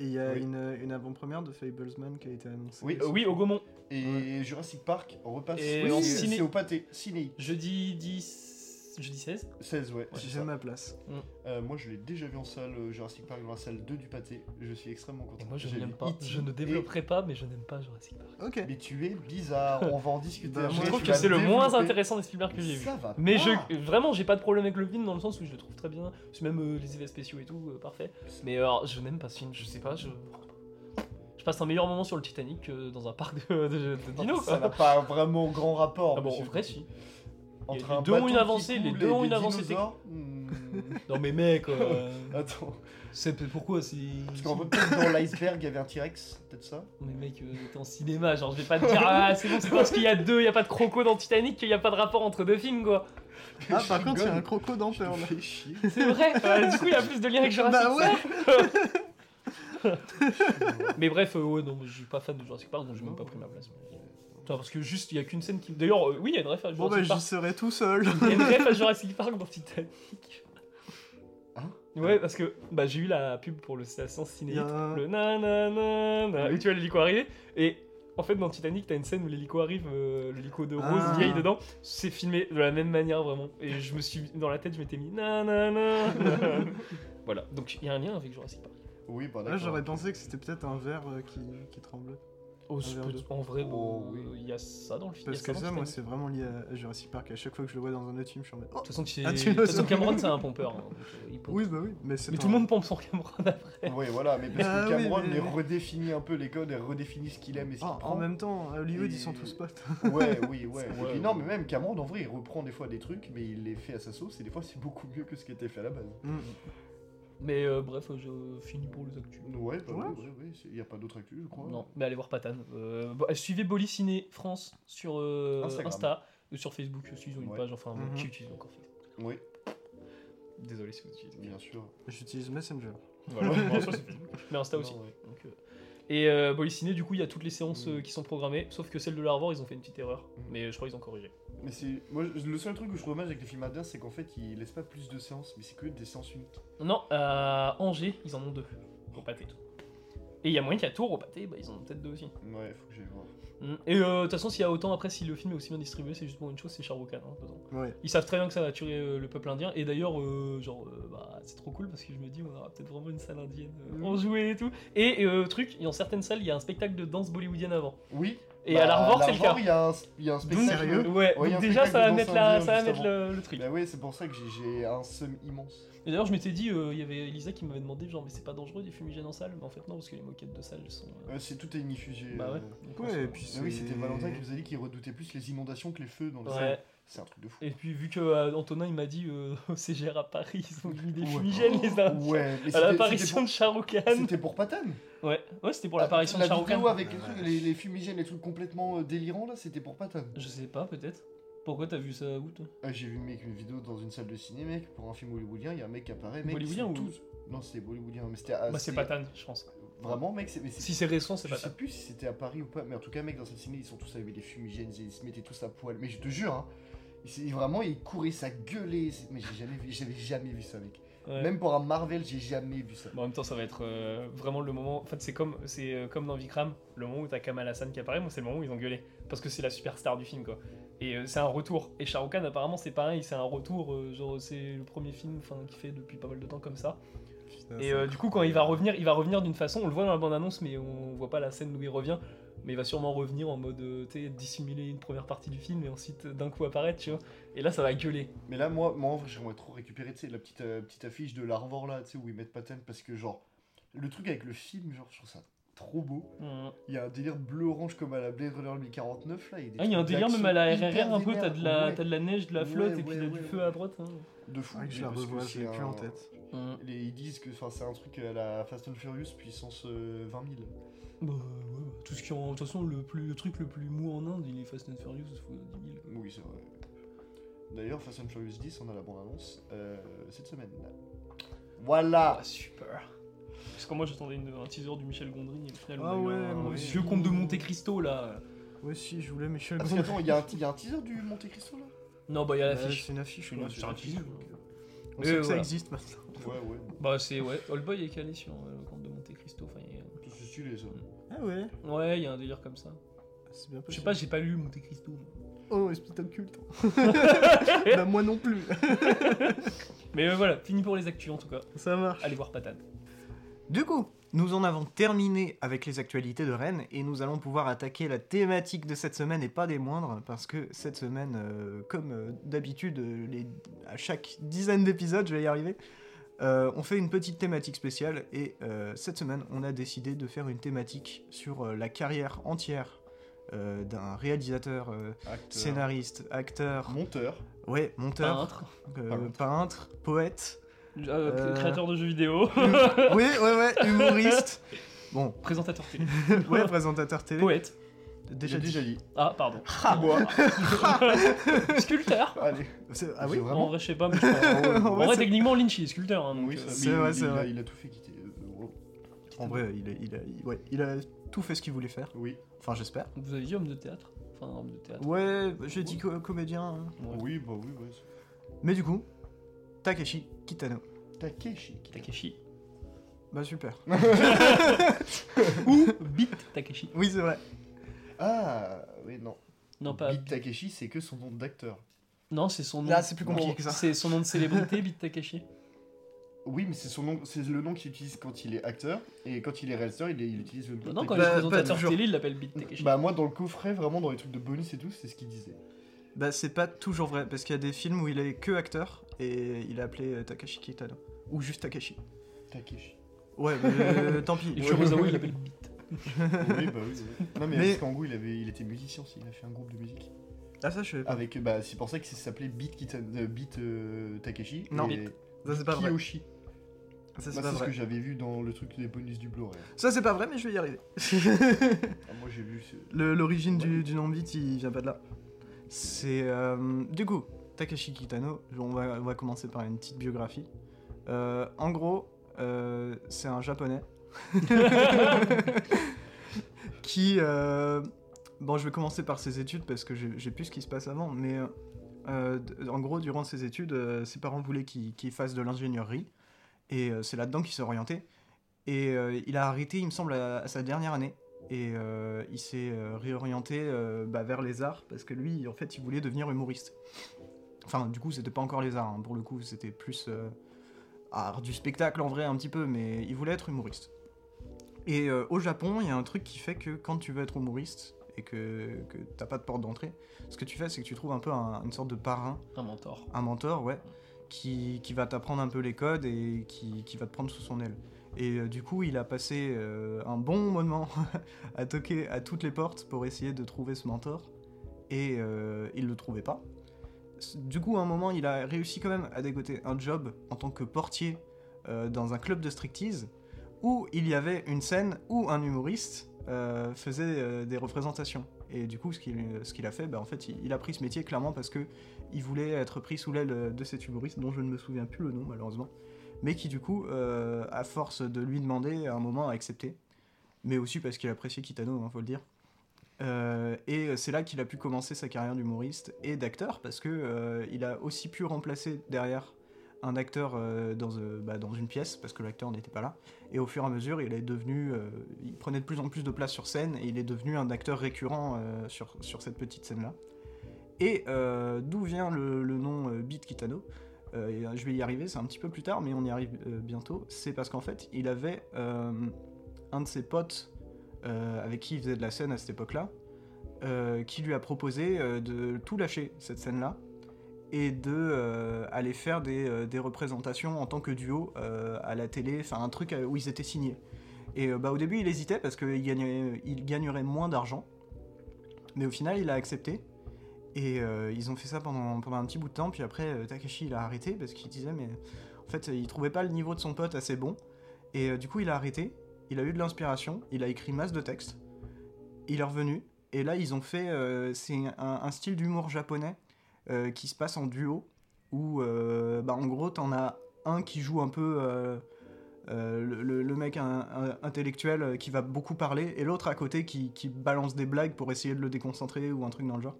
Et il y a
Oui.
une, euh, une avant-première de Fablesman qui a été annoncée.
Oui,
Euh, oui, au Gaumont,
Et Jurassic Park, on repasse.
Et
Oui, euh,
en
c'est-
ciné-
C'est au pâté. Ciné.
jeudi 10. Jeudi 16
16, ouais. c'est
J'ai
ça.
jamais ma place.
Euh, moi, je l'ai déjà vu en salle, euh, Jurassic Park, dans la salle 2 du pâté. Je suis extrêmement content.
Et moi je
J'ai E
n'aime
vu
pas,
It
je ne
et-
développerai pas, mais je n'aime pas Jurassic Park.
Ok.
Mais tu es bizarre, on va en discuter.
Bah, moi,
après,
Je
Ouais,
trouve
tu
que
vas
c'est le moins
développer.
intéressant des Spielberg que j'ai vu.
Ça va.
Mais
pas.
je, vraiment, j'ai pas de problème avec le film dans le sens où je le trouve très bien. C'est même euh, les effets spéciaux et tout, euh, parfait. Mais alors, je n'aime pas ce film, je sais pas, je. Je passe un meilleur moment sur le Titanic que dans un parc de, de, de dinos,
ça
quoi.
n'a pas vraiment grand rapport.
Ah bon, en
monsieur.
vrai, si.
Entre
les
un
deux ont
bâton
une
qui
avancée, les
coule
deux
et
ont
des
une avancée
dinosaures, hmm,
Non, mais mec, euh,
Attends,
c'est pourquoi c'est.
parce qu'en fait, peut-être dans l'iceberg, il y avait un T-Rex, peut-être ça
Mais mec, euh, t'es en cinéma, genre je vais pas te dire, ah c'est bon, c'est parce qu'il y a deux, il y a pas de croco dans Titanic qu'il y a pas de rapport entre deux films, quoi.
Ah, par contre, il y a un
rigole.
croco dans Pearl.
Je te fais chier.
C'est vrai, euh, du coup, il y a plus de lien avec Jurassic
Bah ouais.
Mais bref, euh, ouais, non, mais je suis pas fan de Jurassic Park, donc j'ai même pas pris ma place. Putain, parce que juste, il y a qu'une scène qui. D'ailleurs, euh, oui, il y a une ref à
Bon,
Jurassic
bah, j'y
Park.
serai tout seul.
Il y a une ref à Jurassic Park dans Titanic.
Hein
Ouais, parce que bah, j'ai eu la pub pour le séance
Il
ciné.
y a un-
Le nanana, où tu vois l'hélico arriver. Et en fait, dans Titanic, t'as une scène où l'hélico arrive, euh, l'hélico de Rose
Ah.
vieille dedans. C'est filmé de la même manière, vraiment. Et je me suis. Dans la tête, je m'étais mis nanana. voilà, donc il y a un lien avec Jurassic Park.
Oui, bah
Là,
d'accord.
Ah, j'aurais pensé que c'était peut-être un verre euh, qui, qui tremblait.
Oh,
Un verre
peut-
d'eau.
en vrai, bon,
Oh,
il
oui.
y a ça dans le film. il y
Parce
a
que
dans
ça,
le
moi,
film.
c'est vraiment lié à à Jurassic Park. À chaque fois que je le vois dans un autre film, je suis en mode. Oh
De toute façon, tu sais-
Un
de toute
dinosaure.
façon, Cameron, c'est un pompeur. hein, donc, euh, il pompe.
Oui, bah oui. Mais, c'est
Mais
pas
tout le
un-
monde pompe son Cameron après.
Oui, voilà, mais parce
Ah
que
oui,
Cameron
mais-
les redéfinit un peu les codes et redéfinit ce qu'il aime et ce
Oh,
qu'il
en
prend.
même temps, à Hollywood,
Et-
ils sont tous potes.
Ouais, oui, ouais.
C'est-
Et puis,
ouais,
non,
ouais.
mais même Cameron, en vrai, il reprend des fois des trucs, mais il les fait à sa sauce et des fois, c'est beaucoup mieux que ce qui était fait à la base.
Mm.
Mais euh, bref, je finis pour les actus.
Ouais, bah
Ouais.
oui, ouais, ouais, c'est- il n'y a pas d'autre actu, je crois.
Non, mais allez voir Patane. Euh, bah, suivez Bolly Ciné France sur euh,
Instagram.
Insta ou sur Facebook aussi, ils ont une
Ouais.
page, enfin, bon,
Mhm.
qui utilise encore Facebook.
Oui,
Désolé si vous utilisez.
bien sûr.
J'utilise Messenger.
Voilà, bon, ça, c'est Facebook. Mais Insta
Non,
aussi.
ouais.
Donc, euh, Et euh, Bolly Ciné, du coup, il y a toutes les séances
Mhm.
euh, qui sont programmées, sauf que celle de l'Arvor, ils ont fait une petite erreur.
Mhm.
Mais je crois qu'ils ont corrigé.
Mais c'est. Moi, je- le seul truc que je trouve dommage avec les films indiens, c'est qu'en fait, ils laissent pas plus de séances, mais c'est que des séances uniques.
Non, à Angers, ils en ont deux au pâté. Et il y a moyen qu'à Tours, au pâté, bah, ils en ont peut-être deux aussi.
Ouais, faut que j'aille voir.
Mm. Et euh, de toute façon, s'il y a autant, après, si le film est aussi bien distribué, c'est juste pour une chose, c'est Charoukan. Hein, de toute façon.
Ouais.
Ils savent très bien que ça va tuer euh, le peuple indien. Et d'ailleurs, euh, genre, euh, bah, c'est trop cool parce que je me dis, on aura peut-être vraiment une salle indienne euh,
Oui.
enjouée et tout. Et euh, truc, dans certaines salles, il y a un spectacle de danse bollywoodienne avant.
Oui.
Et à l'Arvor, c'est le cas.
Il y a un, il y a un spectacle.
Sérieux
Ouais,
Ouais, Bah, il y a
donc
un
déjà,
spectacle
ça va
de
mettre,
danse
la,
indienne
ça va
juste
mettre le, le truc.
Bah ouais, c'est pour ça que j'ai- j'ai un seum immense.
Et d'ailleurs, je m'étais dit, euh, il y avait Elisa qui m'avait demandé, genre, mais c'est pas dangereux des fumigènes en salle Mais en fait, non, parce que les moquettes de salle sont. euh,
Ouais, c'est tout est inifugé.
Bah ouais.
euh.
Donc, on s'en-
Ouais, et puis
Mais
c'est.
oui, c'était Valentin qui nous a dit qu'il redoutait plus les inondations que les feux dans les
Ouais.
salles. C'est un truc de fou.
Et puis, vu que euh, Antonin, il m'a dit, euh, au CGR à Paris, ils ont mis des
Ouais. Oh,
fumigènes, les Indiens.
Ouais, mais
À
c'était-
l'apparition de
c'était pour-
Charoukan.
C'était pour Patane.
Ouais, ouais c'était pour l'apparition de
La
Charoukan.
vidéo avec les,
Ouais.
trucs, les, les fumigènes, les trucs complètement euh, délirants là, c'était pour Patane.
Je sais pas, peut-être. Pourquoi t'as vu ça où toi
Ah, j'ai vu mec une vidéo dans une salle de ciné, mec, pour un film hollywoodien, il y a un mec qui apparaît, mec.
Bollywoodien ou
ils sont tous- Non, c'était bollywoodien, mais c'était. à-
Bah, c'est
c'était-
Patane, je pense.
Vraiment, mec, c'est. mais c'est-
Si c'est récent, c'est
Je sais
Patane.
plus si c'était à Paris ou pas, mais en tout cas, mec, dans cette ciné, ils sont tous avec des fumigènes, ils se mettaient tous à poil. Mais je te jure, hein, ils s'est- vraiment, ils couraient, ça gueulait. c'est- Mais j'ai jamais vu, j'avais jamais vu ça, mec.
Ouais.
Même pour un Marvel, j'ai jamais vu ça.
Bon, en même temps, ça va être euh, vraiment le moment. En fait, c'est comme, c'est euh, comme dans Vikram, le moment où t'as Kamal Hassan qui apparaît, moi, c'est le moment où ils ont gueulé. Parce que c'est la superstar du film, quoi. Et euh, c'est un retour. Et Shah Rukh Khan, apparemment, c'est pareil, c'est un retour. euh, genre, c'est le premier film enfin, qu'il fait depuis pas mal de temps comme ça.
Putain,
Et
c'est
euh, du coup, quand il va revenir, il va revenir d'une façon, on le voit dans la bande-annonce, mais on voit pas la scène où il revient. Mais il va sûrement revenir en mode, euh, tu sais, dissimuler une première partie du film et ensuite euh, d'un coup apparaître, tu vois. Et là, ça va gueuler.
Mais là, moi, moi en vrai, j'aimerais trop récupérer, tu sais, la petite, euh, petite affiche de l'Arvor, là, tu sais, où ils mettent Patton, parce que, genre, le truc avec le film, genre, je trouve ça trop beau.
Hum.
Il y a un délire bleu-orange comme à la Blade Runner 1049, là. des
Ah, il y a un
trucs
délire même à la
d'action hyper
RRR un peu, t'as de, la-
vénères,
t'as de la neige, de la flotte
Ouais,
et puis
ouais,
t'as du
ouais,
feu
ouais.
à droite. hein.
ouais, De fou.
vrai Ah, que je
mais
la
parce que
revois,
c'est
je l'ai plus
un-
en tête.
Les, ils disent que enfin, c'est un truc à la Fast and Furious puissance euh, 20 000.
Bah ouais, tout ce qui est en... De toute façon, le, plus, le truc le plus mou en Inde, il est Fast and Furious, faut 10 000.
Oui, c'est vrai. D'ailleurs, Fast and Furious 10, on a la bande-annonce euh, cette semaine. Voilà
Ah, super Parce que moi, j'attendais une- un teaser du Michel Gondry, et au final, on
Ah
a eu
ouais,
un,
moi
vieux
aussi.
comte de Monte Cristo, là.
Ouais, si, je voulais Michel
Parce
Gondry.
qu'attends, il y, a un t- il y a un teaser du Monte Cristo, là
Non, bah, il y a
Ouais,
l'affiche.
Ah, C'est une affiche.
Ouais,
une
c'est un
affiche.
film.
euh, On
Mais
sait que ça
voilà.
existe maintenant.
Ouais, ouais.
Bah, c'est... Ouais, Oldboy est calé sur euh, le comte de Monte Cristo, enfin... il y a-
Tout ce stylé, ça.
Ah ouais
Ouais, il y a un délire comme ça.
Ah, C'est bien
Je sais
possible.
pas, j'ai pas lu Monte Cristo.
Oh, esprit occulte. bah, moi non plus.
Mais euh, voilà, fini pour les actus, en tout cas.
ça marche.
Allez voir Patane.
Du coup, nous en avons terminé avec les actualités de Rennes et nous allons pouvoir attaquer la thématique de cette semaine et pas des moindres parce que cette semaine, euh, comme euh, d'habitude, euh, les- à chaque dizaine d'épisodes, je vais y arriver, euh, on fait une petite thématique spéciale et euh, cette semaine, on a décidé de faire une thématique sur euh, la carrière entière euh, d'un réalisateur, euh,
Acteur,
scénariste, acteur,
Monteur.
ouais, monteur,
Peintre,
euh,
Peintre.
peintre poète.
euh, cré-
Euh.
créateur de jeux vidéo,
oui, ouais, ouais, humoriste. Bon,
présentateur télé,
ouais, présentateur télé.
poète.
Déjà
J'ai
dit.
déjà dit.
Ah, pardon.
Ah, moi.
Sculpteur
Allez.
C'est- Ah oui
C'est
En
vraiment
vrai, je sais pas, mais je pense-
En
En
vrai,
vrai,
c'est-
techniquement, Lynch, il est sculpteur. hein, donc,
Oui,
euh,
ça,
c'est
mais
vrai,
il,
c'est
il a,
vrai.
il a tout fait quitter. euh,
En vrai, il a, il, a, il- ouais, il a tout fait ce qu'il voulait faire.
oui.
Enfin, j'espère.
Vous avez dit homme de théâtre Enfin, homme de théâtre.
Ouais, j'ai dit co- comédien. hein.
Ouais.
Oui, bah oui, ouais.
Mais du coup, Takeshi Kitano.
Takeshi.
Takeshi.
Bah super.
Ou Beat Takeshi.
Oui, c'est vrai.
Ah, oui, non.
Non, pas.
Big Takeshi, c'est que son nom d'acteur.
Non, c'est son nom.
Là, Ah, c'est plus compliqué
Bon,
que ça.
C'est son nom de célébrité, Beat Takeshi.
Oui, mais c'est son nom, c'est le nom qu'il utilise quand il est acteur et quand il est réalisateur, il, est- il utilise le nom.
Non, non, quand il
Takeshi.
est
Bah, pas
présentateur
toujours.
télé, il l'appelle Beat Takeshi.
Bah moi dans le coffret vraiment dans les trucs de bonus et tout c'est ce qu'il disait.
Bah c'est pas toujours vrai, parce qu'il y a des films où il est que acteur, et il est appelé euh, Takeshi Kitano. Ou juste Takeshi.
Takeshi.
Ouais, mais, euh, tant pis.
Et
Ouais.
Kurosawa, il l'appelle Beat.
oui bah oui. oui. Non mais,
Mais-
parce qu'en gros il avait il était musicien aussi, il a fait un groupe de musique
Ah ça, je savais pas.
avec bah c'est pour ça que ça s'appelait Beat Kita- euh, Beat euh, Takeshi.
Non.
et
Ça, c'est pas vrai.
Kiyoshi.
Ça, c'est
Bah,
pas
c'est ce que
vrai.
j'avais vu dans le truc des bonus du Blu-ray.
Ça, c'est pas vrai, mais je vais y arriver.
Ah, moi j'ai vu ce...
Le- L'origine
Ouais.
du, du nom Beat, il vient pas de là. C'est. euh, du coup, Takashi Kitano, on va, on va commencer par une petite biographie. Euh, en gros, euh, c'est un japonais. qui. euh, bon, je vais commencer par ses études parce que j'ai j'ai plus ce qui se passe avant, mais. euh, d- en gros, durant ses études, euh, ses parents voulaient qu'il qu'il fasse de l'ingénierie. Et euh, c'est là-dedans qu'il s'est orienté. Et euh, il a arrêté, il me semble, à- à sa dernière année et euh, il s'est euh, réorienté euh, bah, vers les arts parce que lui en fait il voulait devenir humoriste enfin du coup c'était pas encore les arts hein, pour le coup c'était plus euh, art du spectacle en vrai un petit peu mais il voulait être humoriste et euh, au Japon il y a un truc qui fait que quand tu veux être humoriste et que, que t'as pas de porte d'entrée ce que tu fais c'est que tu trouves un peu un- une sorte de parrain
Un mentor.
un mentor, ouais, qui, qui va t'apprendre un peu les codes et qui, qui va te prendre sous son aile. Et euh, du coup, il a passé euh, un bon moment à toquer à toutes les portes pour essayer de trouver ce mentor, et euh, il le trouvait pas. S- Du coup, à un moment, il a réussi quand même à dégoter un job en tant que portier euh, dans un club de striptease, où il y avait une scène où un humoriste euh, faisait euh, des représentations. Et du coup, ce qu'il ce qu'il a fait, bah, en fait, il, il a pris ce métier clairement parce que il voulait être pris sous l'aile de cet humoriste dont je ne me souviens plus le nom malheureusement, mais qui du coup, euh, à force de lui demander, à un moment a accepté, mais aussi parce qu'il appréciait Kitano, il faut le dire. Euh, et c'est là qu'il a pu commencer sa carrière d'humoriste et d'acteur parce que euh, il a aussi pu remplacer derrière un acteur euh, dans, euh, bah, dans une pièce parce que l'acteur n'était pas là. Et au fur et à mesure, il est devenu, euh, il prenait de plus en plus de place sur scène et il est devenu un acteur récurrent euh, sur, sur cette petite scène là. Et euh, d'où vient le, le nom euh, Beat Kitano Euh, et, euh, Je vais y arriver, c'est un petit peu plus tard, mais on y arrive euh, bientôt. C'est parce qu'en fait, il avait euh, un de ses potes euh, avec qui il faisait de la scène à cette époque-là, euh, qui lui a proposé euh, de tout lâcher cette scène-là et de euh, aller faire des, euh, des représentations en tant que duo euh, à la télé, enfin un truc euh, où ils étaient signés. Et euh, bah, au début, il hésitait parce qu'il gagnait, il gagnerait moins d'argent, mais au final, il a accepté. Et euh, ils ont fait ça pendant, pendant un petit bout de temps, puis après, euh, Takashi, il a arrêté parce qu'il disait, mais en fait, il trouvait pas le niveau de son pote assez bon. Et euh, du coup, il a arrêté, il a eu de l'inspiration, il a écrit masse de textes, il est revenu, et là ils ont fait, euh, c'est un, un style d'humour japonais euh, qui se passe en duo, où euh, bah, en gros t'en as un qui joue un peu euh, euh, le- le, le mec un- un- intellectuel euh, qui va beaucoup parler, et l'autre à côté qui, qui balance des blagues pour essayer de le déconcentrer ou un truc dans le genre.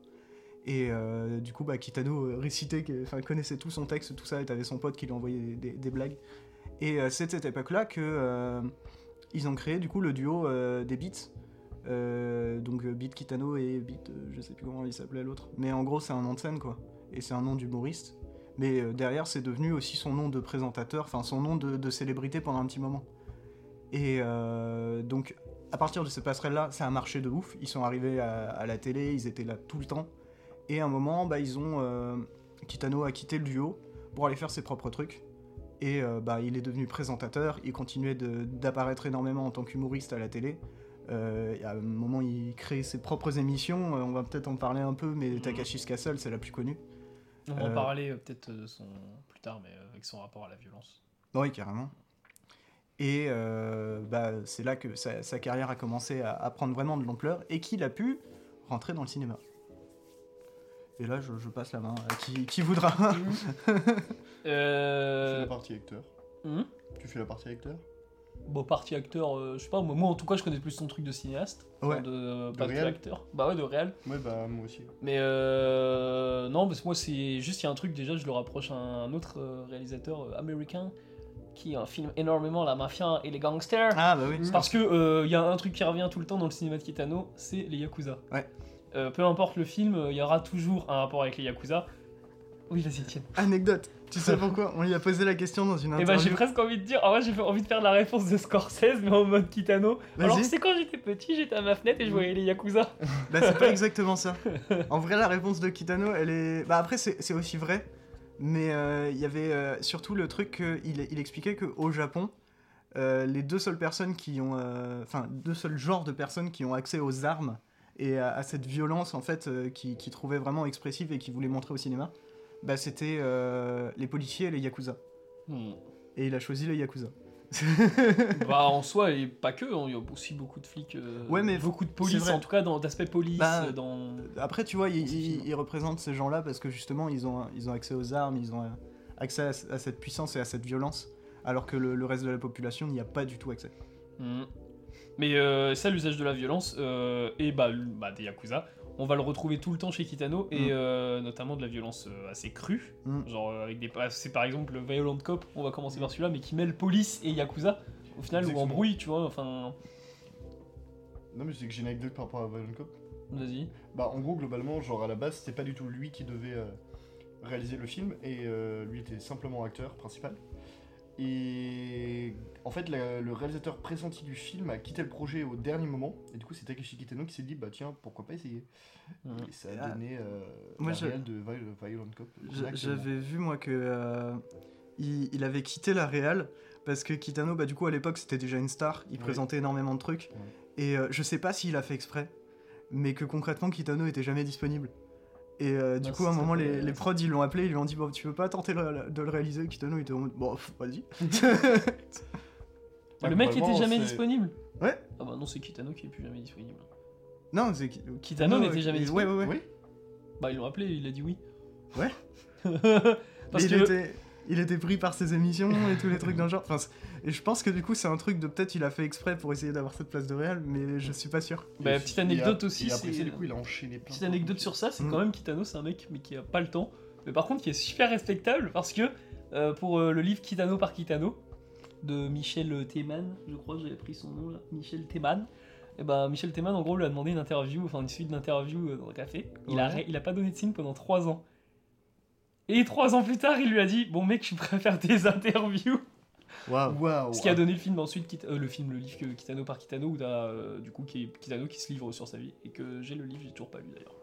Et euh, du coup, bah, Kitano euh, récitait, que- enfin connaissait tout son texte, tout ça, et t'avais son pote qui lui envoyait des, des- des blagues. Et euh, c'est de cette époque-là que euh, ils ont créé du coup le duo euh, des Beats. Euh, donc euh, Beat Kitano et Beat, euh, je sais plus comment il s'appelait l'autre. Mais en gros, c'est un nom de scène quoi. Et c'est un nom d'humoriste. Mais euh, derrière, c'est devenu aussi son nom de présentateur, enfin son nom de, de célébrité pendant un petit moment. Et euh, donc, à partir de ces passerelles-là, ça a marché de ouf. Ils sont arrivés à, à la télé, ils étaient là tout le temps. Et à un moment, bah, ils ont. euh, Kitano a quitté le duo pour aller faire ses propres trucs. Et euh, bah, il est devenu présentateur, il continuait de- d'apparaître énormément en tant qu'humoriste à la télé. Euh, et à un moment, il crée ses propres émissions, euh, on va peut-être en parler un peu, mais
Mhm.
Takashi's Castle, c'est la plus connue.
On va en
Euh,
parler euh, peut-être de son... plus tard, mais euh, avec son rapport à la violence.
Bah Oui, carrément. Et euh, bah, c'est là que sa, sa carrière a commencé à, à prendre vraiment de l'ampleur et qu'il a pu rentrer dans le cinéma. Et là, je, je passe la main à qui, qui voudra.
Tu fais
Euh...
la partie acteur.
Hmm
hum
Tu fais la partie acteur
Bon, partie acteur, euh, je sais pas, moi, moi, en tout cas je connais plus son truc de cinéaste,
Ouais.
enfin, de, euh,
De
pas
réel.
de acteur. Bah ouais, de réel.
Ouais, bah moi aussi.
Mais euh, non, parce que moi, c'est juste, il y a un truc, déjà, je le rapproche à un autre euh, réalisateur euh, américain qui euh, filme énormément la mafia et les gangsters.
Ah, bah oui.
Parce que euh, il y a un truc qui revient tout le temps dans le cinéma de Kitano, c'est les Yakuza.
Ouais.
Euh, peu importe le film, euh, il y aura toujours un rapport avec les Yakuza. Oui, vas-y, tiens.
Anecdote. Tu sais pourquoi On lui a posé la question dans une
Et bah, j'ai
interview.
presque envie de dire, ah ouais, j'ai envie de faire la réponse de Scorsese, mais en mode Kitano. Alors,
Vas-y.
c'est quand j'étais petit, j'étais à ma fenêtre et je voyais les Yakuza.
Bah, c'est pas exactement ça. En vrai, la réponse de Kitano, elle est. Bah, après, c'est c'est aussi vrai. Mais euh, il y avait euh, surtout le truc qu'il il expliquait qu'au Japon, euh, les deux seules personnes qui ont. euh, Enfin, deux seuls genres de personnes qui ont accès aux armes et à, à cette violence, en fait, euh, qui, qui trouvaient vraiment expressive et qui voulaient montrer au cinéma, bah, c'était euh, les policiers et les yakuza. Hmm. Et il a choisi les yakuza.
bah, en soi, et pas que, hein, il y a aussi beaucoup de flics. euh,
Ouais, mais
beaucoup de
c'est
police,
vrai.
en tout cas, dans- d'aspect police,
Bah,
euh, dans.
Après, tu vois, ils,
Dans ces
ils-
films.
ils représentent ces gens-là parce que justement, ils ont, ils ont accès aux armes, ils ont euh, accès à, à cette puissance et à cette violence, alors que le, le reste de la population n'y a pas du tout accès.
Mhm. Mais euh, ça, l'usage de la violence euh, et bah, l- bah, des yakuza, on va le retrouver tout le temps chez Kitano et
Mhm.
euh, notamment de la violence euh, assez crue,
Mhm.
genre euh, avec des pa- c'est par exemple le Violent Cop, on va commencer par celui-là, mais qui mêle police et yakuza au final ou
Exactement.
embrouille, tu vois. Enfin,
Non, mais c'est que j'ai une anecdote par rapport à Violent Cop.
vas-y.
Bah, en gros, globalement, genre à la base, c'était pas du tout lui qui devait euh, réaliser le film, et euh, lui était simplement acteur principal. Et en fait, la- le réalisateur pressenti du film a quitté le projet au dernier moment, et du coup, c'est Takeshi Kitano qui s'est dit, bah tiens, pourquoi pas essayer
Mhm.
Et ça a
Ah.
donné euh,
Moi,
la
je-
réelle de Vi- euh, Violent Cop. qu'on a actuellement.
J'avais vu, moi, que euh, il, il avait quitté la Real parce que Kitano, bah, du coup, à l'époque, c'était déjà une star, il
Ouais.
présentait énormément de trucs, et euh, je sais pas s'il a fait exprès, mais que concrètement, Kitano était jamais disponible. Et euh, du
Ouais,
coup, à un
ça
moment, les,
s'appelle-
les prods, ils l'ont appelé, ils lui ont dit, bon, tu veux pas tenter le- de le réaliser Kitano, il était en mode, bon, pff, vas-y.
le mec
globalement,
était jamais
c'est-
disponible.
Ouais.
Ah bah non, c'est Kitano qui est plus jamais disponible.
Non, c'est
Kitano n'était
ouais,
jamais
il- Ouais,
disponible.
ouais, ouais.
Oui
Bah ils l'ont appelé, il a dit oui.
Ouais.
Parce
il,
que
était, il était pris par ses émissions et tous les trucs dans le genre. Enfin, c'est- et je pense que du coup, c'est un truc de peut-être il a fait exprès pour essayer d'avoir cette place de réel, mais je suis pas sûr.
Bah,
Et
petite
il a-
anecdote aussi,
il a
c'est-
apprécié, du coup, il a enchaîné plein
Petite
de
anecdote
trucs.
sur ça, c'est
Mm.
quand même Kitano, c'est un mec mais qui a pas le temps, mais par contre qui est super respectable parce que euh, pour euh, le livre Kitano par Kitano de Michel Théman, je crois, j'avais pris son nom là, Michel Théman. Et ben Michel Théman en gros lui a demandé une interview, enfin une suite d'interview euh, dans le café. Il, a,
Ouais.
ré- il a pas donné de signe pendant 3 ans. Et 3 ans plus tard, il lui a dit Bon mec, je préfère tes interviews.
Waouh.
Waouh.
Ce qui a donné le film ensuite, Kit- euh, le film, le livre que Kitano par Kitano, où t'as euh, du coup qui est Kitano qui se livre sur sa vie. Et que j'ai le livre, j'ai toujours pas lu d'ailleurs.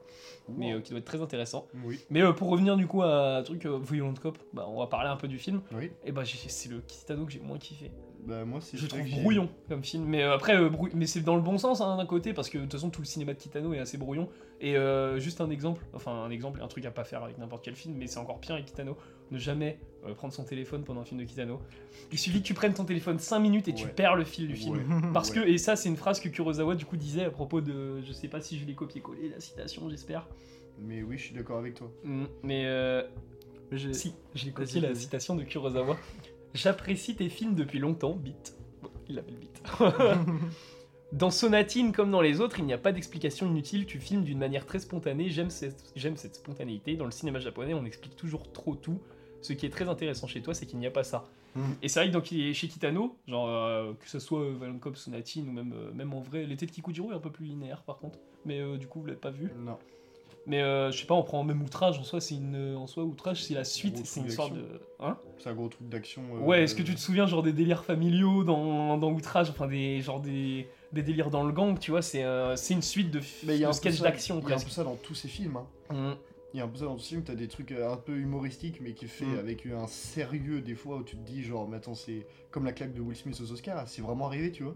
Mais euh, qui doit être très intéressant.
Oui.
Mais euh, pour revenir du coup à un truc euh, Violent Cop, bah, on va parler un peu du film.
Oui.
Et bah j'ai- c'est le Kitano que j'ai moins kiffé.
Bah, moi, c'est
Je le
celui
trouve
que j'ai-
brouillon comme film. Mais euh, après, euh, brou- mais c'est dans le bon sens hein, d'un côté, parce que de toute façon tout le cinéma de Kitano est assez brouillon. Et euh, juste un exemple, enfin un exemple, un truc à pas faire avec n'importe quel film, mais c'est encore pire avec Kitano. Ne jamais euh, prendre son téléphone pendant un film de Kitano. Il suffit que tu prennes ton téléphone 5 minutes et tu
Ouais.
perds le fil du film.
Ouais.
Parce
Ouais.
que, et ça c'est une phrase que Kurosawa du coup disait à propos de, je sais pas si je l'ai copié-collé la citation, j'espère.
Mais oui, je suis d'accord avec toi.
Mm, Mais euh,
J'ai-
si, j'ai
Vas-y,
copié la
vas-y.
citation de Kurosawa. J'apprécie tes films depuis longtemps, bit. Bon, il appelle bit. dans Sonatine comme dans les autres, il n'y a pas d'explication inutile, tu filmes d'une manière très spontanée, j'aime cette, j'aime cette spontanéité. Dans le cinéma japonais, on explique toujours trop tout. Ce qui est très intéressant chez toi, c'est qu'il n'y a pas ça.
Mhm.
Et c'est vrai que dans, Ki- chez Kitano, genre, euh, que ce soit euh, Violent Cop, Sonatine ou même, euh, même en vrai, l'été de Kikujiro est un peu plus linéaire par contre. Mais euh, du coup, vous l'avez pas vu.
Non.
Mais euh, je sais pas, on prend même outrage en soi, c'est une en soi outrage, c'est la suite,
Gros
c'est une
truc
sorte de
d'action.
hein
C'est un gros truc d'action. euh,
Ouais, est-ce que tu te souviens genre des délires familiaux dans, dans outrage, enfin des genre des, des délires dans le gang, tu vois, c'est euh, c'est une suite de, f-
Mais il y a
de
un peu
sketch
ça-
d'action
Il y a un peu
presque.
ça dans tous ces films. hein.
Mm.
Il y a un peu ça dans tous ces films. T'as des trucs euh, un peu humoristiques, mais qui est fait
Mm.
avec un sérieux des fois où tu te dis genre, mais attends, c'est comme la claque de Will Smith aux Oscars, c'est vraiment arrivé, tu vois.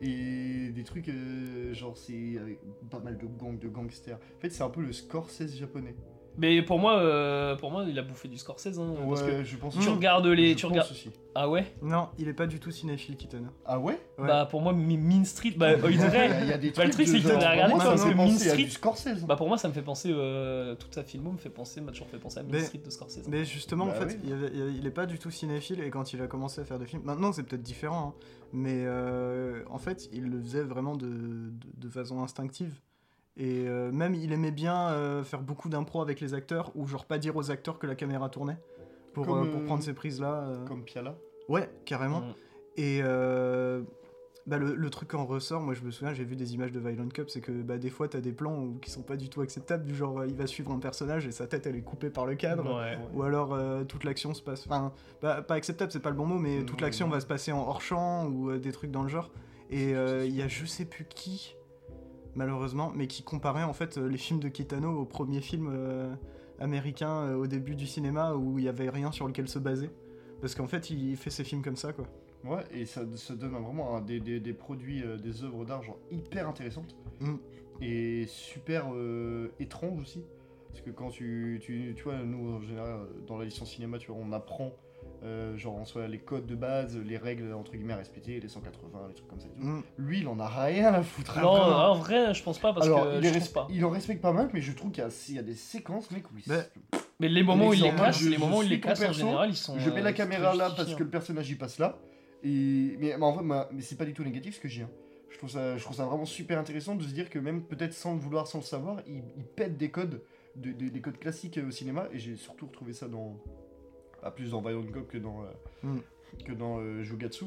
Et des trucs euh, genre c'est avec pas mal de gangs, de gangsters. En fait, c'est un peu le Scorsese japonais.
Mais pour moi euh, pour moi, il a bouffé du Scorsese hein, parce que
je pense.
tu
aussi.
regardes les
Je
tu
pense
regardes
aussi.
Ah ouais,
Non, il est pas du tout cinéphile, Kitano.
Ah ouais.
Ouais.
Bah pour moi Mi- Mean Street bah euh, il devrait
y a des
Bah, le truc, c'est que t'as regardé,
vraiment,
toi,
ça me
parce
fait
que Mean
penser à
Street-
du Scorsese.
bah pour moi ça me fait penser euh, toute sa filmo me fait penser m'a toujours fait penser à Mean
Mais-
Street de Scorsese.
Mais justement, en
Bah
fait,
oui.
il, y avait- il y avait- il est pas du tout cinéphile et quand il a commencé à faire des films, maintenant c'est peut-être différent, hein, mais euh, en fait, il le faisait vraiment de, de- de façon instinctive. Et euh, même, il aimait bien euh, faire beaucoup d'impro avec les acteurs ou genre pas dire aux acteurs que la caméra tournait pour,
Comme,
euh, pour
euh,
prendre ces prises-là. euh.
Comme Piala.
Ouais, carrément.
Mm.
Et euh, bah, le, le truc en ressort, moi je me souviens, j'ai vu des images de Violent Cup, c'est que bah, des fois t'as des plans où- qui sont pas du tout acceptables, du genre euh, il va suivre un personnage et sa tête elle est coupée par le cadre.
Ouais.
Ou alors euh, toute l'action se passe. Enfin, pas, pas acceptable, c'est pas le bon mot, mais
Non,
toute l'action
non.
va se passer en hors champ ou euh, des trucs dans le genre. Et euh, il y a je sais plus qui, malheureusement, mais qui comparait en fait euh, les films de Kitano au premier film euh, américain euh, au début du cinéma où il y avait rien sur lequel se baser. Parce qu'en fait, il fait ses films comme ça, quoi.
Ouais, et ça, ça donne vraiment un- des, des- des produits, euh, des œuvres d'art genre hyper intéressantes
Mm.
et super euh, étranges aussi. Parce que quand tu, tu, tu vois, nous en général, euh, dans la licence cinéma, tu vois, on apprend euh, genre en soi les codes de base, les règles entre guillemets à respecter, les 180, les trucs comme ça. et tout.
Mm.
Lui, il en a rien à foutre.
Non,
vraiment.
en vrai, je pense pas parce
Alors,
que
il, est
je trouve
respe-
pas.
il en respecte pas mal, mais je trouve qu'il y, a- il y a des séquences, mec, où il
Bah,
se-
Mais les moments où il les
Exemple,
casse,
je-
les
je
moments où il
suis
les
ton
casse en
perso,
général, ils sont.
Je mets
euh,
la
très
caméra là parce
justifiés,
que le personnage y passe là. Et... Mais, mais en vrai, ma- mais c'est pas du tout négatif ce que j'ai. hein. Je, trouve ça, je trouve ça vraiment super intéressant de se dire que même peut-être sans le vouloir, sans le savoir, il, il pète des codes, de- de- des codes classiques euh, au cinéma. Et j'ai surtout retrouvé ça dans. Pas plus dans Violent Cop que dans. euh,
Mm.
Que dans euh, Jugatsu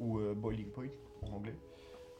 ou euh, Boiling Point en anglais.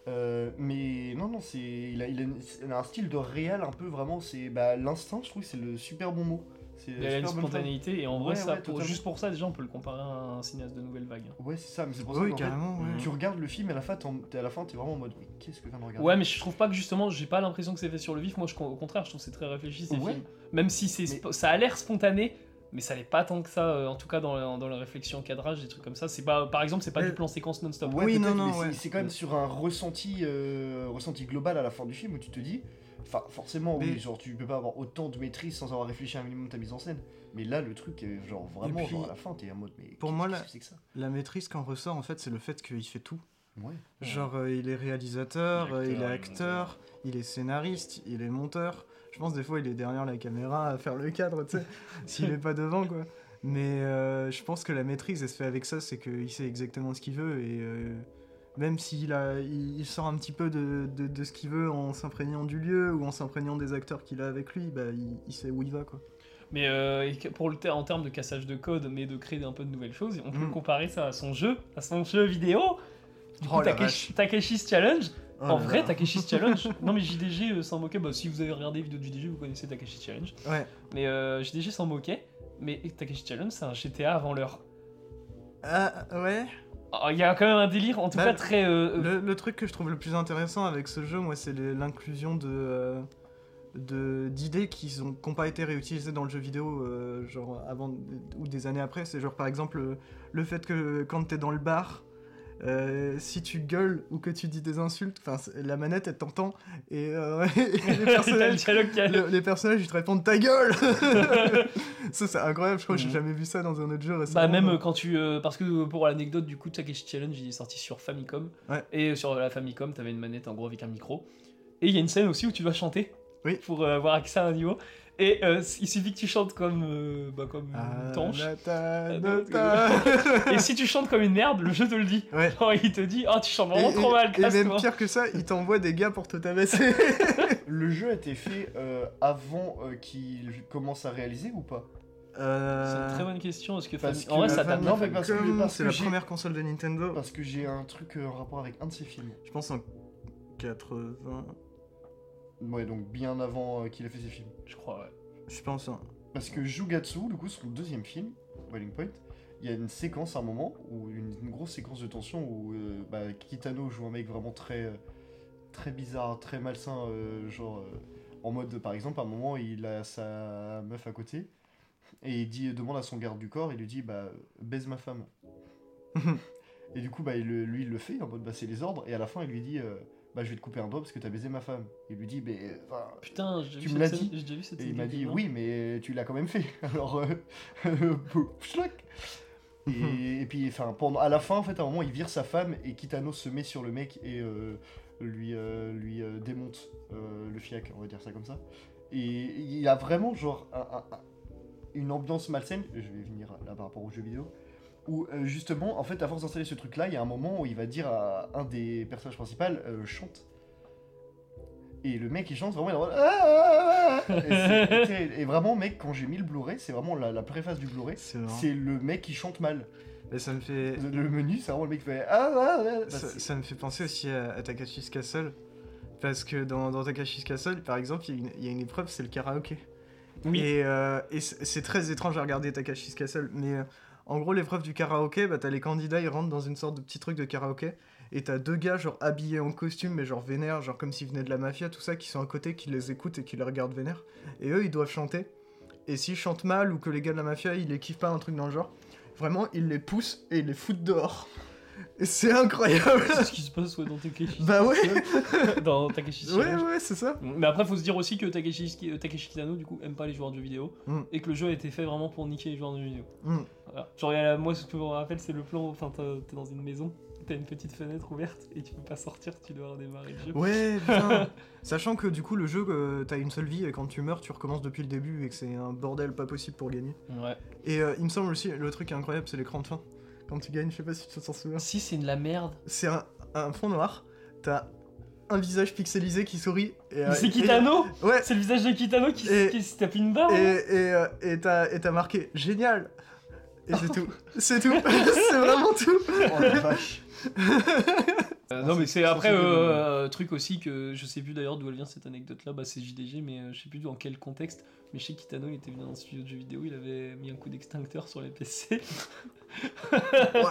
Euh, mais non, non, c'est il a, il a- il a un style de réel un peu vraiment. C'est bah, l'instinct, je trouve, que c'est le super bon mot. C'est euh,
Il y a
super
une
bonne phrase.
spontanéité et en vrai,
Ouais,
ça,
ouais,
pour-
totalement.
juste pour ça, déjà, on peut le comparer à un cinéaste de nouvelle vague. hein.
Ouais, c'est ça, mais c'est pour ça
Oui,
qu'en fait, mm.
carrément, ouais.
tu regardes le film et à la fin, t'en- t'es à la fin, t'es vraiment en mode mais qu'est-ce que je viens de regarder
Ouais, mais je trouve pas que justement, j'ai pas l'impression que c'est fait sur le vif. Moi, je, au contraire, je trouve que c'est très réfléchi ces
Ouais.
films. Même si c'est,
Mais-
spo- ça a l'air spontané, mais ça l'est pas tant que ça. euh, en tout cas, dans, la- dans la réflexion, cadrage, des trucs comme ça. C'est pas, par exemple, c'est pas
Mais-
du plan séquence non-stop.
Ouais,
Oui,
peut-être,
non, non,
mais c'est-
ouais.
C'est quand même sur un ressenti, euh, ressenti global à la fin du film où tu te dis, enfin forcément, oui,
Mais-
genre tu peux pas avoir autant de maîtrise sans avoir réfléchi un minimum de ta mise en scène. Mais là, le truc, est genre vraiment,
puis-
genre, à la fin, t'es en mode mais
pour
qu'est-
moi,
qu'est-ce
là-
que c'est que ça
La maîtrise qu'en ressort, en fait, c'est le fait qu'il fait tout.
Ouais.
Genre, euh, il est réalisateur, euh, il est
Acteur,
acteur, il est scénariste, il est monteur. Je pense des fois, il est derrière la caméra à faire le cadre, tu sais, s'il est pas devant, quoi. Mais euh, je pense que la maîtrise, elle se fait avec ça, c'est qu'il sait exactement ce qu'il veut et euh, même s'il a, il, il sort un petit peu de, de- de ce qu'il veut en s'imprégnant du lieu ou en s'imprégnant des acteurs qu'il a avec lui, bah, il, il sait où il va, quoi.
Mais euh, et que- pour le ter- en termes de cassage de code, mais de créer un peu de nouvelles choses, on peut
Mm.
comparer ça à son jeu, à son jeu vidéo. Du coup,
Oh la
Takeshi- Takeshi's Challenge.
Oh
en
là
vrai,
là.
Takeshi's Challenge. non, mais JDG euh, s'en moquait. Bah, si vous avez regardé les vidéos de JDG, vous connaissez Takeshi's Challenge.
Ouais.
Mais euh, JDG s'en moquait. Mais Takeshi's Challenge, c'est un GTA avant l'heure.
Ah, ouais.
Oh, Il y a quand même un délire, en tout
Bah,
cas très. euh, euh,
Le, le truc que je trouve le plus intéressant avec ce jeu, moi, c'est les- l'inclusion de euh, de- d'idées qui n'ont pas été réutilisées dans le jeu vidéo euh, genre avant ou des années après c'est genre par exemple le, le fait que quand t'es dans le bar euh, si tu gueules ou que tu dis des insultes enfin c'est- la manette elle t'entend et, euh, et les
t'as le
personnages
dialogue qui a-
le- les personnages ils te répondent ta gueule ça c'est incroyable je crois que j'ai
Mhm.
jamais vu ça dans un autre jeu récemment
Bah même euh, quand tu... euh, parce que euh, pour l'anecdote du coup Takeshi Challenge il est sorti sur Famicom.
Ouais.
Et euh, sur la Famicom t'avais une manette en gros avec un micro. Et il y a une scène aussi où tu dois chanter.
Oui.
Pour euh, avoir accès à un niveau. Et euh, il suffit que tu chantes comme, euh, bah, comme une
Ah,
tanche.
nata,
Ah,
nata.
Et si tu chantes comme une merde, le jeu te le dit.
ouais
Genre, il te dit, oh tu chantes vraiment
et,
trop mal, hein.
et même
casse-toi.
pire que ça, il t'envoie des gars pour te tabasser.
Le jeu a été fait euh, avant euh, qu'il commence à réaliser ou pas
C'est une
Euh,
très bonne question. Parce que
Parce
Fami-
que
en vrai
la
ça tape
Famicom-
bien.
Non, mais parce que j'ai-
Comme
parce
c'est
que
la
j'ai-
première console de Nintendo.
Ah.
Parce que j'ai un truc euh, en rapport avec un de ses films.
Je pense en 80.
Ouais, donc bien avant euh, qu'il ait fait ses films.
Je crois, ouais.
Je pense. hein. en-
Parce que Jugatsu, du coup, son deuxième film, Wailing Point, il y a une séquence à un moment, où une, une grosse séquence de tension où euh, bah, Kitano joue un mec vraiment très, euh, très bizarre, très malsain, euh, genre euh, en mode, par exemple, à un moment, il a sa meuf à côté et il dit, demande à son garde du corps, il lui dit, bah, baise ma femme. et du coup, bah, il le- lui, il le fait en mode, bah, c'est les ordres, et à la fin, il lui dit, euh, bah, je vais te couper un doigt parce que t'as baisé ma femme. Il lui dit, mais. euh, enfin,
Putain, j'ai
Tu
vu,
me l'as
cette scène-
dit.
j'ai déjà vu cette
et il
scène
m'a
du
dit
film, hein.
oui, mais tu l'as quand même fait. Alors, euh, euh, boum, schlac. et, et puis, enfin, pendant, à la fin, en fait, à un moment, il vire sa femme et Kitano se met sur le mec et euh, lui, euh, lui euh, démonte euh, le fiac, on va dire ça comme ça. Et il y a vraiment genre un- un- un- une ambiance malsaine. Je vais venir là par rapport aux jeux vidéo. Où euh, justement, en fait, à force d'installer ce truc-là, il y a un moment où il va dire à un des personnages principaux euh, chante. Et le mec il chante vraiment, il est en mode, Ah, ah, ah, ah. Et, c'est- et vraiment, mec, quand j'ai mis le Blu-ray, c'est vraiment la, la préface du Blu-ray,
C'est marrant.
c'est le mec qui chante mal.
Et ça me fait.
Le le menu, c'est vraiment le mec qui fait Ah, ah, ah. Bah,
ça,
c'est-
ça me fait penser aussi à, à Takashi's Castle. Parce que dans, dans Takashi's Castle, par exemple, il y, a une- il y a une épreuve, c'est le karaoké.
Oui.
Et, euh, et c'est c'est très étrange à regarder Takashi's Castle. Mais euh, en gros, l'épreuve du karaoké, bah, t'as les candidats, ils rentrent dans une sorte de petit truc de karaoké. Et t'as deux gars, genre habillés en costume, mais genre vénères, genre comme s'ils venaient de la mafia, tout ça, qui sont à côté, qui les écoutent et qui les regardent vénères. Et eux, ils doivent chanter. Et s'ils chantent mal ou que les gars de la mafia, ils les kiffent pas, un truc dans le genre, vraiment, ils les poussent et ils les foutent dehors. Et c'est incroyable!
C'est ce qui se passe ouais, dans Takeshi.
Bah ouais.
dans Takeshi
Ouais, ouais, c'est ça.
Mais après, faut se dire aussi que Takeshi, euh, Takeshi Kitano, du coup, aime pas les joueurs de jeux vidéo
Mm.
et que le jeu a été fait vraiment pour niquer les joueurs de jeux vidéo.
Mm.
Voilà. Genre, il y a la- moi, ce que je me rappelle, c'est le plan. Enfin, t'as- t'es dans une maison, t'as une petite fenêtre ouverte et tu peux pas sortir, tu dois redémarrer le jeu.
Ouais, putain. Sachant que du coup, le jeu, euh, t'as une seule vie et quand tu meurs, tu recommences depuis le début et que c'est un bordel pas possible pour gagner.
Ouais.
Et euh, il me semble aussi, le truc incroyable, c'est l'écran de fin. Quand tu gagnes, je sais pas si tu t'en souviens.
Si c'est de la merde.
C'est un, un fond noir, t'as un visage pixelisé qui sourit. et, euh,
Mais c'est
et-
Kitano
Ouais,
C'est le visage de Kitano qui,
Et-
se- qui se tape une barre
et
hein
et, euh, et t'as et t'as marqué génial. Et
Oh.
c'est tout. C'est tout. c'est vraiment tout.
oh la vache.
Euh, non mais c'est
Ça,
après
Ah, c'est
euh,
rigolo.
euh, truc aussi que je sais plus d'ailleurs d'où elle vient cette anecdote là bah c'est JDG mais euh, je sais plus dans quel contexte mais chez Kitano il était venu dans un studio de jeux vidéo il avait mis un coup d'extincteur sur les PC
Oh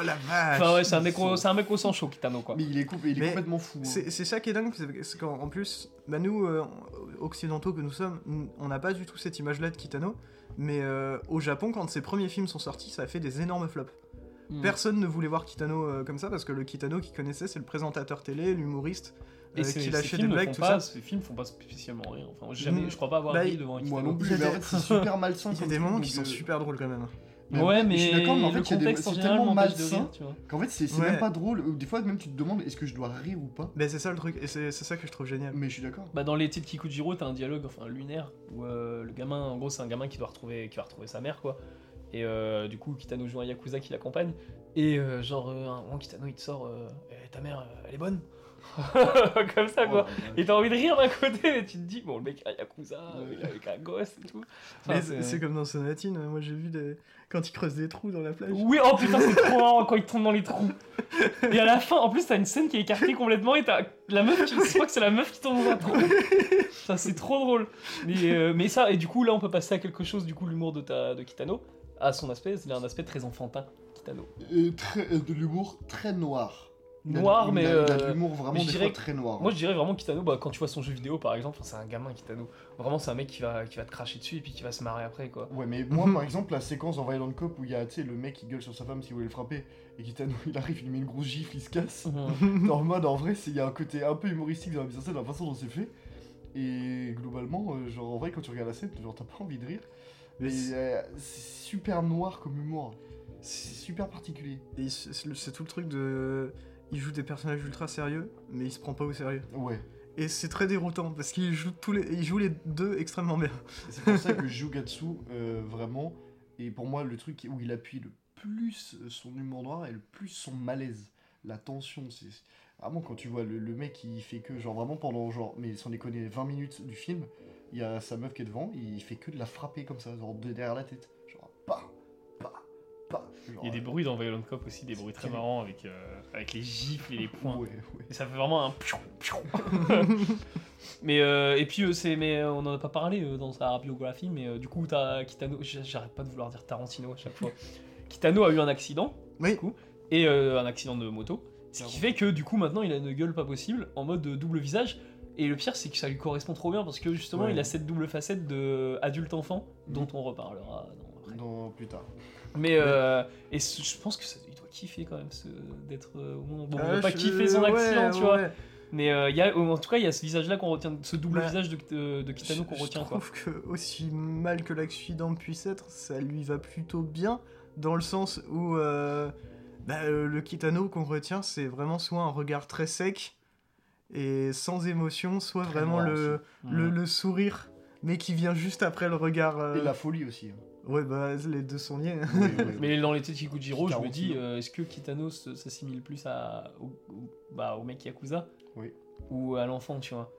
la
Ah,
vache.
enfin ouais c'est un mec au- c'est un mec au sang chaud Kitano quoi
Mais il est, coupé, il est
Mais
complètement fou. hein.
C'est c'est ça qui est dingue, c'est c'est qu'en en plus, bah nous, euh, occidentaux que nous sommes, n- on n'a pas du tout cette image-là de Kitano, mais euh, au Japon, quand ses premiers films sont sortis, ça a fait des énormes flops.
Mm.
Personne ne voulait voir Kitano euh, comme ça, parce que le Kitano qu'ils connaissaient, c'est le présentateur télé, l'humoriste,
et
euh,
ces,
qui
ces
lâchait
films
des
ne
blagues,
font
tout
pas,
ça.
ces films font pas spécialement rire enfin jamais
Mm.
je crois pas avoir
Bah,
ri
il-
devant un
Mmh. Moi
Kitano.
non plus, mais en fait, c'est super malsain.
Il y a
comme
des
truc,
moments
donc,
qui sont
euh,
super drôles quand même.
Mais
ouais,
je
mais
suis d'accord, mais en
le
fait, il y a des-
contexte en
c'est
général
tellement
m'empêche de
malsain.
rire, tu vois.
Qu'en fait, c'est c'est
Ouais.
même pas drôle. Ou Des fois, même tu te demandes est-ce que je dois rire ou pas
Ben, c'est ça le truc, et c'est c'est ça que je trouve génial.
Mais je suis d'accord.
Bah dans les titres Kikujiro, t'as un dialogue, enfin lunaire, où euh, le gamin, en gros, c'est un gamin qui doit retrouver, qui va retrouver sa mère, quoi. Et euh, du coup, Kitano joue un yakuza qui l'accompagne. Et euh, genre, euh, un moment, Kitano il te sort, euh, Eh, ta mère, euh, elle est bonne. Comme ça, quoi.
Oh, ouais.
Et t'as envie de rire d'un côté, et tu te dis, bon, le mec a un yakuza, euh, il est avec un gosse et tout. Enfin,
Mais
c'est-
c'est- c'est comme dans Sonatine, moi j'ai vu des... quand ils creusent des trous dans la plage.
Oui, oh putain, c'est trop marrant quand il tombe dans les trous. Et à la fin, en plus, t'as une scène qui est écartée complètement et t'as la meuf, qui- tu crois que c'est la meuf qui tombe dans un trou. Ça, c'est trop drôle. Mais, euh, mais ça, et du coup, là, on peut passer à quelque chose, du coup, l'humour de, ta, de Kitano, à son aspect, il a un aspect très enfantin, Kitano.
Et très- et de l'humour très noir. Il a de-
Noir,
il
mais.
a- Il a de
euh,
l'humour hein. vraiment
mais je
des
dirais
fois très noir.
Moi je dirais vraiment Kitano, bah, quand tu vois son jeu vidéo par exemple, c'est un gamin Kitano. Vraiment c'est un mec qui va, qui va te cracher dessus et puis qui va se marrer après quoi.
Ouais, mais
Mhm.
moi, par exemple, la séquence dans Violent Cop où il y a, tu sais, le mec qui gueule sur sa femme s'il voulait le frapper, et Kitano, il arrive, il lui met une grosse gifle, il se casse.
Mhm.
Dans le mode, en vrai, c'est- il y a un côté un peu humoristique dans la mise en scène, dans la façon dont c'est fait. Et globalement, euh, genre, en vrai, quand tu regardes la scène, genre, t'as pas envie de rire.
Mais
Mais
c'est-
euh, c'est super noir comme humour. C'est
c'est-
super particulier.
et c'est c'est le- c'est tout le truc de. Il joue des personnages ultra sérieux, mais il se prend pas au sérieux.
Ouais.
Et c'est très déroutant parce qu'il joue tous les, il joue les deux extrêmement bien.
C'est pour ça que Jugatsu, euh, vraiment, est pour moi le truc où il appuie le plus son humour noir et le plus son malaise. La tension, c'est. Vraiment, quand tu vois le, le mec, il fait que, genre, vraiment pendant, genre, mais sans déconner, 20 minutes du film, il y a sa meuf qui est devant, il fait que de la frapper comme ça, genre, de derrière la tête. Genre, pas, pas, pas.
Il y a des bruits dans Violent Cop aussi, des bruits très
Terrible.
marrants avec, euh, avec les gifles et les points.
Ouais, ouais.
Et ça fait vraiment un piou, piou. mais euh, et puis euh, c'est mais euh, on en a pas parlé euh, dans sa biographie mais euh, du coup t'as Kitano j- j'arrête pas de vouloir dire Tarantino à chaque fois Kitano a eu un accident
Oui.
du coup et euh, un accident de moto ce qui
Clairement.
fait que du coup maintenant il a une gueule pas possible en mode euh, double visage et le pire c'est que ça lui correspond trop bien parce que justement
Ouais.
il a cette double facette de euh, adulte enfant dont
Mhm.
on reparlera dans après.
Dans, plus tard.
Mais euh, et ce- je pense que ça, il doit kiffer quand même ce- d'être euh, au moins bon,
Ah,
il doit pas kiffer son accident, tu vois. Mais euh, il y a, en tout cas, il y a ce visage-là qu'on retient, ce double
Bah,
visage de, euh, de, de
Je,
Kitano qu'on
je
retient, quoi.
trouve que aussi mal que l'accident puisse être, ça lui va plutôt bien dans le sens où euh, bah, euh, le Kitano qu'on retient, c'est vraiment soit un regard très sec et sans émotion, soit
Très
vraiment
noir
le, le,
Mm.
le sourire, mais qui vient juste après le regard. euh,
Et la folie aussi. hein.
Ouais, bah les deux sont liés.
Ouais, ouais.
Mais dans les Tetsuikujiro, je me
Tarantino.
hein.
dis, euh, est-ce que Kitano se- s'assimile plus à, au, au- bah, au mec Yakuza
Oui.
ou à l'enfant, tu vois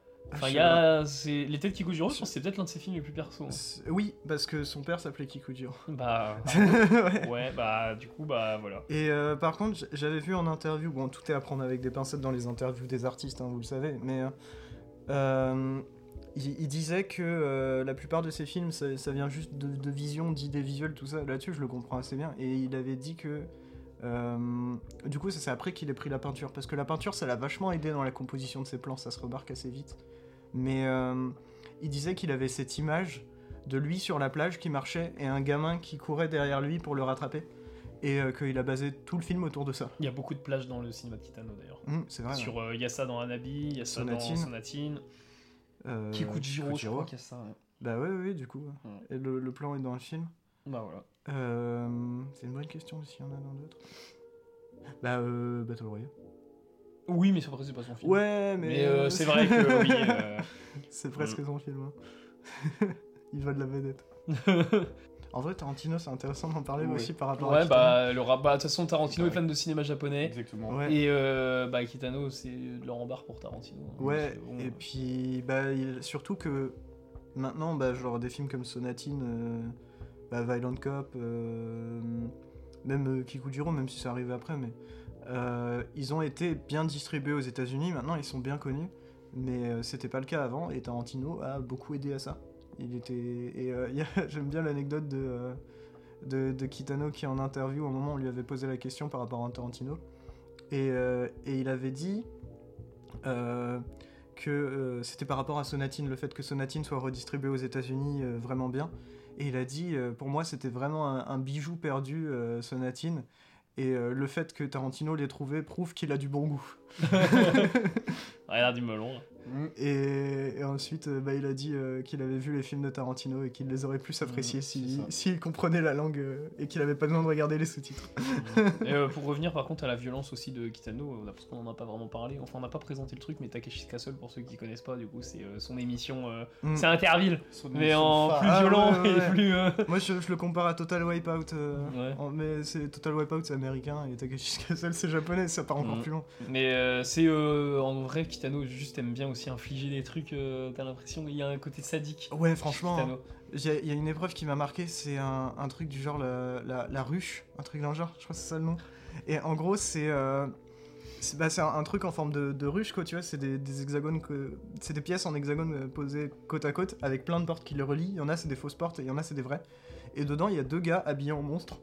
Ah, Je
Enfin, il
sais
y
pas.
a. c'est- Les Tetsuikujiro, je pense que c'est peut-être l'un de ses films les plus perso. hein.
C'est- Oui, parce que son père s'appelait Kikujiro.
Bah.
Ouais.
ouais, bah, du coup, bah, voilà.
Et euh, par contre, j- j'avais vu en interview, bon, tout est à prendre avec des pincettes dans les interviews des artistes, hein, vous le savez, mais euh, euh, il, il disait que euh, la plupart de ses films, ça, ça vient juste de, de visions, d'idées visuelles, tout ça. Là-dessus, je le comprends assez bien. Et il avait dit que. euh, du coup, ça c'est après qu'il ait pris la peinture, parce que la peinture, ça l'a vachement aidé dans la composition de ses plans, ça se remarque assez vite. Mais euh, il disait qu'il avait cette image de lui sur la plage qui marchait et un gamin qui courait derrière lui pour le rattraper et euh, qu'il a basé tout le film autour de ça.
Il y a beaucoup de plages dans le cinéma de Kitano, d'ailleurs.
Hum, c'est vrai.
Sur, euh, il y a ça dans Hanabi, il y a ça
Sonatine.
dans Sonatine.
Euh,
Kikujiro, je
Kikujiro.
crois qu'il y a ça. ouais.
Bah ouais, ouais, ouais, du coup.
Ouais.
Et le, le plan est dans le film.
Bah voilà.
Euh, c'est une bonne question s'il y en a dans d'autres. Bah, euh, Battle Royale.
Oui, mais après, c'est pas son film.
Ouais, mais.
mais euh, c'est vrai que oui. euh, mm.
c'est presque son film. hein. Il va de la vedette. En vrai, Tarantino, c'est intéressant d'en parler
Ouais.
aussi par rapport à.
ouais,
Kitano.
bah, le rap. bah, de toute façon, Tarantino est fan de cinéma japonais.
Exactement.
hein. Ouais.
Et euh, bah, Kitano, c'est de leur embarre pour Tarantino. hein.
Ouais,
C'est bon,
et
euh,
puis bah, il- surtout que maintenant, bah, genre des films comme Sonatine, euh, bah, Violent Cop, euh, même euh, Kikujiro, même si ça arrive après, mais euh, ils ont été bien distribués aux États-Unis, maintenant ils sont bien connus, mais euh, c'était pas le cas avant, et Tarantino a beaucoup aidé à ça. Il était. Et euh, il y a- j'aime bien l'anecdote de, euh, de, de Kitano qui, en interview, au moment où on lui avait posé la question par rapport à Tarantino, et, euh, et il avait dit. euh, que euh, c'était par rapport à Sonatine, le fait que Sonatine soit redistribué aux États-Unis euh, vraiment bien. Et il a dit, euh, pour moi, c'était vraiment un, un bijou perdu, euh, Sonatine. Et euh, le fait que Tarantino l'ait trouvé prouve qu'il a du bon goût.
Regarde du melon. hein.
Mm.
Et, et ensuite, euh, bah, il a dit euh, qu'il avait vu les films de Tarantino et qu'il les aurait plus appréciés
Mm,
si-
c'est ça.
s'il comprenait la langue euh, et qu'il avait pas besoin de regarder les sous-titres.
Et euh, pour revenir par contre à la violence aussi de Kitano, euh, parce qu'on n'en a pas vraiment parlé, enfin on n'a pas présenté le truc, mais Takeshi's Castle, pour ceux qui connaissent pas, du coup c'est euh, son émission, euh,
Mm.
c'est Interville,
Son
mais
émission
en
phare.
plus
Ah,
violent
ouais, ouais, ouais.
et plus... euh,
Moi, je, je le compare à Total Wipeout. euh,
Ouais.
en- mais c'est Total Wipeout, c'est américain et Takeshi's Castle, c'est japonais, ça part encore
Mm.
plus loin.
Mais euh, c'est euh, en vrai, Kitano juste aime bien aussi infliger des trucs, euh, t'as l'impression, il y a un côté sadique. chez
Ouais, Oh, franchement.
Kitano.
Il y, a- il y a une épreuve qui m'a marqué, c'est un, un truc du genre la, la- la ruche, un truc dans le genre, je crois que c'est ça le nom. Et en gros, c'est euh, c'est bah, c'est un, un truc en forme de, de ruche, quoi, tu vois, c'est des, des hexagones, que- c'est des pièces en hexagone euh, posées côte à côte avec plein de portes qui les relient. Il y en a, c'est des fausses portes et il y en a, c'est des vraies. Et dedans, il y a deux gars habillés en monstre.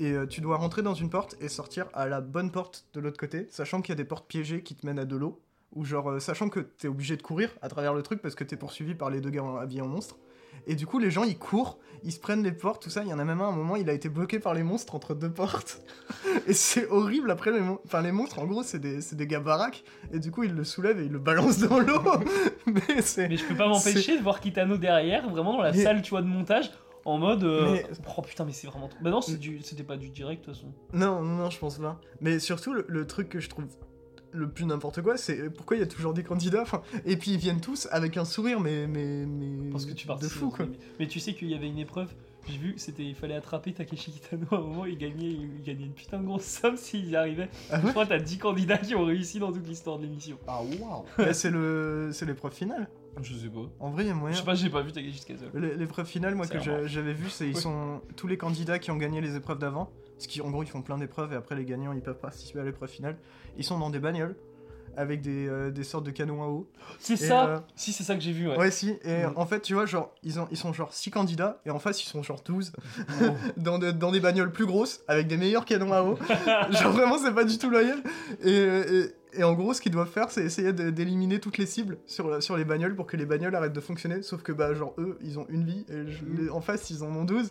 Et euh, tu dois rentrer dans une porte et sortir à la bonne porte de l'autre côté, sachant qu'il y a des portes piégées qui te mènent à de l'eau. Ou genre, euh, sachant que t'es obligé de courir à travers le truc parce que t'es poursuivi par les deux gars en- habillés en monstre. Et du coup, les gens, ils courent, ils se prennent les portes, tout ça. Il y en a même un, à un moment, il a été bloqué par les monstres entre deux portes. et c'est horrible. Après, les, mon- enfin, les monstres, en gros, c'est des, c'est des gars baraques. Et du coup, ils le soulèvent et ils le balancent dans l'eau. Mais c'est...
Mais je peux pas m'empêcher de voir Kitano derrière, vraiment dans la
Mais-
salle, tu vois, de montage, en mode... euh,
Mais-
Oh putain, mais c'est vraiment trop... Bah non, c'est du- c'était pas du direct, de toute façon.
Non, non, non, je pense pas. Mais surtout, le, le truc que je trouve le plus n'importe quoi, c'est pourquoi il y a toujours des candidats. enfin, Et puis, ils viennent tous avec un sourire, mais... mais, mais
Parce que tu
De
participes
fou,
aux
quoi.
émissions. Mais tu sais qu'il y avait une épreuve, j'ai vu, c'était il fallait attraper Takeshi Kitano à un moment, il gagnait, il gagnait une putain de grosse somme s'il y arrivait.
Ah
Je
ouais
crois que t'as 10 candidats qui ont réussi dans toute l'histoire de l'émission.
Ah waouh
Bah, c'est le... c'est l'épreuve finale.
Je sais pas.
En vrai, il y a
Je
moyen...
sais pas, j'ai pas vu Takeshi Castle.
L- L'épreuve finale, moi,
C'est
que
vraiment-
j'a- j'avais vu, c'est ils
Ouais.
sont tous les candidats qui ont gagné les épreuves d'avant, parce qu'en gros, ils font plein d'épreuves et après, les gagnants, ils peuvent participer à l'épreuve finale. Ils sont dans des bagnoles avec des, euh, des sortes de canons à eau.
C'est
Et,
ça
euh,
Si, c'est ça que j'ai vu, ouais.
Ouais. si. Et
Mm.
en fait, tu vois, genre, ils, ont, ils sont genre 6 candidats et en face, ils sont genre 12 dans, de- dans des bagnoles plus grosses avec des meilleurs canons à eau. genre, vraiment, c'est pas du tout loyal. Et, euh, et- et en gros, ce qu'ils doivent faire, c'est essayer de- d'éliminer toutes les cibles sur, la- sur les bagnoles pour que les bagnoles arrêtent de fonctionner. Sauf que, bah, genre, eux, ils ont une vie et je- les- en face, ils en ont 12.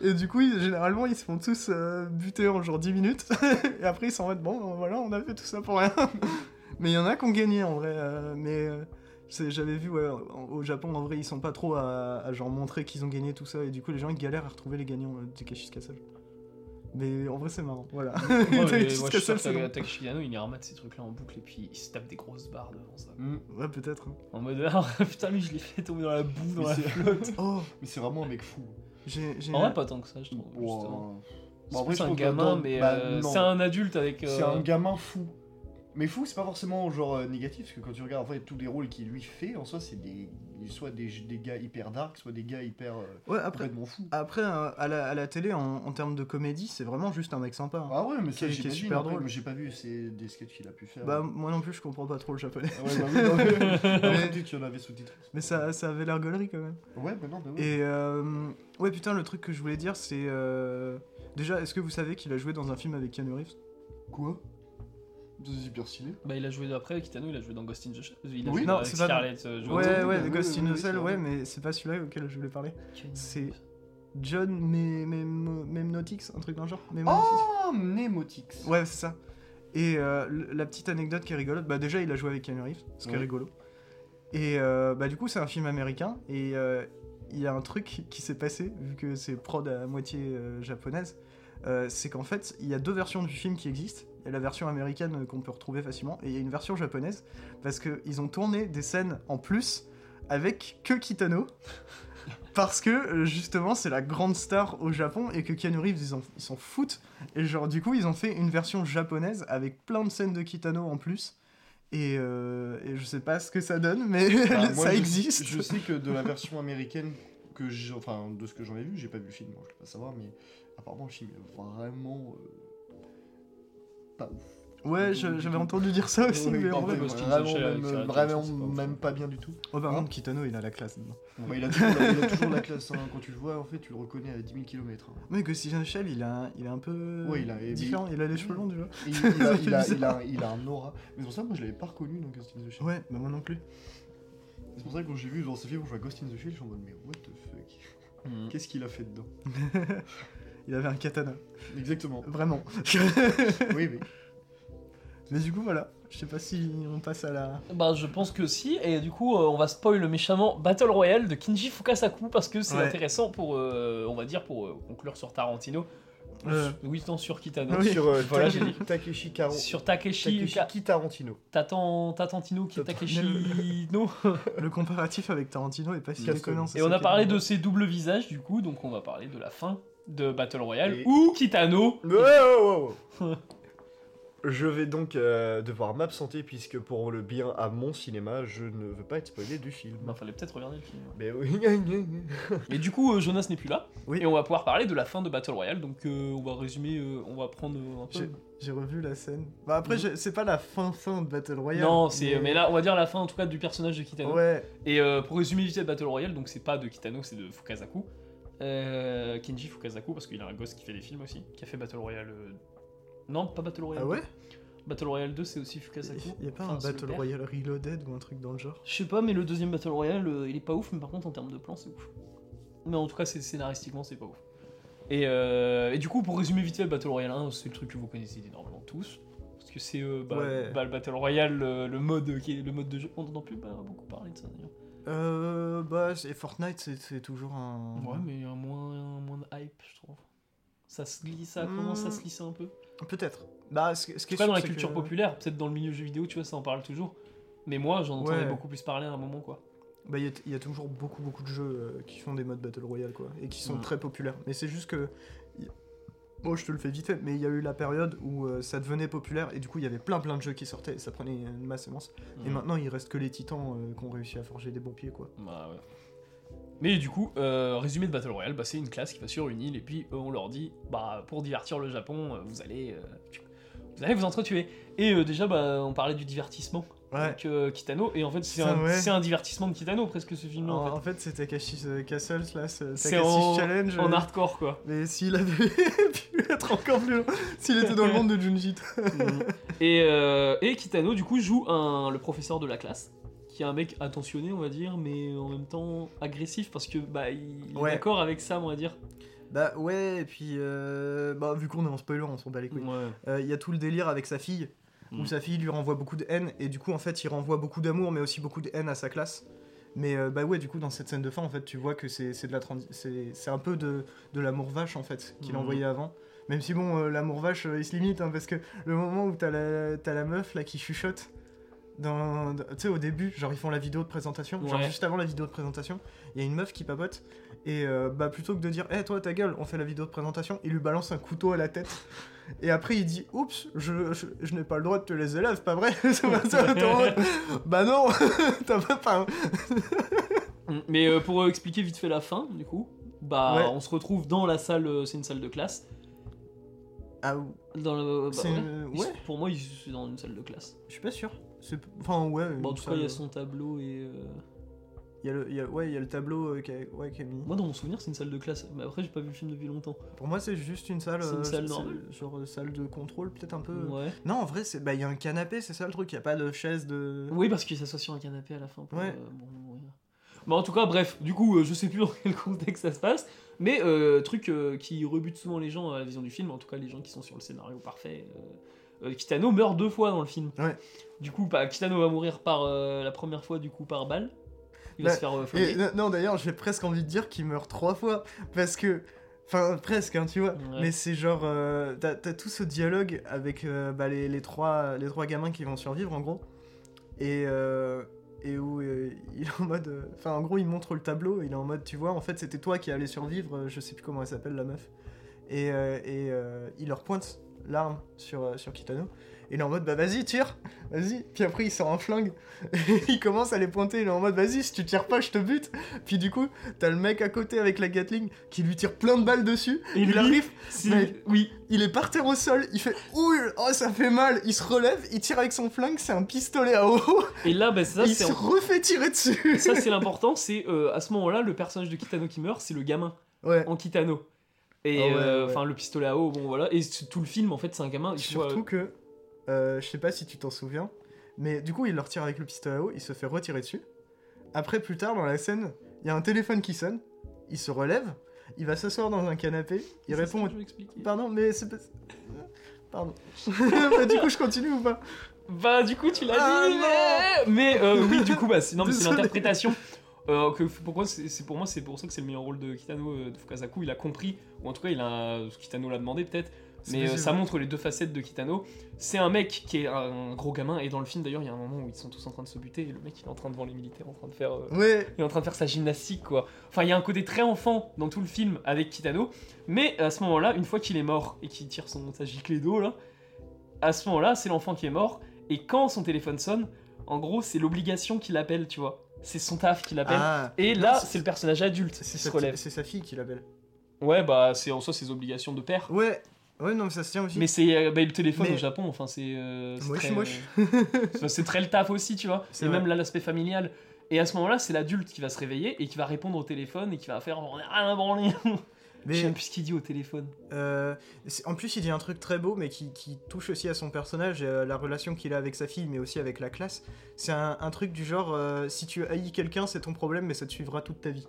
et du coup, ils- généralement, ils se font tous euh, buter en genre 10 minutes. et après, ils s'en vont, bon, ben, voilà, on a fait tout ça pour rien. mais il y en a qui ont gagné en vrai. euh, mais. euh, c'est- J'avais vu, ouais, en- au Japon, en vrai, ils sont pas trop à, à genre montrer qu'ils ont gagné tout ça, et du coup, les gens ils galèrent à retrouver les gagnants euh, du Kashi's Castle. Mais en vrai, c'est marrant, voilà.
Ouais, mais
Takeshi
moi, je suis
Castle,
sûr que
c'est drôle.
Takeshi Kitano, il les ramate ces trucs-là en boucle et puis il se tape des grosses barres devant ça.
Ouais, peut-être. hein.
En mode, ah, putain, lui, je l'ai fait tomber dans la boue, dans
Mais
la
c'est-
flotte.
Oh,
Mais c'est vraiment un mec fou.
j'ai. j'ai-
En vrai, pas tant que ça, je trouve. justement.
Wow.
C'est
Bah, en vrai,
plus
je
un
trouve que
gamin,
dans-
mais
bah,
euh,
non.
c'est un adulte avec.
C'est
euh,
un gamin fou. Mais fou, c'est pas forcément genre euh, négatif, parce que quand tu regardes en fait tous les rôles qu'il lui fait, en soi, c'est des, soit des, des gars hyper dark, soit des gars hyper euh,
Ouais, après,
complètement fous.
après euh, à, la, à la télé, en, en termes de comédie, c'est vraiment juste un mec sympa. hein.
Ah ouais, mais ça,
Qui- qui est
j'imagine,
super
après,
drôle.
mais J'ai pas vu c'est des sketchs qu'il a pu faire.
Bah, moi non plus, je comprends pas trop le japonais.
Ah ouais, bah oui, non, mais- Après, dès qu'il y en avait sous-titres.
Mais ça, ça avait l'air gaulerie quand même.
Ouais, bah non, bah ouais.
Et. euh, ouais, putain, le truc que je voulais dire, c'est. euh, Déjà, est-ce que vous savez qu'il a joué dans un film avec Keanu Reeves
Quoi Des hyper stylés
Bah, il a joué après Kitano, il a joué dans Ghost in the Shell. Il a
Oui,
joué
non,
dans
c'est pas-
Scarlett euh, Johansson.
Ouais, ouais,
oui,
The Ghost
oui,
in the
oui,
Cell,
c'est
ouais,
vrai.
mais c'est pas celui-là auquel je voulais parler.
Keanu
C'est-
Reeves.
John Mem- Mem- Memnotix, un truc dans le genre. Memnotix.
Oh, Mnemotix
ouais, c'est ça. Et euh, l- la petite anecdote qui est rigolote, bah déjà il a joué avec Keanu Reeves, ce qui est
Ouais.
rigolo. Et euh, bah du coup c'est un film américain et euh, il y a un truc qui s'est passé vu que c'est prod à moitié euh, japonaise, euh, c'est qu'en fait il y a deux versions du film qui existent. Il y a la version américaine euh, qu'on peut retrouver facilement et il y a une version japonaise parce qu'ils ont tourné des scènes en plus avec que Kitano. Parce que euh, justement, c'est la grande star au Japon et que Keanu Reeves, ils en- ils s'en foutent. Et genre, du coup, ils ont fait une version japonaise avec plein de scènes de Kitano en plus. Et, euh, et je sais pas ce que ça donne, mais
Bah, moi,
ça
je-
existe.
Je sais que de la version américaine, que j'ai- enfin de ce que j'en ai vu, j'ai pas vu le film, donc je peux pas savoir, mais apparemment le film est vraiment euh, pas ouf.
Ouais, je- j'avais entendu dire ça aussi,
Ouais,
mais en
en
vrai.
vrai,
Ghost in the
vraiment,
Shell avec
même,
Sarah
vraiment
Jessica Parker, c'est pas
même
ouf.
pas bien du tout.
Oh, par contre, Kitano, il a la classe. dedans.
Bah, il, a toujours la, il a toujours la classe, hein. quand tu le vois, en fait, tu le reconnais à 10 000 km.
Mais Ghost in the Shell, il a, il est un peu
Ouais, il a- Mm.
différent. Il a les cheveux longs, déjà.
Il, il a,
fait
il, a,
bizarre.
il, a, il a un aura. Mais c'est pour ça que moi je l'avais pas reconnu dans Ghost in the Shell.
Ouais, bah moi non plus.
C'est pour ça que quand j'ai vu dans ce film, on joue à Ghost in the Shell, je suis en mode mais what the fuck
Mm.
Qu'est-ce qu'il a fait dedans
Il avait un katana.
Exactement.
Vraiment.
oui, oui.
Mais du coup, voilà. Je sais pas si on passe à la.
Bah, je pense que si, et du coup, euh, on va spoil méchamment Battle Royale de Kinji Fukasaku parce que c'est
Ouais.
intéressant pour, euh, on va dire, pour euh, conclure sur Tarantino.
Euh.
Oui, non, sur Kitano.
Oui.
Sur euh,
Voilà,
Takeshi-
j'ai
Takeshi Karo-
Sur Takeshi,
Takeshi Ki Tarantino.
Tatan, Tatantino qui est
Tatan-
Takeshi. No.
Le comparatif avec Tarantino est pas si
Casse-couille.
déconnant. ça,
Et on
c'est
a parlé
clair.
de ses doubles visages, du coup, donc on va parler de la fin de Battle Royale
Et-
ou Kitano.
Wow, wow, wow. Je vais donc euh, devoir m'absenter puisque pour le bien à mon cinéma, je ne veux pas être spoilé du film.
Bah, fallait peut-être regarder le film.
Mais oui.
Mais du coup, euh, Jonas n'est plus là.
Oui.
Et on va pouvoir parler de la fin de Battle Royale. Donc, euh, on va résumer, euh, on va prendre euh, un peu.
J'ai- J'ai revu la scène. Bah après,
Mhm.
je- c'est pas la fin fin de Battle Royale.
non, c'est. euh, Mais là, on va dire la fin en tout cas du personnage de Kitano.
Ouais.
Et euh, pour résumer vite fait Battle Royale, donc c'est pas de Kitano, c'est de Fukasaku. Euh, Kenji Fukasaku, parce qu'il a un gosse qui fait des films aussi, qui a fait Battle Royale. euh, Non, pas Battle Royale.
Ah ouais
Battle Royale 2, c'est aussi Fukasaku.
Il y a pas
Enfin,
un
c'est le
Battle
père.
Royale Reloaded ou un truc dans le genre
Je sais pas, mais le deuxième Battle Royale, euh, il est pas ouf, mais par contre, en termes de plan, c'est ouf. Mais en tout cas, c'est scénaristiquement, c'est pas ouf. Et, euh, et du coup, pour résumer vite fait, Battle Royale 1, c'est le truc que vous connaissez énormément tous. Parce que c'est euh, bah,
Ouais.
bah, le Battle Royale, euh, le, mode qui est le mode de jeu. On n'entend plus bah, beaucoup parler de ça d'ailleurs.
Euh. Bah, c'est- Fortnite, c'est- c'est toujours un.
Ouais, mais il y a moins, moins de hype, je trouve. Ça se glisse, ça
Hmm.
commence à se lisser un peu.
Peut-être. Bah, ce, ce qui
C'est
est
pas
sûr,
dans la
c'est
culture
que-
populaire, peut-être dans le milieu jeu vidéo, tu vois, ça en parle toujours. Mais moi, j'en entendais
Ouais.
beaucoup plus parler à un moment, quoi.
Bah, il y, a- il y a toujours beaucoup, beaucoup de jeux euh, qui font des modes Battle Royale, quoi, et qui sont
Mm.
très populaires. Mais c'est juste que. y- Bon, je te le fais vite fait, mais il y a eu la période où euh, ça devenait populaire, et du coup, il y avait plein, plein de jeux qui sortaient, et ça prenait une masse immense. Et
Hmm.
maintenant, il reste que les titans euh, qui ont réussi à forger des bons pieds, quoi.
Bah ouais. Mais du coup, euh, résumé de Battle Royale, bah, c'est une classe qui va sur une île et puis euh, on leur dit, bah pour divertir le Japon, euh, vous allez, euh, vous allez vous entretuer. Et euh, déjà, bah on parlait du divertissement
Ouais.
avec euh, Kitano et en fait c'est
Ça,
un,
ouais. Oh,
c'est un divertissement de Kitano presque ce film-là.
en,
En,
en fait, c'est Takashi's euh, Castles, là, ce-
C'est
Takashi's
en-
Challenge.
fait. en
euh,
hardcore quoi.
Mais s'il avait pu être encore plus loin, s'il était dans le monde de Junji.
Mm. et, euh, et Kitano du coup joue un, le professeur de la classe qui est un mec attentionné on va dire mais en même temps agressif parce que bah il est
Ouais.
d'accord avec ça on va dire.
Bah ouais, et puis euh, bah, vu qu'on est en spoiler, on s'en bat les couilles. Euh,
Ouais.
Il y a tout le délire avec sa fille,
Mm.
où sa fille lui renvoie beaucoup de haine, et du coup en fait il renvoie beaucoup d'amour, mais aussi beaucoup de haine à sa classe. Mais euh, bah ouais, du coup dans cette scène de fin en fait tu vois que c'est c'est de la transi- c'est c'est un peu de, de l'amour vache en fait qu'il
Mhm.
envoyait avant. Même si bon euh, l'amour vache euh, il se limite hein, parce que le moment où t'as la t'as la meuf là qui chuchote. Dans, dans- tu sais au début genre ils font la vidéo de présentation genre
Ouais.
juste avant la vidéo de présentation il y a une meuf qui papote et euh, bah plutôt que de dire, hé toi ta gueule, on fait la vidéo de présentation, il lui balance un couteau à la tête. Et après il dit, oups, je, je, je n'ai pas le droit de te les élèves, pas vrai Ça va, ça va, t'es en mode, Bah non, t'as pas pas.
Mm, Mais euh, pour euh, expliquer vite fait la fin, du coup, bah
Ouais.
on se retrouve dans la salle, euh, c'est une salle de classe.
Ah,
Dans le, bah,
c'est
ouais.
une-
Ils-
ouais,
Pour moi, ils sont dans une salle de classe.
je suis pas sûr. C'est- Enfin ouais.
Bah, en
une
tout cas, il y a
salle-
son tableau et. euh,
il y a le, il y a- ouais, il y a le tableau euh, qui a- ouais, qui a mis.
Moi, dans mon souvenir, c'est une salle de classe. Mais après, j'ai pas vu le film depuis longtemps.
Pour moi c'est juste une salle,
C'est une
euh,
salle normale.
genre euh, salle de contrôle peut-être un peu.
Ouais.
Non en vrai c'est, bah il y a un canapé, c'est ça le truc, il y a pas de chaise de.
Oui, parce qu'il s'assoit sur un canapé à la fin. Pour,
Ouais.
euh, bon, mourir. Bah, en tout cas, bref, du coup, euh, je sais plus dans quel contexte ça se passe, mais euh, truc euh, qui rebute souvent les gens à la vision du film, en tout cas les gens qui sont sur le scénario parfait. euh, euh, Kitano meurt deux fois dans le film.
Ouais.
Du coup, bah, Kitano va mourir par euh, la première fois, du coup, par balle. Il va
Bah,
se faire euh,
Et
flinguer.
non, non, d'ailleurs, j'ai presque envie de dire qu'il meurt trois fois. Parce que. Enfin, presque, hein, tu vois.
Ouais.
Mais c'est genre. euh, T'as t'as tout ce dialogue avec euh, bah, les, les trois, les trois gamins qui vont survivre, en gros. Et. euh, et où euh, il est en mode. euh, Enfin, en gros, il montre le tableau. Il est en mode, tu vois, en fait, c'était toi qui allais survivre. euh, Je sais plus comment elle s'appelle, la meuf. Et, euh, et euh, il leur pointe l'arme sur, euh, sur Kitano. Et il est en mode, bah vas-y, tire, vas-y. Puis après, il sort un flingue. il commence à les pointer. Il est en mode, vas-y, si tu tires pas, je te bute. Puis du coup, t'as le mec à côté avec la Gatling qui lui tire plein de balles dessus.
Et
il
lui-
arrive,
Si-
mais-
Oui,
il est par terre au sol. Il fait, ouh, oh, ça fait mal. Il se relève, il tire avec son flingue. C'est un pistolet à eau.
et là, bah, ça,
et il
c'est
se refait tirer dessus.
ça, c'est l'important, c'est euh, à ce moment-là, le personnage de Kitano qui meurt, c'est le gamin.
ouais.
en Kitano. Et
Ah ouais,
euh,
ouais.
enfin le pistolet à eau, bon voilà. Et c'est- tout le film en fait c'est un gamin. il se voit-
Surtout que, euh, je sais pas si tu t'en souviens, mais du coup, il leur tire avec le pistolet à eau, il se fait retirer dessus. Après, plus tard dans la scène, il y a un téléphone qui sonne, il se relève, il va s'asseoir dans un canapé, il
C'est
répond
ça
au
que je veux expliquer.
Pardon, mais c'est pas... Pardon. Bah, du coup, je continue ou pas
Bah du coup tu l'as
Ah,
dit mais mais euh, oui du coup bah c'est non mais c'est
Désolé.
l'interprétation euh, que pourquoi c'est c'est- pour moi c'est pour ça que c'est le meilleur rôle de Kitano euh, de Fukasaku il a compris ou en tout cas il a Kitano l'a demandé peut-être
C'est
mais euh,
possible.
ça montre les deux facettes de Kitano c'est un mec qui est un gros gamin et dans le film d'ailleurs il y a un moment où ils sont tous en train de se buter et le mec il est en train devant les militaires en train de faire euh,
Ouais.
il est en train de faire sa gymnastique quoi. Enfin, il y a un côté très enfant dans tout le film avec Kitano, mais à ce moment-là, une fois qu'il est mort et qu'il tire son sa gicle d'eau là, à ce moment-là, c'est l'enfant qui est mort et quand son téléphone sonne, en gros, c'est l'obligation qui l'appelle, tu vois. C'est son taf qui l'appelle.
Ah,
et là,
non,
c'est le personnage adulte
c'est
qui
sa
se
fi-
relève.
C'est sa fille qui l'appelle.
Ouais, bah c'est en soi ses obligations de père.
Ouais. Ouais, non, mais ça se tient aussi.
Mais c'est euh, bah, le téléphone
Mais-
au Japon, enfin c'est. euh, c'est
Moche,
très,
moche.
euh, c'est très le taf aussi, tu vois.
C'est
Et même
vrai.
là, l'aspect familial. Et à ce moment-là, c'est l'adulte qui va se réveiller et qui va répondre au téléphone et qui va faire on est rien à branler.
Mais,
J'aime plus ce qu'il dit au téléphone.
euh, c'est- en plus, il dit un truc très beau, mais qui, qui touche aussi à son personnage, et à la relation qu'il a avec sa fille, mais aussi avec la classe. C'est un, un truc du genre, euh, si tu haïs quelqu'un, c'est ton problème, mais ça te suivra toute ta vie.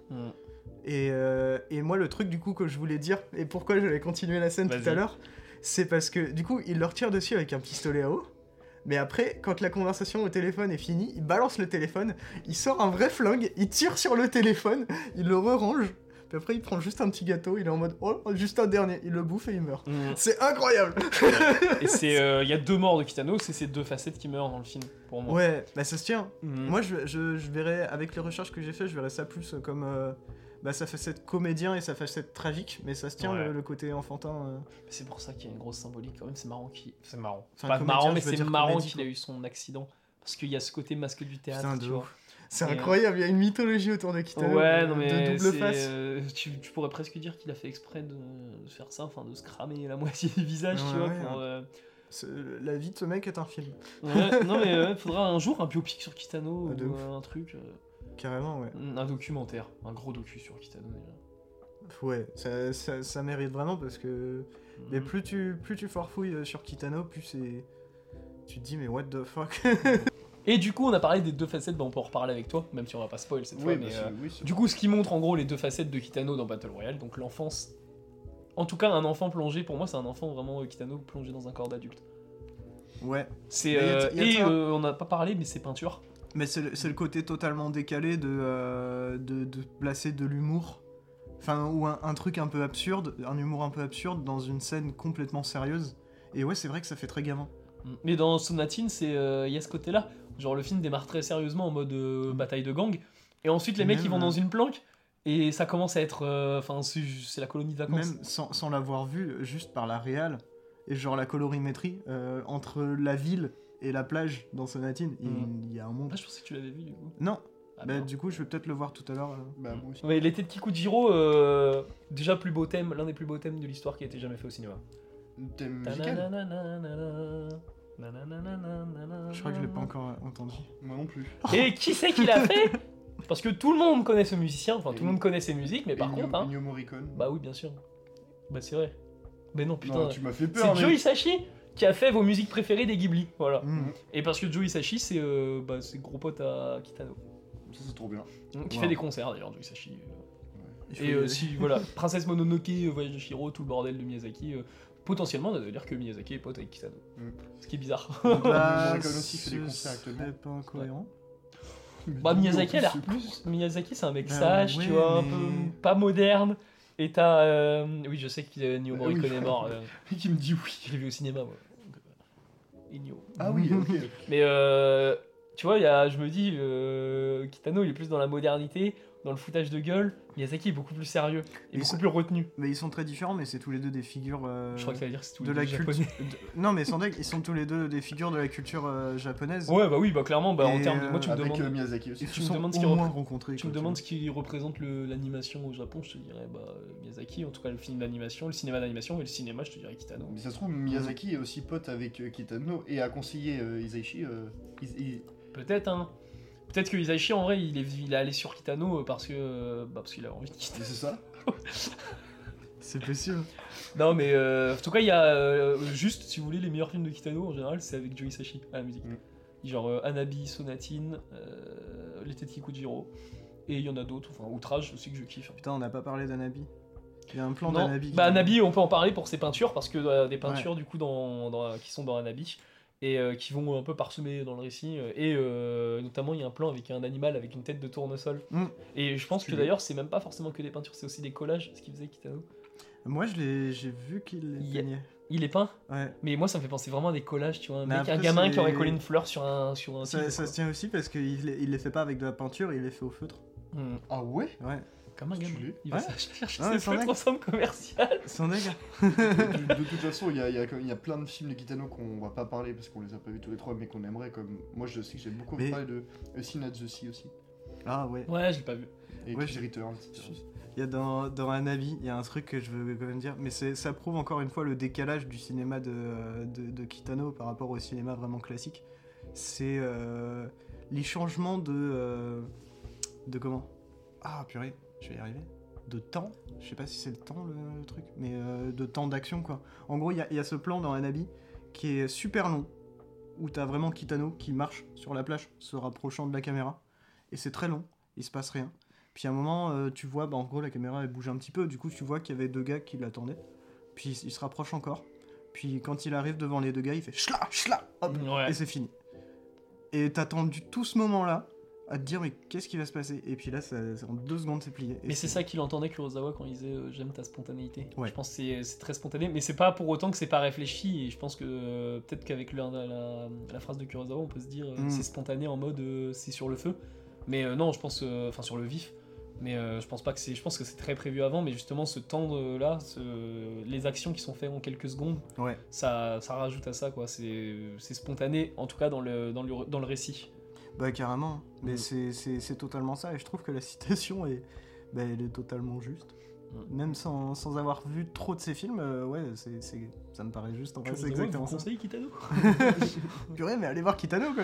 Et, euh, et moi, le truc du coup que je voulais dire, et pourquoi j'avais continué la scène tout à
Vas-y.
l'heure, c'est parce que du coup, il leur tire dessus avec un pistolet à eau. Mais après, quand la conversation au téléphone est finie, il balance le téléphone, il sort un vrai flingue, il tire sur le téléphone, il le re-range, puis après il prend juste un petit gâteau, il est en mode oh, juste un dernier, il le bouffe et il meurt.
Mm.
C'est incroyable!
Et c'est, euh, il y a deux morts de Kitano, c'est ces deux facettes qui meurent dans le film, pour moi.
Ouais, bah ça se tient.
Mm.
Moi, je, je, je verrais, avec les recherches que j'ai fait, je verrais ça plus comme euh, bah, sa facette comédien et sa facette tragique, mais ça se tient
Ouais.
le, le côté enfantin. euh.
C'est pour ça qu'il y a une grosse symbolique quand même. C'est marrant qu'il,
C'est marrant.
Enfin,
enfin, pas
comédien,
marrant,
je
mais
veux
c'est
dire
marrant
comédie,
qu'il a eu son accident parce qu'il y a ce côté masque du théâtre.
Putain, de
tu
ouf.
vois.
C'est
Et, euh,
incroyable, il y a une mythologie autour de Kitano.
Ouais,
de-
non mais
De double
c'est,
face.
euh, tu, tu pourrais presque dire qu'il a fait exprès de, de faire ça, enfin de se cramer la moitié du visage, tu
Ouais,
vois.
ouais,
pour,
hein.
euh,
Ce- La vie de ce mec est un film.
ouais, non mais il faudra un jour un biopic sur Kitano
Ah, de
ou
ouf.
euh, un truc, euh,
Carrément, ouais.
un documentaire, un gros docu sur Kitano déjà.
Ouais, ça, ça- ça mérite vraiment parce que. Mais
Mm.
plus tu, plus tu farfouilles euh, sur Kitano, plus c'est. Tu te dis, mais what the fuck
Et du coup, on a parlé des deux facettes, bah, on peut en reparler avec toi, même si on va pas spoil cette fois.
Oui,
mais,
bah,
euh,
c'est- oui, c'est-
du coup, ce qui montre en gros les deux facettes de Kitano dans Battle Royale, donc l'enfance. En tout cas, un enfant plongé, pour moi, c'est un enfant vraiment euh, Kitano plongé dans un corps d'adulte.
Ouais. Mais
C'est
y a-
euh,
y a
et
ça.
euh, on n'a pas parlé, mais c'est peinture.
Mais c'est le, c'est le côté totalement décalé de, euh, de, de placer de l'humour. Enfin, ou un, un truc un peu absurde, un humour un peu absurde dans une scène complètement sérieuse. Et ouais, c'est vrai que ça fait très gamin.
Mais dans Sonatine, c'est euh, il y a ce côté-là. Genre le film démarre très sérieusement en mode euh, bataille de gang, et ensuite les
Et
mecs
même,
ils vont dans
euh,
une planque et ça commence à être, euh, enfin c'est- c'est la colonie de vacances.
Même sans, sans l'avoir vu, juste par la réal et genre la colorimétrie, euh, entre la ville et la plage dans Sonatine, il
Mhm.
il y a un monde.
Ah, je pensais que tu l'avais vu du coup.
Non,
Ah,
bah,
merde.
du coup, je vais peut-être le voir tout à l'heure. euh.
Bah, moi aussi.
Mais l'été de Kikujiro, euh, déjà plus beau thème, l'un des plus beaux thèmes de l'histoire qui a été jamais fait au cinéma.
Thème musical
Je crois que je l'ai pas encore euh, entendu.
Moi non plus.
Et qui c'est qui l'a fait Parce que tout le monde connaît ce musicien, enfin tout le
Et-
monde connaît ses musiques, mais par
Ennio-
contre, hein,
Ennio Morricone.
bah oui, bien sûr. Bah c'est vrai. Mais non, putain.
non, tu m'as fait
C'est
peur.
Joe
mais-
Hisaishi qui a fait vos musiques préférées des Ghibli, voilà.
Mhm.
Et parce que Joe Hisaishi, c'est euh, bah, c'est gros pote à Kitano,
Ça, c'est trop bien.
qui
Wow.
fait des concerts d'ailleurs, Joe Hisaishi.
Il faut
Et
y
euh,
aller.
si, voilà, Princesse Mononoke, euh, Voyage de Shiro, tout le bordel de Miyazaki, euh, potentiellement, on va dire que Miyazaki est pote avec Kitano.
Mm.
Ce qui est bizarre.
Bah,
Ennio Morricone aussi fait des
ce
concerts actuellement.
serait pas incohérent.
bah,
Lui, en
Miyazaki a l'air
c'est
plus. Miyazaki, c'est un mec
Bah,
sage, tu
ouais,
vois,
mais-
un peu pas moderne. Et t'as. euh, Oui, je sais qu'il y a Nio
Ah
Morricone
oui.
est mort. euh,
cool. Qui me dit oui.
je l'ai vu au cinéma, moi. Donc, euh, Ennio.
Ah oui, ok.
Mais euh, tu vois, il y a- je me dis, euh, Kitano, il est plus dans la modernité, dans le foutage de gueule. Miyazaki est beaucoup plus sérieux, et
Mais
beaucoup
ça-
plus retenu.
Mais ils sont très différents, mais c'est tous les deux des figures. euh,
je crois que ça veut dire que c'est tous
de
les
la
deux
culture.
japonais.
de- Non, mais sans deck, ils sont tous les deux des figures de la culture euh, japonaise.
Ouais, bah oui, bah clairement, bah, en
Et,
termes de. Moi, tu me
Avec
demandes.
euh, Miyazaki aussi.
Ils
tu
se
me
sont
demandes ce
au
qu'ils
moins
repr-
rencontrés.
Tu me
quoi,
demandes ce qui représente le- l'animation au Japon, je te dirais bah, euh, Miyazaki, en tout cas le film d'animation, le cinéma d'animation et le cinéma, je te dirais Kitano.
Mais ça se trouve, Miyazaki est aussi pote avec euh, Kitano et a conseillé euh, Isaichi. euh, Is- Is-
Peut-être, hein. Peut-être que Isaichi, en vrai, il est, il est allé sur Kitano euh, parce que euh, bah, parce qu'il a envie de Kitano.
Mais c'est ça
C'est possible.
Non, mais euh, en tout cas, il y a euh, juste, si vous voulez, les meilleurs films de Kitano en général, c'est avec Joe Hisaishi à la musique.
Mm.
Genre euh, Anabi, Sonatine, euh, L'été de Kikujiro, et il y en a d'autres, enfin Outrage aussi que je kiffe.
Putain, on n'a pas parlé d'Anabi. Il y a un plan
Non.
d'Anabi. qui-
Bah, Anabi, on peut en parler pour ses peintures, parce que euh, des peintures du coup dans, dans- qui sont dans Anabi et euh, qui vont un peu parsemer dans le récit. euh, Et euh, notamment, il y a un plan avec un animal avec une tête de tournesol.
Mm.
Et je pense que
Stylé.
d'ailleurs, c'est même pas forcément que des peintures, c'est aussi des collages, ce qu'il faisait Kitano.
Moi, je l'ai- j'ai vu qu'il les
Il y a-
peignait.
Il est peint,
Ouais.
mais moi ça me fait penser vraiment à des collages, tu vois. Un,
Mais
mec,
après,
un gamin
c'est-
qui aurait collé une fleur sur un. Sur un
Ça,
tigre,
ça
quoi.
se tient aussi parce qu'il les- il les fait pas avec de la peinture, il les fait au feutre.
Mm.
Ah ouais
Ouais.
Comme un gamin.
Stylé.
Il va
Ouais.
chercher
Non, mais
ses
c'est vrai
feutres
que-
au centre commercial.
Sans dégâts.
de, de toute façon, il y a, il y a quand- il y a plein de films de Kitano qu'on va pas parler parce qu'on les a pas vus tous les trois, mais qu'on aimerait comme. Moi, je sais que j'ai beaucoup
Mais-
parlé de A Sin at the Sea aussi.
Ah ouais.
Ouais, j'ai pas vu.
Et
Ouais,
Kid
je-
Returns.
Il y a dans, dans Anabi, il y a un truc que je veux quand même dire, mais c'est- ça prouve encore une fois le décalage du cinéma de, euh, de, de Kitano par rapport au cinéma vraiment classique. C'est euh, les changements de. euh, de comment Ah purée, je vais y arriver. De temps Je sais pas si c'est le temps le, le truc, mais euh, de temps d'action quoi. En gros, il y a, il y a ce plan dans Anabi qui est super long, où t'as vraiment Kitano qui marche sur la plage, se rapprochant de la caméra, et c'est très long, il se passe rien. Puis à un moment, euh, tu vois, bah, en gros, la caméra elle bouge un petit peu. Du coup, tu vois qu'il y avait deux gars qui l'attendaient. Puis il- il se rapproche encore. Puis quand il arrive devant les deux gars, il fait chla chla hop,
Ouais.
et c'est fini. Et t'as attendu tout ce moment-là à te dire mais qu'est-ce qui va se passer Et puis là, ça- ça- en deux secondes, c'est plié. Et
Mais c'est ça qu'il entendait Kurosawa quand il disait euh, j'aime ta spontanéité.
Ouais.
Je pense que c'est- c'est très spontané, mais c'est pas pour autant que c'est pas réfléchi. Et je pense que euh, peut-être qu'avec la, la- la phrase de Kurosawa, on peut se dire euh,
Mm.
c'est spontané en mode euh, c'est sur le feu. Mais euh, non, je pense, euh, enfin sur le vif. Mais euh, je pense pas que c'est, je pense que c'est très prévu avant. Mais justement, ce temps de- là, ce- les actions qui sont faites en quelques secondes,
Ouais.
ça, ça rajoute à ça quoi. C'est, c'est spontané, en tout cas dans le, dans le, dans le récit.
Bah carrément. Mais
Mm.
c'est- c'est c'est totalement ça. Et je trouve que la citation est, bah, elle est totalement juste.
Mm.
Même sans, sans avoir vu trop de ces films, euh, ouais, c'est c'est- ça me paraît juste. En vrai, c'est
Kurosawa,
exactement
vous
ça.
conseillez Kitano
Purée, mais allez voir Kitano quoi.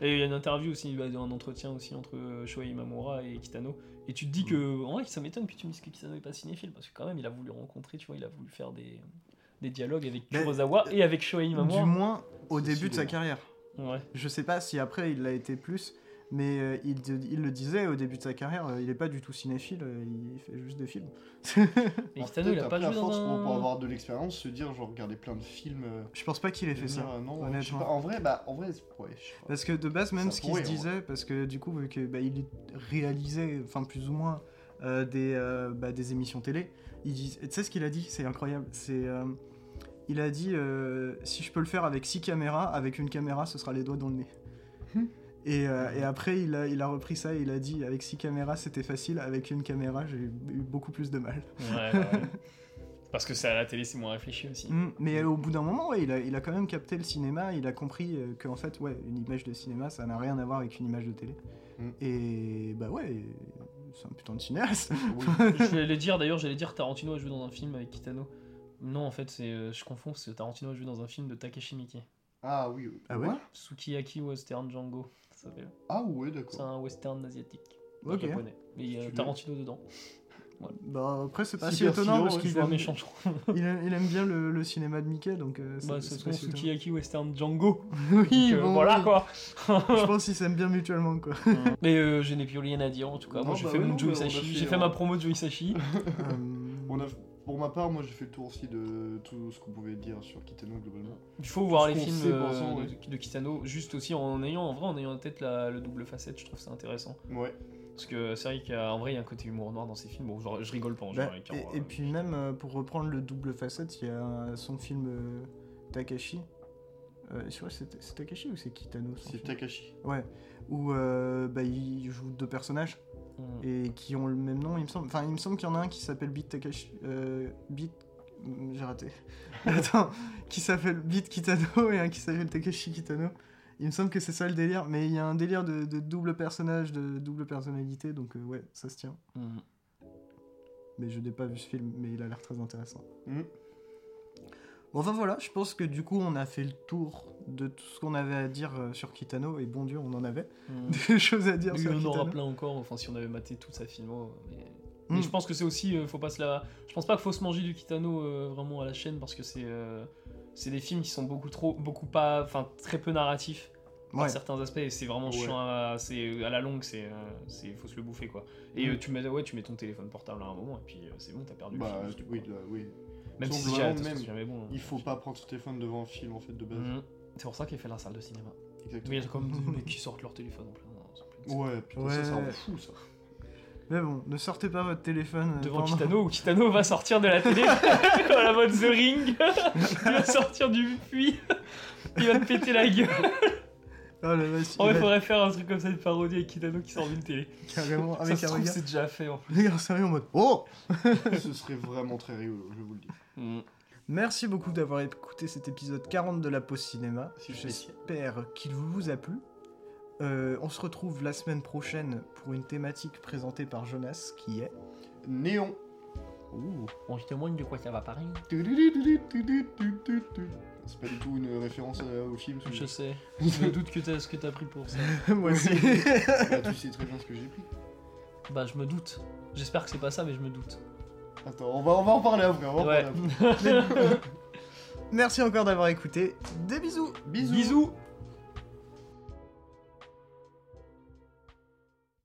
Et il y a une interview aussi, bah, un entretien aussi entre euh, Shoei Imamura et Kitano. Et tu te dis que, en vrai, ça m'étonne que tu me dises que Kitano est pas cinéphile, parce que quand même, il a voulu rencontrer, tu vois, il a voulu faire des, des dialogues avec
Mais-
Kurosawa et avec Shoei
Du
Imamura.
moins au
C'est
début de sa
sûr.
carrière.
Ouais.
Je sais pas si après il l'a été plus, mais euh, il, di- il le disait au début de sa carrière, euh, il est pas du tout cinéphile, euh, il fait juste des films.
Mais
Alors,
Kitano, il
peut-être
a pas
après, à
joué dans
force pour, pour
un...
avoir de l'expérience, se dire, genre, regarder plein de films. euh,
Je pense pas qu'il ait fait
devenir,
ça.
euh, non,
honnêtement.
je sais pas. En vrai, bah, en vrai, c'est- ouais, je sais pas.
Parce que de base, même
Ça
ce qu'il
pourrait,
se
en
disait, parce que du coup, vu que, bah, il réalisait, enfin plus ou moins, euh, des, euh, bah, des émissions télé, il dis- tu sais ce qu'il a dit C'est incroyable. C'est, euh, il a dit euh, si je peux le faire avec six caméras, avec une caméra, ce sera les doigts dans le nez. Et, euh, et après, il a, il a repris ça et il a dit avec six caméras, c'était facile, avec une caméra, j'ai eu beaucoup plus de mal.
Ouais, bah ouais. Parce que c'est à la télé, c'est moins réfléchi aussi.
Mm, mais au bout d'un moment, ouais, il, a, il a quand même capté le cinéma, il a compris euh, qu'en fait, ouais, une image de cinéma, ça n'a rien à voir avec une image de télé.
Mm.
Et bah ouais, c'est un putain de cinéaste.
Ah Oui.
je voulais dire, d'ailleurs, j'allais dire Tarantino a joué dans un film avec Kitano. Non, en fait, c'est, euh, je confonds, c'est Tarantino a joué dans un film de Takeshi Miike.
Ah oui. euh,
Ah ouais
Sukiyaki Western Django, ça s'appelle.
Ah ouais,
C'est
d'accord.
un western asiatique.
Ok.
Japonais. Mais il y a
Stylé.
Tarantino dedans.
Bah après, c'est pas si
Super
étonnant
silo,
parce
ouais,
qu'il
C'est un
aime,
méchant, je crois.
il aime- il aime bien le, le cinéma de Mickey, donc euh, c'est-
Bah, ça
c'est
se trouve,
pas si étonnant.
Sukiyaki Western Django.
Oui,
Donc, euh,
bon,
voilà
oui.
quoi.
Je pense qu'ils s'aiment bien mutuellement, quoi.
Mais euh, je n'ai plus rien à dire en tout cas.
Non,
Moi j'ai
bah
fait
ouais,
mon
non,
Joe
bah, on a
Hisaishi.
fait,
J'ai fait
euh,
ma promo de Joe Hisaishi.
Euh,
On a- Pour ma part, moi, j'ai fait le tour aussi de tout ce qu'on pouvait dire sur Kitano globalement.
Il faut voir les
qu'on
films
sait pour
euh,
l'instant,
de-
ouais.
de Kitano juste aussi en ayant en vrai en ayant en tête la, le double facette. Je trouve ça intéressant
Ouais.
parce que euh, c'est vrai qu'en vrai il y a un côté humour noir dans ces films. Bon, genre, je rigole pas en
bah,
général. car,
et, et
euh,
puis même, euh, pour reprendre le double facette, il y a son film euh, Takashi. Euh, je crois que c'est c'est Takashi ou c'est Kitano son
C'est
film
Takashi.
Ouais, où euh, bah, il joue deux personnages
mm.
et qui ont le même nom, il me semble. Enfin, il me semble qu'il y en a un qui s'appelle Beat Takashi. euh, Beat. Mm, J'ai raté. Attends, qui s'appelle Beat Kitano et un qui s'appelle Takashi Kitano. Il me semble que c'est ça le délire, mais il y a un délire de, de double personnage, de double personnalité, donc euh, ouais, ça se tient.
Mm.
Mais je n'ai pas vu ce film, mais il a l'air très intéressant.
Mm.
Bon, enfin voilà, je pense que du coup, on a fait le tour de tout ce qu'on avait à dire euh, sur Kitano, et bon Dieu, on en avait
Mm.
des choses à dire
Oui,
sur
il y en
Kitano.
aura plein encore, enfin si on avait maté toute sa filmo. Mais,
Mm.
mais
Hmm.
je pense que c'est aussi, euh, faut pas se la... Je pense pas qu'il faut se manger du Kitano euh, vraiment à la chaîne parce que c'est euh, c'est des films qui sont beaucoup trop, beaucoup pas, enfin très peu narratifs. par
Ouais.
certains aspects et c'est vraiment
Ouais.
chiant à, c'est- à la longue c'est euh, c'est- faut se le bouffer quoi et
Hmm.
Mm.
euh, tu mets ouais tu mets ton téléphone portable à un moment et puis euh, c'est bon t'as perdu
Bah,
le film,
oui,
quoi. Ah,
là, oui.
même si
semble
c'est de
vraiment
toute façon,
même.
c'est jamais bon hein.
Il faut pas prendre son téléphone devant un film en fait de base.
Mm. c'est pour ça qu'il fait la salle de cinéma mais
Exactement.
il y a comme des mecs qui sortent leur téléphone en plein, en plein-
Ouais, putain, ça, ça rend fou ça.
Mais bon, ne sortez pas votre téléphone. euh,
devant
pendant-
Kitano où Kitano va sortir de la télé dans la mode The Ring il va sortir du puits il va te péter la gueule
Ah, la vache, il
en vrai
va
faudrait faire un truc comme ça une parodie avec Kitano qui sort d'une télé
carrément
ça
avec
se
un
trouve
regard.
c'est déjà fait en fait
Les gars, sérieux en mode Oh
Ce serait vraiment très rigolo, je vous le dis.
Merci beaucoup d'avoir écouté cet épisode 40 de la pause cinéma.
C'est spécial.
J'espère qu'il vous a plu. Euh, on se retrouve la semaine prochaine pour une thématique présentée par Jonas qui est.
Néon.
on se demande de quoi ça va parler
C'est pas du tout une référence euh, au film.
je
celui-là.
sais je me doute que t'as ce que t'as pris pour ça
Moi aussi.
Bah, tu sais très bien ce que j'ai pris.
bah je me doute j'espère que c'est pas ça mais je me doute
Attends, on va, on va en parler après. On va en
Ouais.
parler après.
Merci encore d'avoir écouté. Des bisous
Bisous.
bisous